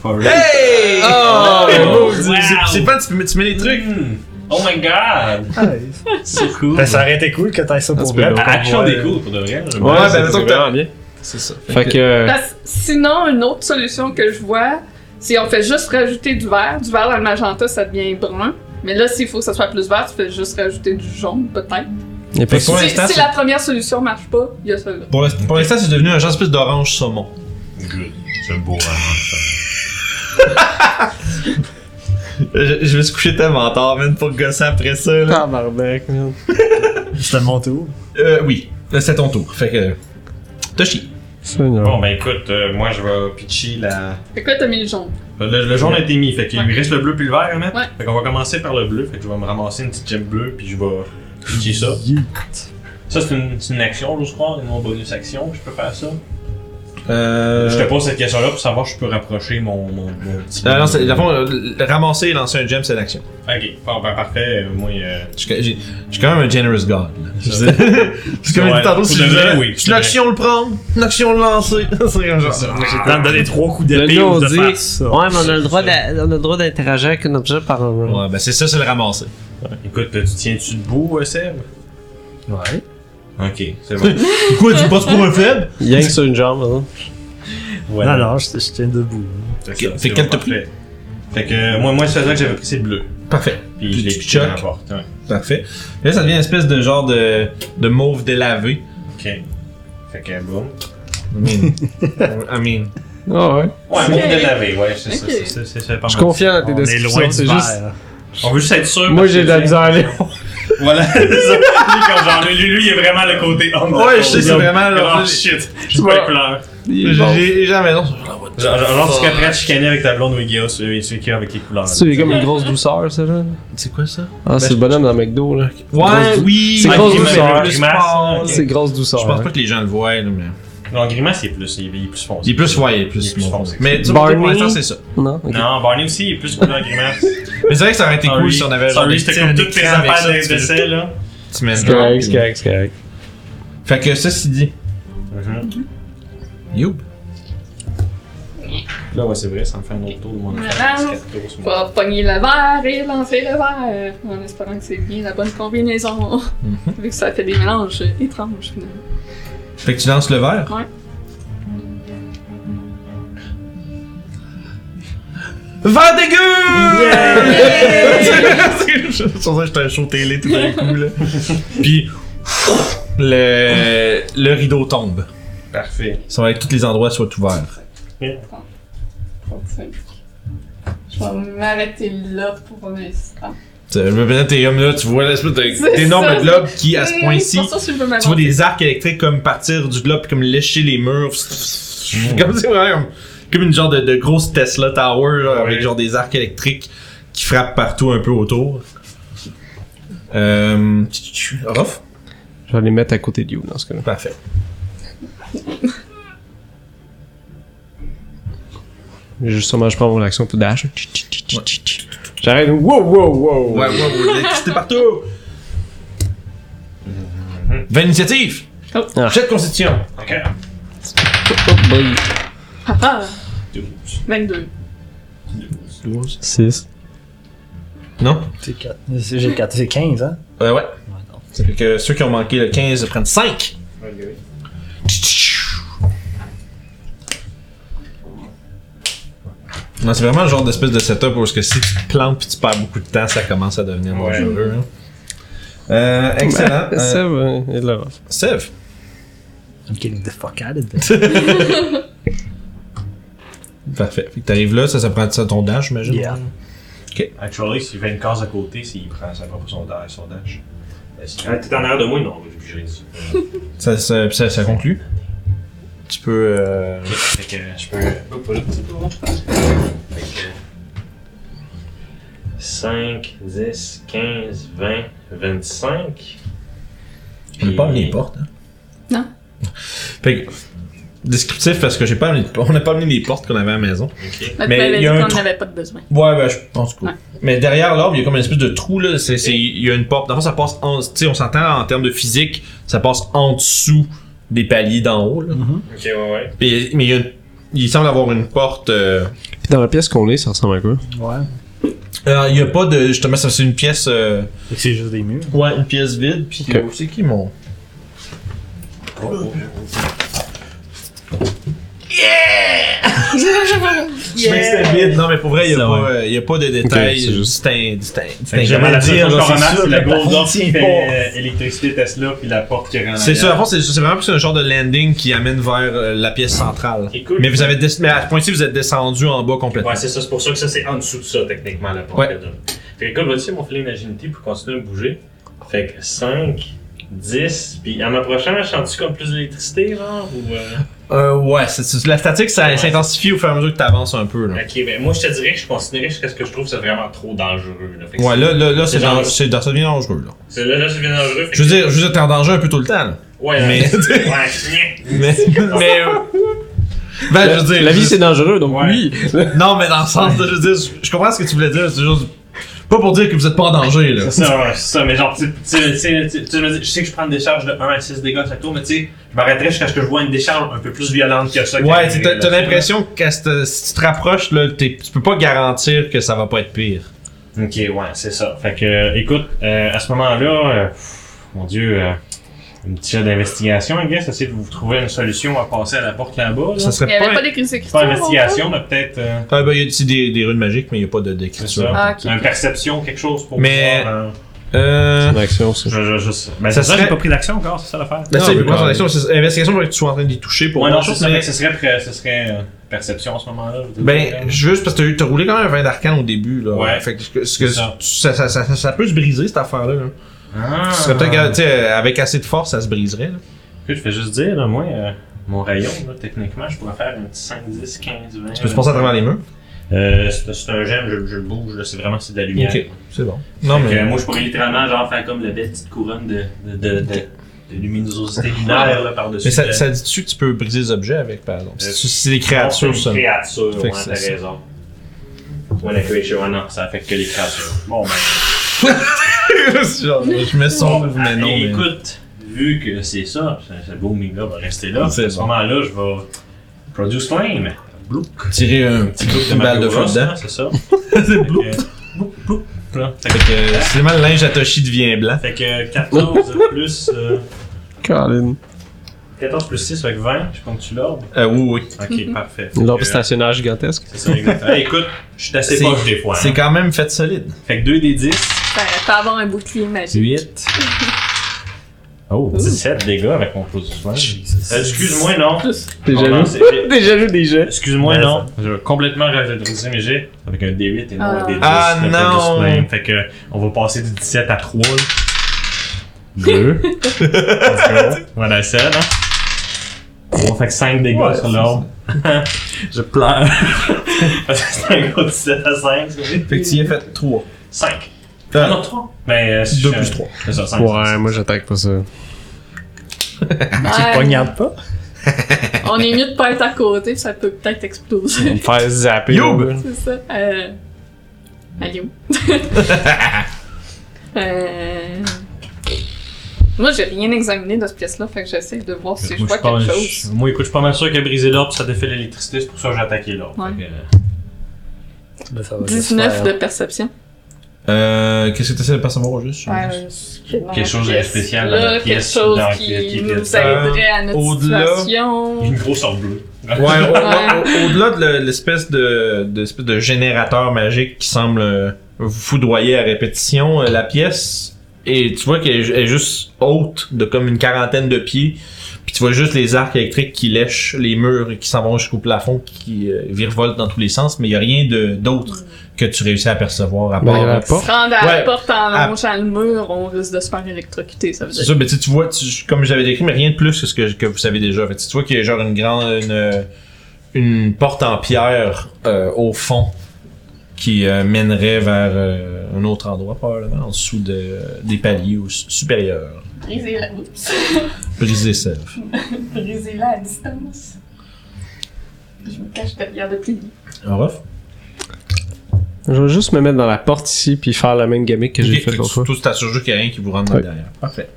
Speaker 3: Forest.
Speaker 1: Hey!
Speaker 2: Oh!
Speaker 1: Le move,
Speaker 3: Wow!
Speaker 1: c'est- c'est- c'est pas, tu mets, tu mets les trucs.
Speaker 6: Mm.
Speaker 3: Hmm. Oh my god!
Speaker 5: Nice.
Speaker 3: C'est cool.
Speaker 5: Ben, ça aurait été cool que t'aies ça pour
Speaker 2: c'est
Speaker 5: vrai.
Speaker 2: bien.
Speaker 5: puis qu'on
Speaker 3: Action
Speaker 5: voit-
Speaker 3: des cool pour de vrai.
Speaker 1: Ouais, ben,
Speaker 2: c'est-
Speaker 1: mettons
Speaker 2: c'est
Speaker 1: que t'as-
Speaker 2: vraiment bien.
Speaker 1: C'est ça.
Speaker 2: Fait que. euh,
Speaker 4: Parce- sinon, une autre solution que je vois, c'est on fait juste rajouter du vert. Du vert dans le magenta, ça devient brun. Mais là, s'il faut que ça soit plus vert, tu fais juste rajouter du jaune, peut-être.
Speaker 2: y a pas
Speaker 1: Fait que
Speaker 2: de-
Speaker 1: pour
Speaker 4: Si,
Speaker 1: l'instant,
Speaker 4: si
Speaker 1: c'est-
Speaker 4: la première solution marche pas, il y a celle-là.
Speaker 1: Pour l'inst- pour l'instant, c'est devenu un genre espèce d'orange saumon.
Speaker 3: Good. C'est beau, vraiment.
Speaker 6: Je, je vais se coucher tellement tard, man, pour gosser après ça, là.
Speaker 2: Tabarnak, man.
Speaker 5: Je te le montre où?
Speaker 1: Euh, oui. Là, C'est ton tour. Fait que. Toshi.
Speaker 2: Seigneur.
Speaker 3: Bon, ben écoute, euh, moi je vais pitcher la.
Speaker 4: Fait que là, t'as mis le jaune.
Speaker 3: Le, le jaune a été mis, fait qu'il
Speaker 4: Ouais.
Speaker 3: me reste le bleu puis le vert à mettre.
Speaker 4: Ouais.
Speaker 3: Fait qu'on va commencer par le bleu, fait que je vais me ramasser une petite gemme bleue puis je vais pitcher ça. Ça c'est une, c'est une action, je crois, une non bonus action, je peux faire ça. Je te
Speaker 1: Euh.
Speaker 3: pose cette question-là pour savoir si je peux rapprocher mon, mon, mon petit.
Speaker 1: Euh, non, c'est, dans le fond, euh, le ramasser et lancer un gem, c'est l'action.
Speaker 3: Ok, bon, ben, parfait, euh, moi. Euh...
Speaker 1: Je suis- j'ai- je suis quand même un generous god. là. Je
Speaker 3: Ça.
Speaker 1: veux dire- Parce que comme je
Speaker 3: Ouais,
Speaker 1: dis tantôt,
Speaker 3: pour
Speaker 1: si
Speaker 3: de
Speaker 1: je
Speaker 3: vrai,
Speaker 1: disais,
Speaker 3: oui,
Speaker 1: une action le prendre, une action le lancer. C'est comme genre.
Speaker 5: Dans de donner trois coups
Speaker 2: Le
Speaker 5: d'épée
Speaker 2: gars,
Speaker 5: ou
Speaker 2: on
Speaker 5: de
Speaker 2: dit-
Speaker 5: faire ça.
Speaker 2: Ouais, mais on a le droit d'a- on a le droit d'interagir avec un objet par un round.
Speaker 1: Ouais, ben c'est ça, c'est le ramasser.
Speaker 3: Écoute, tu tiens-tu debout, euh, Seb
Speaker 5: Ouais.
Speaker 3: Ok, c'est bon.
Speaker 1: Quoi, tu passes pour un faible?
Speaker 2: Yang sur une jambe, hein.
Speaker 3: Voilà.
Speaker 5: Non, non, je, je tiens debout.
Speaker 3: Fait que
Speaker 1: Fait
Speaker 3: ça, c'est
Speaker 1: qu'elle
Speaker 3: bon,
Speaker 1: te plie.
Speaker 3: parfait. Fait que euh, moi, moi, c'est ça que j'avais pris, c'est le bleu.
Speaker 1: Parfait.
Speaker 3: Puis
Speaker 1: Puis
Speaker 3: je l'ai
Speaker 1: tu
Speaker 3: pitché dans la
Speaker 1: choques.
Speaker 3: porte. ouais.
Speaker 1: Parfait. Là, ça devient une espèce de genre de, de mauve délavé.
Speaker 3: Ok. Fait que boum.
Speaker 1: I mean. I mean.
Speaker 2: Ah ouais.
Speaker 3: Ouais,
Speaker 4: Ok.
Speaker 3: mot délavé, ouais, c'est ça,
Speaker 4: Ok.
Speaker 3: c'est ça, c'est ça, pas
Speaker 2: Je
Speaker 3: mal.
Speaker 2: confie dans tes
Speaker 5: On est loin
Speaker 2: descriptions,
Speaker 5: du
Speaker 2: c'est juste.
Speaker 5: vert.
Speaker 3: On veut juste être sûr.
Speaker 2: Moi,
Speaker 3: parce
Speaker 2: j'ai
Speaker 3: que
Speaker 2: de la
Speaker 3: tu sais,
Speaker 2: misère à lire.
Speaker 3: Voilà, c'est ça. Lui, comme genre, lui, lui, il est vraiment le côté homme.
Speaker 1: Ouais, je sais, c'est vraiment,
Speaker 3: Genre,
Speaker 1: genre,
Speaker 3: oh shit. Je vois les couleurs.
Speaker 1: J'ai- J'ai jamais. non.
Speaker 3: Genre, genre, genre, tu serais prêt à te chicaner avec ta blonde ou Iggy celui celui qui a avec les couleurs.
Speaker 2: C'est il y a comme une grosse douceur, ça, là.
Speaker 1: C'est quoi ça?
Speaker 2: Ah, c'est le bonhomme dans McDo, là.
Speaker 1: Ouais,
Speaker 2: Grosse-
Speaker 1: oui.
Speaker 2: c'est
Speaker 1: ouais,
Speaker 2: grosse
Speaker 1: il est
Speaker 2: douceur.
Speaker 1: même
Speaker 3: Grimace,
Speaker 1: plus
Speaker 3: hein,
Speaker 1: pâle.
Speaker 2: C'est grosse douceur. hein.
Speaker 1: Je pense pas que les gens le voient, là, mais.
Speaker 3: Non, Grimace, il est plus, il est plus foncé.
Speaker 1: Il est plus, ouais, il est plus.
Speaker 3: Il est plus
Speaker 1: bon.
Speaker 3: foncé.
Speaker 1: Mais tu vois,
Speaker 2: Barney.
Speaker 1: pour l'instant, c'est ça.
Speaker 2: Non, ok.
Speaker 3: Non, Barney aussi, il est plus couleur Grimace.
Speaker 1: Mais c'est vrai que ça aurait
Speaker 6: Ah
Speaker 1: été
Speaker 3: Sorry.
Speaker 1: cool si on avait genre.
Speaker 3: Sorry,
Speaker 1: des
Speaker 3: c'était
Speaker 1: petits
Speaker 3: comme toutes tes
Speaker 1: écrans avec
Speaker 3: affaires
Speaker 1: ça, tu
Speaker 3: d'indécent, là.
Speaker 1: tu mets
Speaker 2: C'est
Speaker 1: genre,
Speaker 2: correct,
Speaker 1: puis-
Speaker 2: c'est correct, c'est correct.
Speaker 1: Fait que ceci dit. Youp.
Speaker 3: Là, ouais, c'est vrai, ça me fait un autre tour de mon
Speaker 4: affaire, c'est Faut pogner le vert et lancer le vert, en espérant que c'est bien la bonne combinaison. Vu que ça fait des mélanges étranges, finalement.
Speaker 1: Fait que tu lances le verre.
Speaker 4: Ouais.
Speaker 1: Vent dégueu!
Speaker 6: C'est pour ça que j'étais un show télé tout d'un coup, là.
Speaker 1: Puis le, le rideau tombe.
Speaker 3: Parfait.
Speaker 1: Ça va être que tous les endroits soient ouverts.
Speaker 4: Je vais m'arrêter là pour l'instant.
Speaker 1: Tu sais, Je me présente tes hommes là, tu vois l'espèce de-
Speaker 4: C'est ça.
Speaker 1: d'énorme globe qui, à ce point-ci,
Speaker 4: Pour ça, si je veux
Speaker 1: tu vois
Speaker 4: m'avancer.
Speaker 1: des arcs électriques comme partir du globe puis comme lécher les murs. Comme c'est vraiment comme, comme une genre de, de grosse Tesla Tower là, avec
Speaker 3: Ouais.
Speaker 1: genre des arcs électriques qui frappent partout un peu autour. Euh, Rof,
Speaker 2: Je vais les mettre à côté de You dans ce cas-là.
Speaker 1: parfait.
Speaker 2: Justement, je prends mon action pour dash. J'arrête. Wow, wow, wow.
Speaker 1: Ouais, ouais, ouais, l'électricité partout. 20 initiatives.
Speaker 4: Oh.
Speaker 2: Ah.
Speaker 1: Jet de constitution.
Speaker 3: Ok.
Speaker 2: Oh, boy.
Speaker 4: Ah, ah,
Speaker 3: 12.
Speaker 4: 22.
Speaker 2: 6.
Speaker 1: Non?
Speaker 5: C'est quatre. C'est- J'ai 4. C'est 15, hein?
Speaker 1: Euh, ouais.
Speaker 5: Ouais, non.
Speaker 1: Ça fait que ceux qui ont manqué le 15 prennent 5. Non, c'est vraiment le genre d'espèce de setup où est-ce que si tu te plantes puis tu perds beaucoup de temps, ça commence à devenir
Speaker 3: Ouais.
Speaker 1: dangereux. hein. Euh, excellent. Euh,
Speaker 2: Seb euh, est là.
Speaker 1: Sev.
Speaker 5: I'm getting the fuck out of there.
Speaker 1: Parfait. Fait que t'arrives là, ça, ça prend ça, ton dash, j'imagine.
Speaker 5: Yeah.
Speaker 3: Actually, s'il fait une case à côté, s'il prend sa propre son dash. Son dash. Euh, si- Ah, T'es en arrière de moi, non, j'ai obligé.
Speaker 1: Ça, ça, puis ça, ça conclut. Tu peux. euh,
Speaker 3: Fait que je peux. Hop, hop, hop. Fait que. 5, 10, 15, 20, 25.
Speaker 1: On n'a pas amené les portes, hein?
Speaker 4: Non.
Speaker 1: Fait que, descriptif parce que j'ai pas amené, on n'a pas amené les portes qu'on avait à la maison.
Speaker 3: Ok.
Speaker 4: Notre
Speaker 1: Mais
Speaker 4: belle
Speaker 1: il y a
Speaker 4: a dit
Speaker 1: un
Speaker 4: qu'on
Speaker 1: trou-
Speaker 4: n'avait pas de besoin.
Speaker 1: Ouais, ben, je pense que oui.
Speaker 4: Ouais.
Speaker 1: Mais derrière l'arbre, il y a comme une espèce de trou, là. C'est, c'est, il y a une porte. Dans le fond, ça passe en, tu sais, on s'entend en termes de physique, ça passe en dessous des paliers d'en haut, là.
Speaker 3: Ok, ouais, ouais.
Speaker 1: Puis- mais il y a une il semble avoir une porte. euh,
Speaker 2: Puis dans la pièce qu'on est, ça ressemble à quoi
Speaker 5: Ouais.
Speaker 1: Alors, Euh, il n'y a pas de. Justement, ça, c'est une pièce. euh,
Speaker 5: Fait que c'est juste des murs.
Speaker 6: Ouais, une pièce vide, puis
Speaker 1: qui- C'est qui mon.
Speaker 6: Yeah!
Speaker 1: vide. Non, mais pour vrai, il n'y a,
Speaker 2: Ça,
Speaker 1: pas, euh, il y a pas de détails
Speaker 2: c'est juste-
Speaker 1: distinct- distinct-
Speaker 3: Fait que
Speaker 1: distinguables.
Speaker 3: j'aimerais la
Speaker 5: dire,
Speaker 3: seule chose
Speaker 5: genre,
Speaker 3: qu'on
Speaker 5: c'est
Speaker 3: remarque,
Speaker 5: sûr,
Speaker 3: c'est la
Speaker 5: la
Speaker 3: grosse
Speaker 5: porte
Speaker 3: porte
Speaker 5: tient
Speaker 3: qui fait
Speaker 5: pas.
Speaker 3: euh, électricité Tesla, puis la porte qui rentre.
Speaker 1: C'est ça, à fond, c'est c'est vraiment plus un genre de landing qui amène vers euh, la pièce centrale.
Speaker 3: Écoute.
Speaker 1: Mais vous avez des- mais à ce point-ci, vous êtes descendu en bas complètement.
Speaker 3: Ouais, c'est ça, c'est pour ça que ça, c'est en dessous de ça, techniquement, la porte.
Speaker 1: Ouais.
Speaker 3: Ouais. Fait que, écoute, vas-tu mon feeling d'agilité pour continuer à bouger? Fait que 5, 10, puis en m'approchant, je sens-tu comme plus d'électricité, genre? Ou, euh...
Speaker 1: Euh, ouais, c'est- c'est- la statique, ça
Speaker 3: Ouais.
Speaker 1: s'intensifie au fur et à mesure que tu avances un peu. Là.
Speaker 3: Ok, ben moi, je te dirais que je considérais jusqu'à ce que je trouve que c'est vraiment trop dangereux. Là. Fait que
Speaker 1: Ouais, là, là, là, c'est
Speaker 3: C'est
Speaker 1: dans,
Speaker 3: dangereux.
Speaker 1: c'est dans- ça devient dangereux. Là.
Speaker 3: c'est- Là, là, c'est bien dangereux. fait
Speaker 1: Je veux
Speaker 3: que-
Speaker 1: dire, je veux dire, t'es en danger un peu tout le temps. Là.
Speaker 3: Ouais,
Speaker 1: mais-
Speaker 3: ouais, ouais.
Speaker 1: Mais, mais, euh, ben, je veux dire,
Speaker 2: la vie,
Speaker 1: je-
Speaker 2: c'est dangereux, donc
Speaker 3: Ouais.
Speaker 2: oui.
Speaker 1: non, mais dans le sens, de, je veux dire, je- je comprends ce que tu voulais dire. C'est juste pas pour dire que vous êtes pas en danger là.
Speaker 3: C'est ça, ouais, c'est ça, mais genre, tu tu- tu sais, tu- tu me dis, je sais que je prends une décharge de 1 à 6 dégâts chaque tour, mais tu sais, je m'arrêterais jusqu'à ce que je vois une décharge un peu plus violente que ça. qui
Speaker 1: Ouais,
Speaker 3: arrive,
Speaker 1: t'sais, t'as
Speaker 3: là.
Speaker 1: t'as l'impression que quand c'est- si tu te rapproches là, t'es- tu peux pas garantir que ça va pas être pire.
Speaker 3: Ok, ouais, c'est ça. Fait que, euh, écoute, euh, à ce moment-là, euh, pff, mon Dieu, euh, une petite chose d'investigation, I guess, essayer de vous trouver une solution à passer à la porte là-bas. Là.
Speaker 1: Ça serait
Speaker 4: Il n'y avait
Speaker 1: pas.
Speaker 4: pas d'écrit sécurité.
Speaker 3: Pas investigation, mais peut-être euh,
Speaker 1: Ah, ben, il y a tu sais, des, des runes magiques, mais il y a pas de
Speaker 3: c'est
Speaker 1: d'écriture.
Speaker 3: ça,
Speaker 4: Ah, ok.
Speaker 3: une perception, quelque chose pour
Speaker 1: Mais-
Speaker 3: pouvoir, euh,
Speaker 1: Euh.
Speaker 2: Une action, ça.
Speaker 3: je, je, je, sais. ben,
Speaker 1: Ça
Speaker 3: c'est ça,
Speaker 1: serait-
Speaker 3: j'ai pas pris d'action encore, c'est ça l'affaire.
Speaker 1: Ben,
Speaker 2: Non,
Speaker 1: c'est
Speaker 2: mais
Speaker 1: moi,
Speaker 2: quand
Speaker 1: son
Speaker 2: même.
Speaker 1: action, c'est- investigation, faudrait que tu sois en train d'y toucher pour
Speaker 3: Ouais, non,
Speaker 1: voir.
Speaker 3: je
Speaker 1: chose,
Speaker 3: sais,
Speaker 1: mais-
Speaker 3: mais ce serait, pré- ce serait euh, perception en ce moment-là. je veux dire.
Speaker 1: Ben, juste parce que t'as eu- t'as roulé quand même un 20 d'arcane au début, là.
Speaker 3: Ouais.
Speaker 1: Fait que, ce que- ce que-
Speaker 3: C'est ça.
Speaker 1: tu- ça. Ça, ça, ça peut se briser, cette affaire-là. là.
Speaker 3: ah.
Speaker 1: Tu serais peut-être, capable- tu sais, avec assez de force, ça se briserait, là.
Speaker 3: Écoute, je vais juste dire, là, moi, euh, mon rayon, là, techniquement, je pourrais faire un petit 5, 10, 15, 20.
Speaker 1: Tu peux se passer à travers les murs.
Speaker 3: Euh, c'est c'est un gemme, je, je le bouge, là, c'est vraiment c'est de la lumière.
Speaker 1: Ok. C'est bon. Non,
Speaker 3: Fait que,
Speaker 1: mais.
Speaker 3: euh, moi, je pourrais littéralement genre faire comme la belle petite couronne de, de, de, de, de luminosité lunaire là, par-dessus.
Speaker 1: Mais ça,
Speaker 3: le-
Speaker 1: ça dit-tu que tu peux briser des objets avec, par exemple?
Speaker 3: Euh,
Speaker 1: Si c'est des
Speaker 3: Non,
Speaker 1: créatures,
Speaker 3: c'est
Speaker 1: ça.
Speaker 3: une créature,
Speaker 1: Fait
Speaker 3: ouais,
Speaker 1: que c'est
Speaker 3: t'as
Speaker 1: ça.
Speaker 3: raison. Ouais, la créature, ouais, non, ça affecte que les créatures. Bon, ben.
Speaker 1: C'est genre, je me sauve, mais
Speaker 3: Ah,
Speaker 1: non.
Speaker 3: et
Speaker 1: mais-
Speaker 3: Écoute, vu que c'est ça, ce- ce beau Minga va rester là. À
Speaker 1: C'est
Speaker 3: ce
Speaker 1: bon.
Speaker 3: moment-là, je vais produce flame. Blouk.
Speaker 1: Tirer un
Speaker 3: Petit blouk de
Speaker 1: une balle de
Speaker 3: Mario
Speaker 1: feu
Speaker 3: Bros,
Speaker 1: dedans.
Speaker 3: hein, C'est ça.
Speaker 1: C'est
Speaker 3: Fait
Speaker 1: blou.
Speaker 3: que- Blouk, blouk. Là.
Speaker 1: Fait que, c'est Euh, le linge à Toshi devient blanc.
Speaker 3: Fait que 14 plus, euh,
Speaker 2: Colin.
Speaker 3: 14 plus 6, fait que 20. Je compte-tu l'ordre?
Speaker 1: Euh, oui, oui.
Speaker 3: Ok, parfait. Fait
Speaker 2: L'orbe
Speaker 3: que, euh,
Speaker 2: stationnaire gigantesque.
Speaker 3: C'est ça, exactement. Hey, écoute, je suis assez
Speaker 1: C'est-
Speaker 3: poche des fois.
Speaker 1: C'est
Speaker 3: Hein.
Speaker 1: quand même fait solide.
Speaker 3: Fait que 2 des 10,
Speaker 4: Fallait pas avoir un bouclier magique.
Speaker 3: 8. Oh, 17 dégâts avec mon produit soin. Excuse-moi, non.
Speaker 4: Plus.
Speaker 2: T'es
Speaker 3: Bon, non,
Speaker 2: jaloux
Speaker 3: Ah, c'est-
Speaker 2: T'es jaloux des jets.
Speaker 3: Excuse-moi,
Speaker 6: Ouais,
Speaker 3: non. Je vais complètement réduire mes jets avec un D8 et non
Speaker 4: Ah.
Speaker 3: un D10.
Speaker 1: Ah,
Speaker 3: Le
Speaker 1: non.
Speaker 3: bonus flame. Fait que, on va passer du 17 à 3. 2. voilà, ça, hein. Bon, fait que 5 dégâts
Speaker 6: Ouais,
Speaker 3: sur
Speaker 6: c'est
Speaker 3: l'orbe.
Speaker 6: Je pleure.
Speaker 3: Parce que c'est un gros 17 à 5.
Speaker 1: Fait que tu y as fait 3.
Speaker 3: 5. Ah non, 3. Mais euh, si
Speaker 1: 2
Speaker 3: je-
Speaker 1: plus 3.
Speaker 3: C'est ça, 5.
Speaker 2: Ouais, moi j'attaque pas ça.
Speaker 4: Ouais.
Speaker 5: Pognarde pas.
Speaker 4: On est mieux de pas être à côté, ça peut peut-être exploser.
Speaker 2: Me faire zapper.
Speaker 1: Youb!
Speaker 2: là.
Speaker 4: C'est ça. Euh... Allô? euh... Moi, j'ai rien examiné de cette pièce-là, fait que j'essaie de voir si je vois quelque chose.
Speaker 3: Moi, écoute, je suis pas mal sûr qu'il a brisé l'orbe, ça défait l'électricité, c'est pour ça que j'ai attaqué l'orbe.
Speaker 4: Ouais.
Speaker 3: Fait que, euh,
Speaker 5: Là, Ben, ça va juste
Speaker 4: 19
Speaker 5: faire-
Speaker 4: de perception.
Speaker 1: Euh, qu'est-ce que tu essaies de percevoir au juste?
Speaker 3: Quelque chose de spécial dans la pièce,
Speaker 4: Quelque chose
Speaker 3: dans-
Speaker 4: qui,
Speaker 3: qui- qui-
Speaker 4: nous
Speaker 1: Euh,
Speaker 4: aiderait à notre
Speaker 1: au-delà-
Speaker 4: situation.
Speaker 3: euh, Une grosse orbe bleue.
Speaker 1: Ouais, au- au- au- au-delà de le- l'espèce de, de, l'espèce de générateur magique qui semble euh, vous foudroyer à répétition, euh, la pièce, et tu vois qu'elle est ju- elle est juste haute de comme une quarantaine de pieds, puis tu vois juste les arcs électriques qui lèchent les murs et qui s'en vont jusqu'au plafond, qui euh, virevoltent dans tous les sens, mais il n'y a rien de- d'autre que tu réussis à percevoir à
Speaker 2: Mais
Speaker 1: part...
Speaker 2: il y a la
Speaker 4: Si on
Speaker 2: porte.
Speaker 4: se rend à
Speaker 1: Ouais.
Speaker 4: la porte en
Speaker 1: À-
Speaker 4: longeant le mur, on risque de se faire électrocuter, ça veut
Speaker 1: C'est
Speaker 4: dire.
Speaker 1: ça, mais tu sais, tu vois, tu- comme j'avais décrit, mais rien de plus que ce que, que vous savez déjà. Fait, que tu vois qu'il y a genre une grande, une, une porte en pierre euh, au fond qui euh, mènerait vers euh, un autre endroit, probablement, en dessous de, des paliers au- supérieurs.
Speaker 4: Brisez-la.
Speaker 1: Briser ça.
Speaker 4: Brisez-la à distance. Je me cache derrière le pli.
Speaker 2: Ah,
Speaker 1: En ref?
Speaker 2: Je vais juste me mettre dans la porte ici puis faire la même gamique que j'ai
Speaker 1: Ok,
Speaker 2: fait l'autre
Speaker 1: tu-
Speaker 2: fois.
Speaker 1: Tout t'assures juste qu'il n'y a rien qui vous rentre dans
Speaker 2: Ouais.
Speaker 1: derrière. Parfait.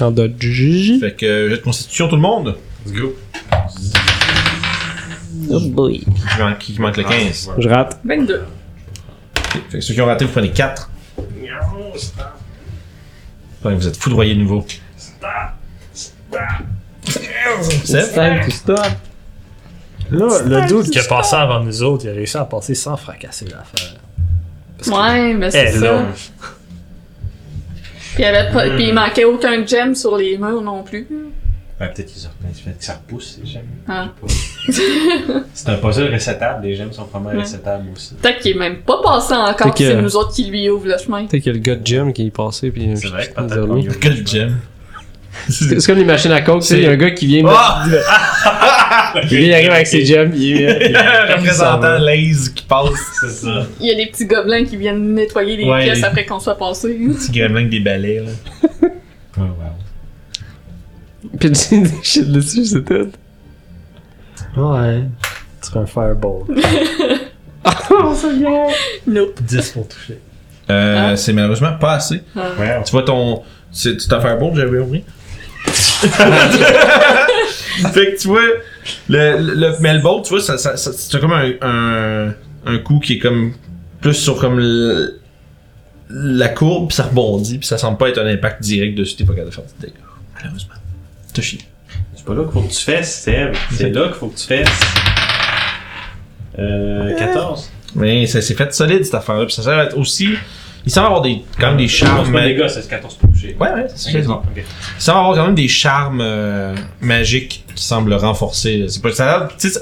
Speaker 2: En dodge.
Speaker 1: Fait que, euh, jet de constitution, tout le monde.
Speaker 3: Let's go.
Speaker 7: Oh boy.
Speaker 1: Qui manque, qui manque le 15.
Speaker 7: Je rate.
Speaker 4: 22.
Speaker 1: Fait que ceux qui ont raté, vous prenez 4. vous êtes foudroyé de nouveau.
Speaker 7: It's
Speaker 1: Seb?
Speaker 7: time to stop.
Speaker 5: Là, le dude qui a passé avant nous autres, il a réussi à passer sans fracasser l'affaire. Parce que-
Speaker 4: Ouais, mais c'est
Speaker 5: Eh, là.
Speaker 4: ça. Puis, il y avait pas- puis il manquait aucun gem sur les murs non plus.
Speaker 3: Ben, peut-être qu'ils ont peut-être que ça repousse les gemmes.
Speaker 4: Ah.
Speaker 3: Je sais pas. C'est un puzzle récetable, les gemmes sont vraiment
Speaker 4: Ouais.
Speaker 3: récetables aussi.
Speaker 4: Peut-être qu'il est même pas
Speaker 2: Fait
Speaker 4: passé encore,
Speaker 2: que-
Speaker 4: c'est nous autres qui lui ouvrent le chemin.
Speaker 2: Peut-être qu'il y a le gars de gym qui est passé, puis
Speaker 3: C'est vrai que
Speaker 2: Putain,
Speaker 3: peut-être
Speaker 2: zéro.
Speaker 3: qu'on y a-
Speaker 1: Quel gem.
Speaker 2: C'est c'est comme les machines à coke, tu sais, il y a un gars qui vient.
Speaker 3: Oh!
Speaker 1: Ah!
Speaker 2: il vient, il arrive avec ses jumps, il
Speaker 1: Représentant Laze qui passe.
Speaker 3: C'est ça.
Speaker 4: Il y a des petits gobelins qui viennent nettoyer les
Speaker 1: Ouais,
Speaker 4: pièces
Speaker 1: les-
Speaker 4: après qu'on soit passé.
Speaker 1: Petit gremlin avec des balais, là.
Speaker 3: Oh, wow.
Speaker 2: Puis tu des shit dessus, c'est tout.
Speaker 5: Ouais. Tu fais un fireball.
Speaker 4: Nope.
Speaker 5: 10 pour toucher.
Speaker 1: Euh,
Speaker 4: Ah.
Speaker 1: C'est malheureusement pas assez.
Speaker 3: Wow.
Speaker 1: Tu vois ton. c'est- Tu t'as fait un bourre, j'avais oublié. fait que tu vois, le, le, le- mais le bolt, tu vois, ça, ça, ça- c'est comme un, un, un coup qui est comme plus sur comme le- la courbe, puis ça rebondit, puis ça semble pas être un impact direct dessus, t'es pas capable de faire des dégâts. Malheureusement. T'as chié.
Speaker 3: C'est pas là qu'il faut que tu fasses, Seb. C'est là qu'il faut que tu fasses. Euh, 14.
Speaker 1: Mais ça s'est fait solide cette affaire-là, puis ça sert à être aussi. Il semble avoir des, quand même des
Speaker 3: charges.
Speaker 1: charmes.
Speaker 3: Les
Speaker 1: Ouais,
Speaker 3: gars, c'est 14 pour toucher.
Speaker 1: ouais, c'est
Speaker 3: Ok,
Speaker 1: ça.
Speaker 3: ok.
Speaker 1: Ça va avoir quand même des charmes euh, magiques qui semblent renforcer. C'est pas, ça a l'air, tu sais, ça-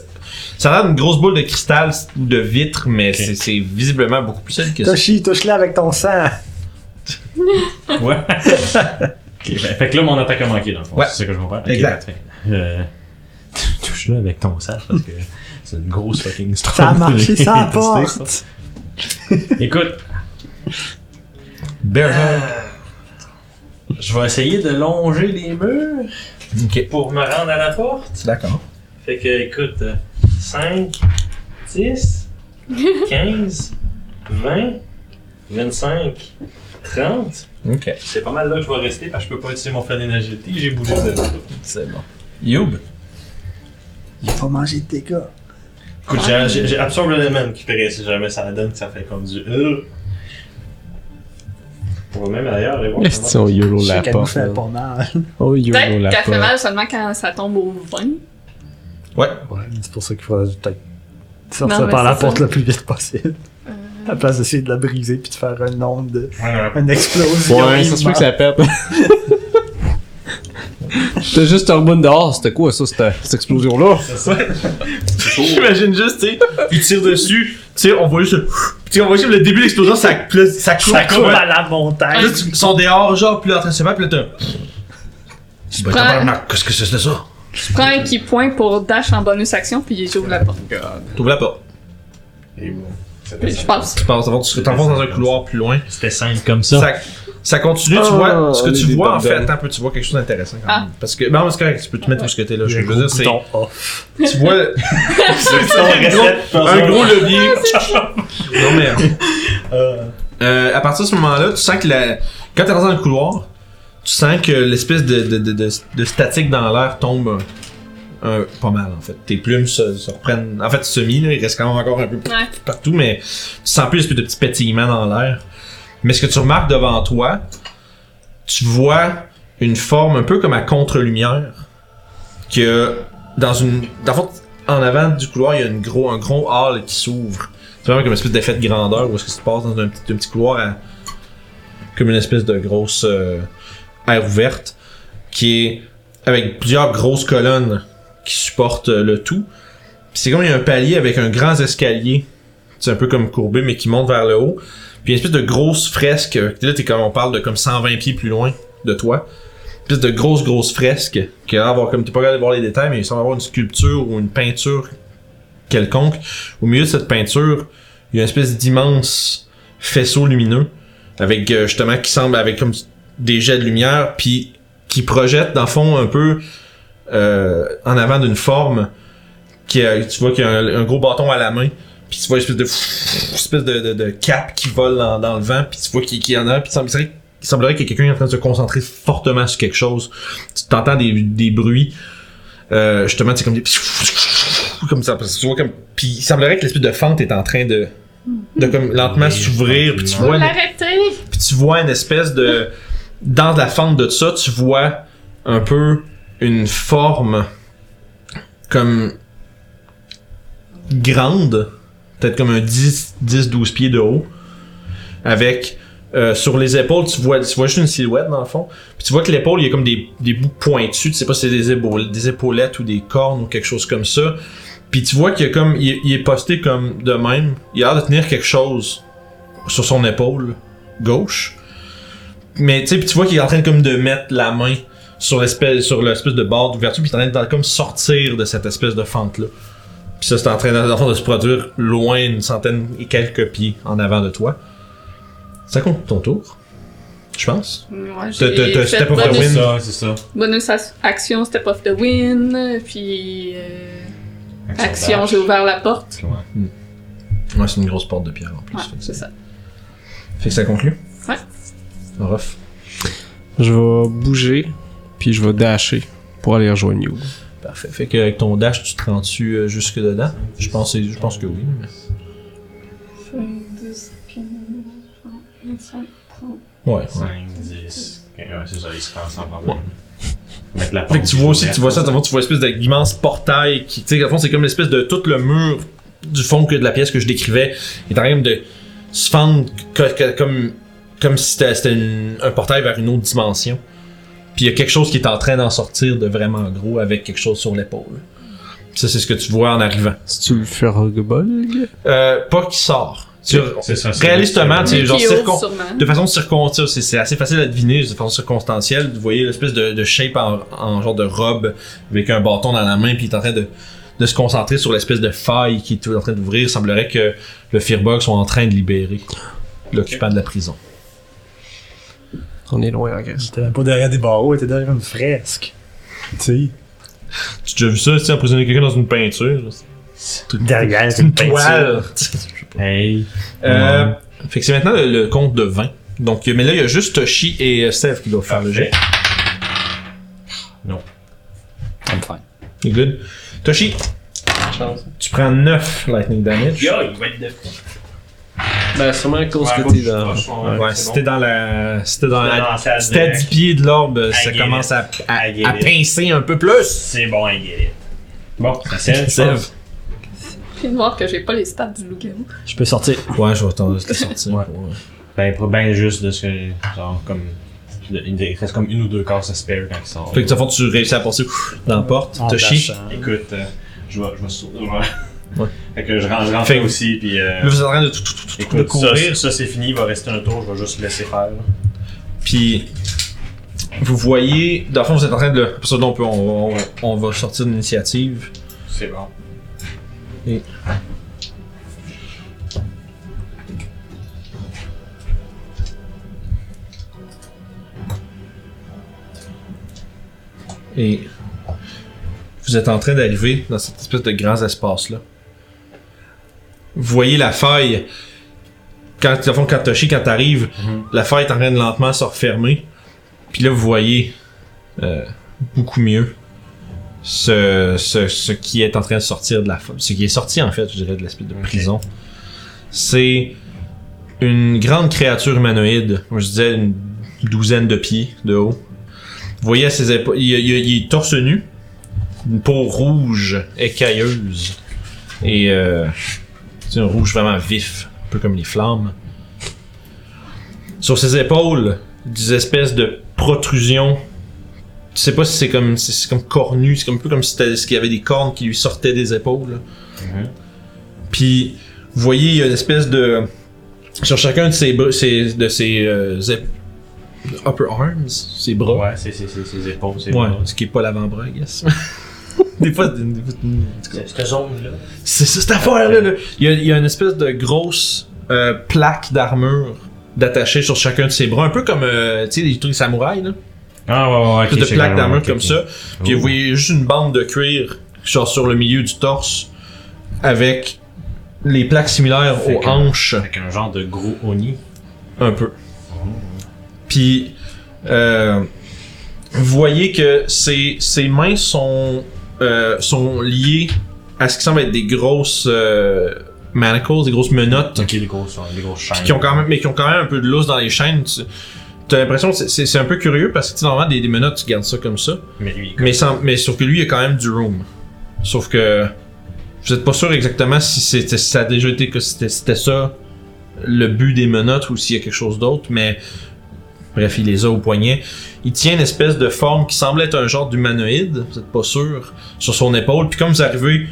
Speaker 1: ça a l'air d'une grosse boule de cristal ou de vitre, mais c'est, c'est visiblement beaucoup plus solide que ça.
Speaker 5: Toshi, touche-le avec ton sang.
Speaker 3: Ouais. Ok, ben, fait que là, mon attaque a manqué, dans le fond.
Speaker 1: Ouais.
Speaker 3: C'est ça que je comprends. Ok,
Speaker 1: Exact.
Speaker 3: parfait. Euh, Touche-le avec ton sable parce que c'est une grosse fucking strong.
Speaker 5: Ça a marché sans porte.
Speaker 3: Écoute, euh,
Speaker 1: Bear hug.
Speaker 3: je vais essayer de longer les murs
Speaker 1: Ok.
Speaker 3: pour me rendre à la porte.
Speaker 1: Ah, D'accord.
Speaker 3: Fait que, écoute, euh, 5, 10, 15, 20, 25, 30.
Speaker 1: Ok.
Speaker 3: C'est pas mal là que je vais rester parce que je peux pas utiliser mon flair d'énergie. J'ai bougé de
Speaker 1: C'est bon. Youb.
Speaker 5: Il faut manger de tes gars.
Speaker 3: Écoute, j'ai- j'ai j'ai absorbe l'élément qui fait si jamais ça donne que ça fait comme du. Euh. On va même d'ailleurs aller voir.
Speaker 2: Est-ce qu'ils sont YOLO
Speaker 5: Je sais
Speaker 2: la
Speaker 5: qu'elle nous
Speaker 2: porte?
Speaker 5: fait
Speaker 2: là?
Speaker 5: pas mal.
Speaker 2: Oh, YOLO
Speaker 4: Peut-être
Speaker 2: la
Speaker 4: qu'elle fait
Speaker 2: porte.
Speaker 4: mal seulement quand ça tombe au vin.
Speaker 1: Ouais.
Speaker 5: Ouais, c'est pour ça qu'il faudrait peut-être
Speaker 4: Non,
Speaker 5: sortir
Speaker 4: mais
Speaker 5: par la
Speaker 4: c'est ça. Euh.
Speaker 5: porte le plus vite possible. À la place d'essayer de la briser puis de faire un onde, de...
Speaker 3: Ouais,
Speaker 5: une explosion.
Speaker 2: Ouais, ça se peut que ça pète. T'as juste un bon dehors, c'était quoi ça, cette, cette explosion-là?
Speaker 1: J'imagine juste, tu sais, il tire dessus, tu sais, on voit juste, le- tu sais, on voit juste le début de l'explosion, ça, là, ça coupe.
Speaker 5: Ça coupe
Speaker 1: ouais.
Speaker 5: à la montagne.
Speaker 1: Là, tu- ils sont dehors, genre, puis là, en train de se battre, puis là, t'as. Ben,
Speaker 4: prends-
Speaker 1: tabarnak, qu'est-ce que c'est, c'est ça?
Speaker 4: Je prends un key point pour dash en bonus action, puis j'ouvre la porte.
Speaker 1: T'ouvres la porte.
Speaker 3: Et bon.
Speaker 4: Je passe.
Speaker 1: Tu penses, tu t'enfonces dans un couloir plus loin.
Speaker 3: C'était simple comme ça.
Speaker 1: ça, ça continue, tu
Speaker 2: Ah,
Speaker 1: vois, ce que
Speaker 2: on est
Speaker 1: tu
Speaker 2: des
Speaker 1: vois, en
Speaker 2: bonnes
Speaker 1: fait,
Speaker 2: dames.
Speaker 1: attends, un peu, tu vois quelque chose d'intéressant quand
Speaker 4: Ah.
Speaker 1: même. Parce que, non, mais c'est correct, tu peux te mettre où ce que t'es là. Je veux dire, c'est,
Speaker 5: Ton off.
Speaker 1: tu vois, c'est un gros, un gros levier. non, mais, euh, à partir de ce moment-là, tu sens que la, quand t'es dans le couloir, tu sens que l'espèce de, de, de, de, de statique dans l'air tombe un- un- pas mal, en fait. Tes plumes se, se reprennent, en fait, semi, là, il reste quand même encore un peu
Speaker 4: Ouais.
Speaker 1: partout, mais tu sens plus l'espèce de petit pétillement dans l'air. Mais ce que tu remarques devant toi, tu vois une forme un peu comme à contre-lumière, que dans une... Dans le fond, en avant du couloir, il y a une gros, un gros hall qui s'ouvre. C'est vraiment comme une espèce d'effet de grandeur, où est-ce que tu passes dans un petit, un petit couloir à- comme une espèce de grosse euh, aire ouverte, qui est avec plusieurs grosses colonnes qui supportent euh, le tout. Puis c'est comme il y a un palier avec un grand escalier. C'est un peu comme courbé, mais qui monte vers le haut. Puis il y a une espèce de grosse fresque. euh, Là, t'es comme, on parle de comme 120 pieds plus loin de toi. Une espèce de grosse, grosse fresque. Qui a l'air d'avoir, comme t'es pas capable de voir les détails, mais il semble avoir une sculpture ou une peinture quelconque. Au milieu de cette peinture, il y a une espèce d'immense faisceau lumineux. Avec, euh, justement, qui semble avec comme des jets de lumière. Puis qui projette, dans le fond, un peu euh, en avant d'une forme qui a- tu vois qu'il y a un, un gros bâton à la main puis tu vois une espèce de une espèce de, de, de cap qui vole dans, dans le vent puis tu vois qu'il qu'il y en a puis il semblerait, il semblerait que quelqu'un est en train de se concentrer fortement sur quelque chose tu t'entends des, des bruits euh, justement c'est comme des pff, comme ça, parce que tu vois comme. Puis il semblerait que l'espèce de fente est en train de. De comme lentement
Speaker 3: Oui,
Speaker 1: s'ouvrir, puis tu vois, une-
Speaker 4: L'arrêter!
Speaker 1: puis tu vois une espèce de. Dans la fente de ça, tu vois un peu une forme comme grande, peut-être comme un 10-12 pieds de haut, avec euh, sur les épaules, tu vois, tu vois juste une silhouette dans le fond, puis tu vois que l'épaule, il y a comme des, des bouts pointus, tu sais pas si c'est des, épaule- des épaulettes ou des cornes ou quelque chose comme ça, puis tu vois qu'il y a comme, il, il est posté comme de même, il a l'air de tenir quelque chose sur son épaule gauche, mais tu sais, puis tu vois qu'il est en train comme de mettre la main sur l'espèce sur l'espèce de barre d'ouverture puis il est en train de comme sortir de cette espèce de fente là puis ça c'est en train dans le fond, de se produire loin une centaine et quelques pieds en avant de toi ça compte ton tour je pense
Speaker 4: Ouais,
Speaker 1: T'as- t'as- t'as
Speaker 4: j'ai fait
Speaker 1: step of the
Speaker 4: bonus,
Speaker 1: wind.
Speaker 3: ça, c'est ça.
Speaker 4: bonus as- action, step off the win, puis euh, action,
Speaker 3: dash.
Speaker 4: j'ai ouvert la porte.
Speaker 3: Ouais.
Speaker 1: ouais c'est une grosse porte de pierre en plus
Speaker 4: Ouais,
Speaker 1: fait, que
Speaker 4: c'est ça.
Speaker 1: fait que ça conclut
Speaker 4: Ouais.
Speaker 1: Rough.
Speaker 2: Je vais bouger, puis je vais dasher pour aller rejoindre You.
Speaker 1: parfait fait que avec ton dash tu te rends tu jusque dedans je pense je pense que oui ouais, ouais.
Speaker 3: 5, 10. Ouais, c'est ça, il se rend sans problème. Avec la
Speaker 1: Fait que tu vois aussi, tu vois ça, tu
Speaker 3: va.
Speaker 1: vois, tu vois l'espèce d'immense portail qui, tu sais, au fond, c'est comme l'espèce de tout le mur du fond que de la pièce que je décrivais est en train de se fendre co- co- comme, comme si c'était c'était une- un portail vers une autre dimension. Puis il y a quelque chose qui est en train d'en sortir de vraiment gros avec quelque chose sur l'épaule. Ça, c'est ce que tu vois en arrivant.
Speaker 2: Si tu le fais Rogbog,
Speaker 1: Euh, pas qui sort. Tu-
Speaker 3: C'est ça, c'est-
Speaker 1: réalistement, tu
Speaker 3: c'est-
Speaker 1: sais, genre
Speaker 4: Qui ouvre
Speaker 1: circon-
Speaker 4: sûrement.
Speaker 1: de façon circonstancielle, c'est, c'est assez facile à deviner de façon circonstancielle. Vous voyez l'espèce de, de shape en, en genre de robe avec un bâton dans la main, puis il est en train de, de se concentrer sur l'espèce de faille qui est en train d'ouvrir. Il semblerait que le Fearbug soit en train de libérer l'occupant de la prison.
Speaker 2: on est loin, I guess.
Speaker 5: J'étais même pas derrière des barreaux, était derrière une fresque. Tu sais,
Speaker 1: Tu as déjà vu ça, tu sais, emprisonner quelqu'un dans une peinture?
Speaker 5: derrière
Speaker 1: C'est une toile!
Speaker 3: Hey.
Speaker 1: Euh, Fait que c'est maintenant le, le compte de 20. Donc, euh, mais là, il y a juste Toshi et euh, Steph qui doivent faire le jet.
Speaker 5: I'm fine.
Speaker 1: You're good. Toshi, tu prends 9 lightning damage.
Speaker 3: Yo, il va être de
Speaker 2: Ben, sûrement à cause
Speaker 3: Ouais,
Speaker 2: que
Speaker 3: moi,
Speaker 2: t'es
Speaker 3: je-
Speaker 2: dans.
Speaker 3: je suis pas-
Speaker 1: Ouais,
Speaker 3: ouais,
Speaker 1: si
Speaker 3: hein. c'est
Speaker 1: t'es
Speaker 3: bon.
Speaker 1: dans la. Si t'es dans
Speaker 3: Dans
Speaker 1: la.
Speaker 3: la salle
Speaker 1: si t'es à
Speaker 3: de-
Speaker 1: 10 pieds de l'orbe, ça
Speaker 3: get
Speaker 1: commence à, à,
Speaker 3: I get
Speaker 1: à
Speaker 3: it.
Speaker 1: pincer un peu plus.
Speaker 3: C'est bon, I get it. Bon, ça sève.
Speaker 1: Sève.
Speaker 4: Puis de voir que j'ai pas les stats du loup-garou.
Speaker 5: Je peux sortir.
Speaker 1: Ouais, je vais attendre de te sortir.
Speaker 3: Ouais.
Speaker 1: pour, euh,
Speaker 3: Ben, pas bien juste de ce que. Genre, comme. de- Il reste comme une ou deux cases à spare quand il sort.
Speaker 1: Fait que dans le fond, tu réussis à passer ouf, dans la porte,
Speaker 5: En
Speaker 1: te chies.
Speaker 5: dashant.
Speaker 3: Écoute, euh, je vais, je vais sauter.
Speaker 1: Ouais.
Speaker 3: Fait que je rentre, je rentre
Speaker 1: Fait que-
Speaker 3: aussi, puis. euh,
Speaker 1: Là, vous êtes en train de, tout, tout, tout, tout, de
Speaker 3: écoute, ça,
Speaker 1: courir.
Speaker 3: ça c'est fini, il va rester un tour, je vais juste laisser faire.
Speaker 1: Puis. Vous voyez. Dans le fond, vous êtes en train de. Pour ça, donc, on peut- on, on, on va sortir d'initiative.
Speaker 3: C'est bon.
Speaker 1: Et vous êtes en train d'arriver dans cette espèce de grand espace-là. Vous voyez la faille. Quand, dans le fond, quand Toshi, quand t'arrives, la faille est en train de lentement se refermer. Puis là, vous voyez euh, beaucoup mieux ce, ce, ce qui est en train de sortir de la fa- Ce qui est sorti, en fait, je dirais, de l'espèce de
Speaker 3: Ok.
Speaker 1: prison. C'est une grande créature humanoïde. Comme je disais, une douzaine de pieds de haut. Vous voyez à ses épaules, il, il- il est torse nu, une peau rouge, écailleuse, et euh, c'est un rouge vraiment vif, un peu comme les flammes. Sur ses épaules, des espèces de protrusions. Tu sais pas si c'est comme c'est c'est comme cornu, c'est comme un peu comme si c'était- s'il y avait des cornes qui lui sortaient des épaules.
Speaker 3: Mhm.
Speaker 1: Puis vous voyez, il y a une espèce de sur chacun de ses bras- ses- de ses euh, ép- upper arms, ses bras.
Speaker 3: Ouais, c'est c'est- c'est- ses épaules, c'est
Speaker 1: Ouais,
Speaker 3: bon.
Speaker 1: ce qui est pas l'avant-bras, I guess. des fois, des- des fois, c'est-
Speaker 3: C'est- Cette zone-là.
Speaker 1: c'est ça, cette affaire-là. là. Il y a, il y a une espèce de grosse euh, plaque d'armure d'attacher sur chacun de ses bras, un peu comme, euh, tu sais, les trucs samouraïs, là.
Speaker 3: Ah, ouais, ouais, ouais.
Speaker 1: Une espèce de plaque d'armure comme ça. Puis
Speaker 3: Ouh.
Speaker 1: vous voyez juste une bande de cuir, genre sur le milieu du torse, avec les plaques similaires
Speaker 3: Fait
Speaker 1: aux
Speaker 3: que-
Speaker 1: hanches.
Speaker 3: Avec un genre de gros oni.
Speaker 1: Un peu. Puis, euh, vous voyez que ses, ses mains sont, euh, sont liées à ce qui semble être des grosses euh, manacles, des grosses menottes,
Speaker 3: Ok, les grosses, les grosses chaînes.
Speaker 1: qui ont quand même, mais qui ont quand même un peu de lousse dans les chaînes. Tu- T'as l'impression que c'est- c'est c'est un peu curieux parce que tu sais, normalement des, des menottes, tu gardes ça comme ça.
Speaker 3: Mais lui,
Speaker 1: Mais, sans- mais sauf que lui, il y a quand même du room. Sauf que vous êtes pas sûr exactement si c'était si ça a déjà été que c'était c'était ça le but des menottes ou s'il y a quelque chose d'autre, mais bref, il les a au poignet. Il tient une espèce de forme qui semble être un genre d'humanoïde, vous êtes pas sûr, sur son épaule. Puis comme vous arrivez,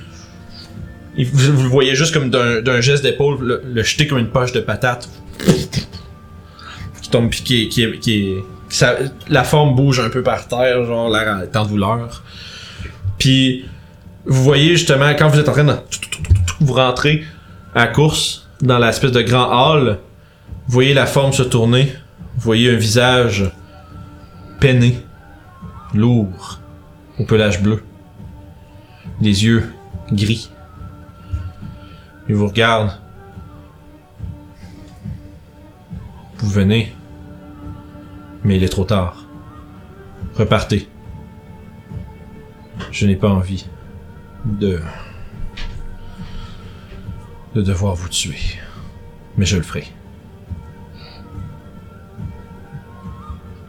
Speaker 1: il- vous, vous le voyez juste comme d'un d'un geste d'épaule le, le jeter comme une poche de patate. qui tombe puis qui est- qui est- qui est ça- la forme bouge un peu par terre, genre l'air en- en douleur. Puis vous voyez justement quand vous êtes en train de vous rentrez à course dans l'espèce de grand hall, vous voyez la forme se tourner, vous voyez un visage peiné, lourd, au pelage bleu, des yeux gris. Il vous regarde. Vous venez mais il est trop tard. Repartez. Je n'ai pas envie de... de devoir vous tuer. Mais je le ferai.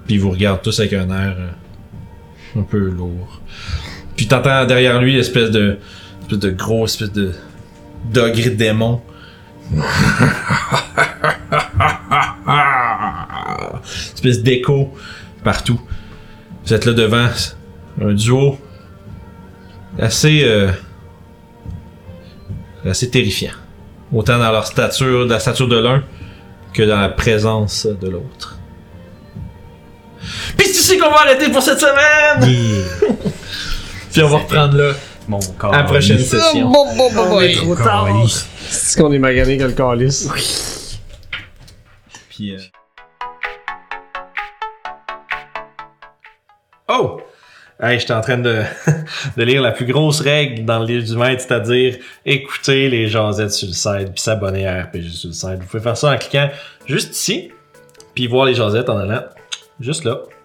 Speaker 1: Puis il vous regarde tous avec un air euh, un peu lourd. Puis t'entends derrière lui l'espèce de... espèce de gros espèce de... d'ogre démon. espèce d'écho partout. Vous êtes là devant un duo assez euh, assez terrifiant. Autant dans leur stature, la stature de l'un que dans la présence de l'autre. Puis c'est ici qu'on va arrêter pour cette semaine! Puis on va reprendre là
Speaker 3: mon corps.
Speaker 1: à la prochaine session.
Speaker 2: Ah,
Speaker 5: Trop tard!
Speaker 2: C'est qu'on est magané que le calice.
Speaker 1: Puis, euh, Oh! Hey, j'étais en train de, de lire la plus grosse règle dans le livre du maître, c'est-à-dire écouter les jasettes sur le site puis s'abonner à RPG sur le site. Vous pouvez faire ça en cliquant juste ici, puis voir les jasettes en allant juste là.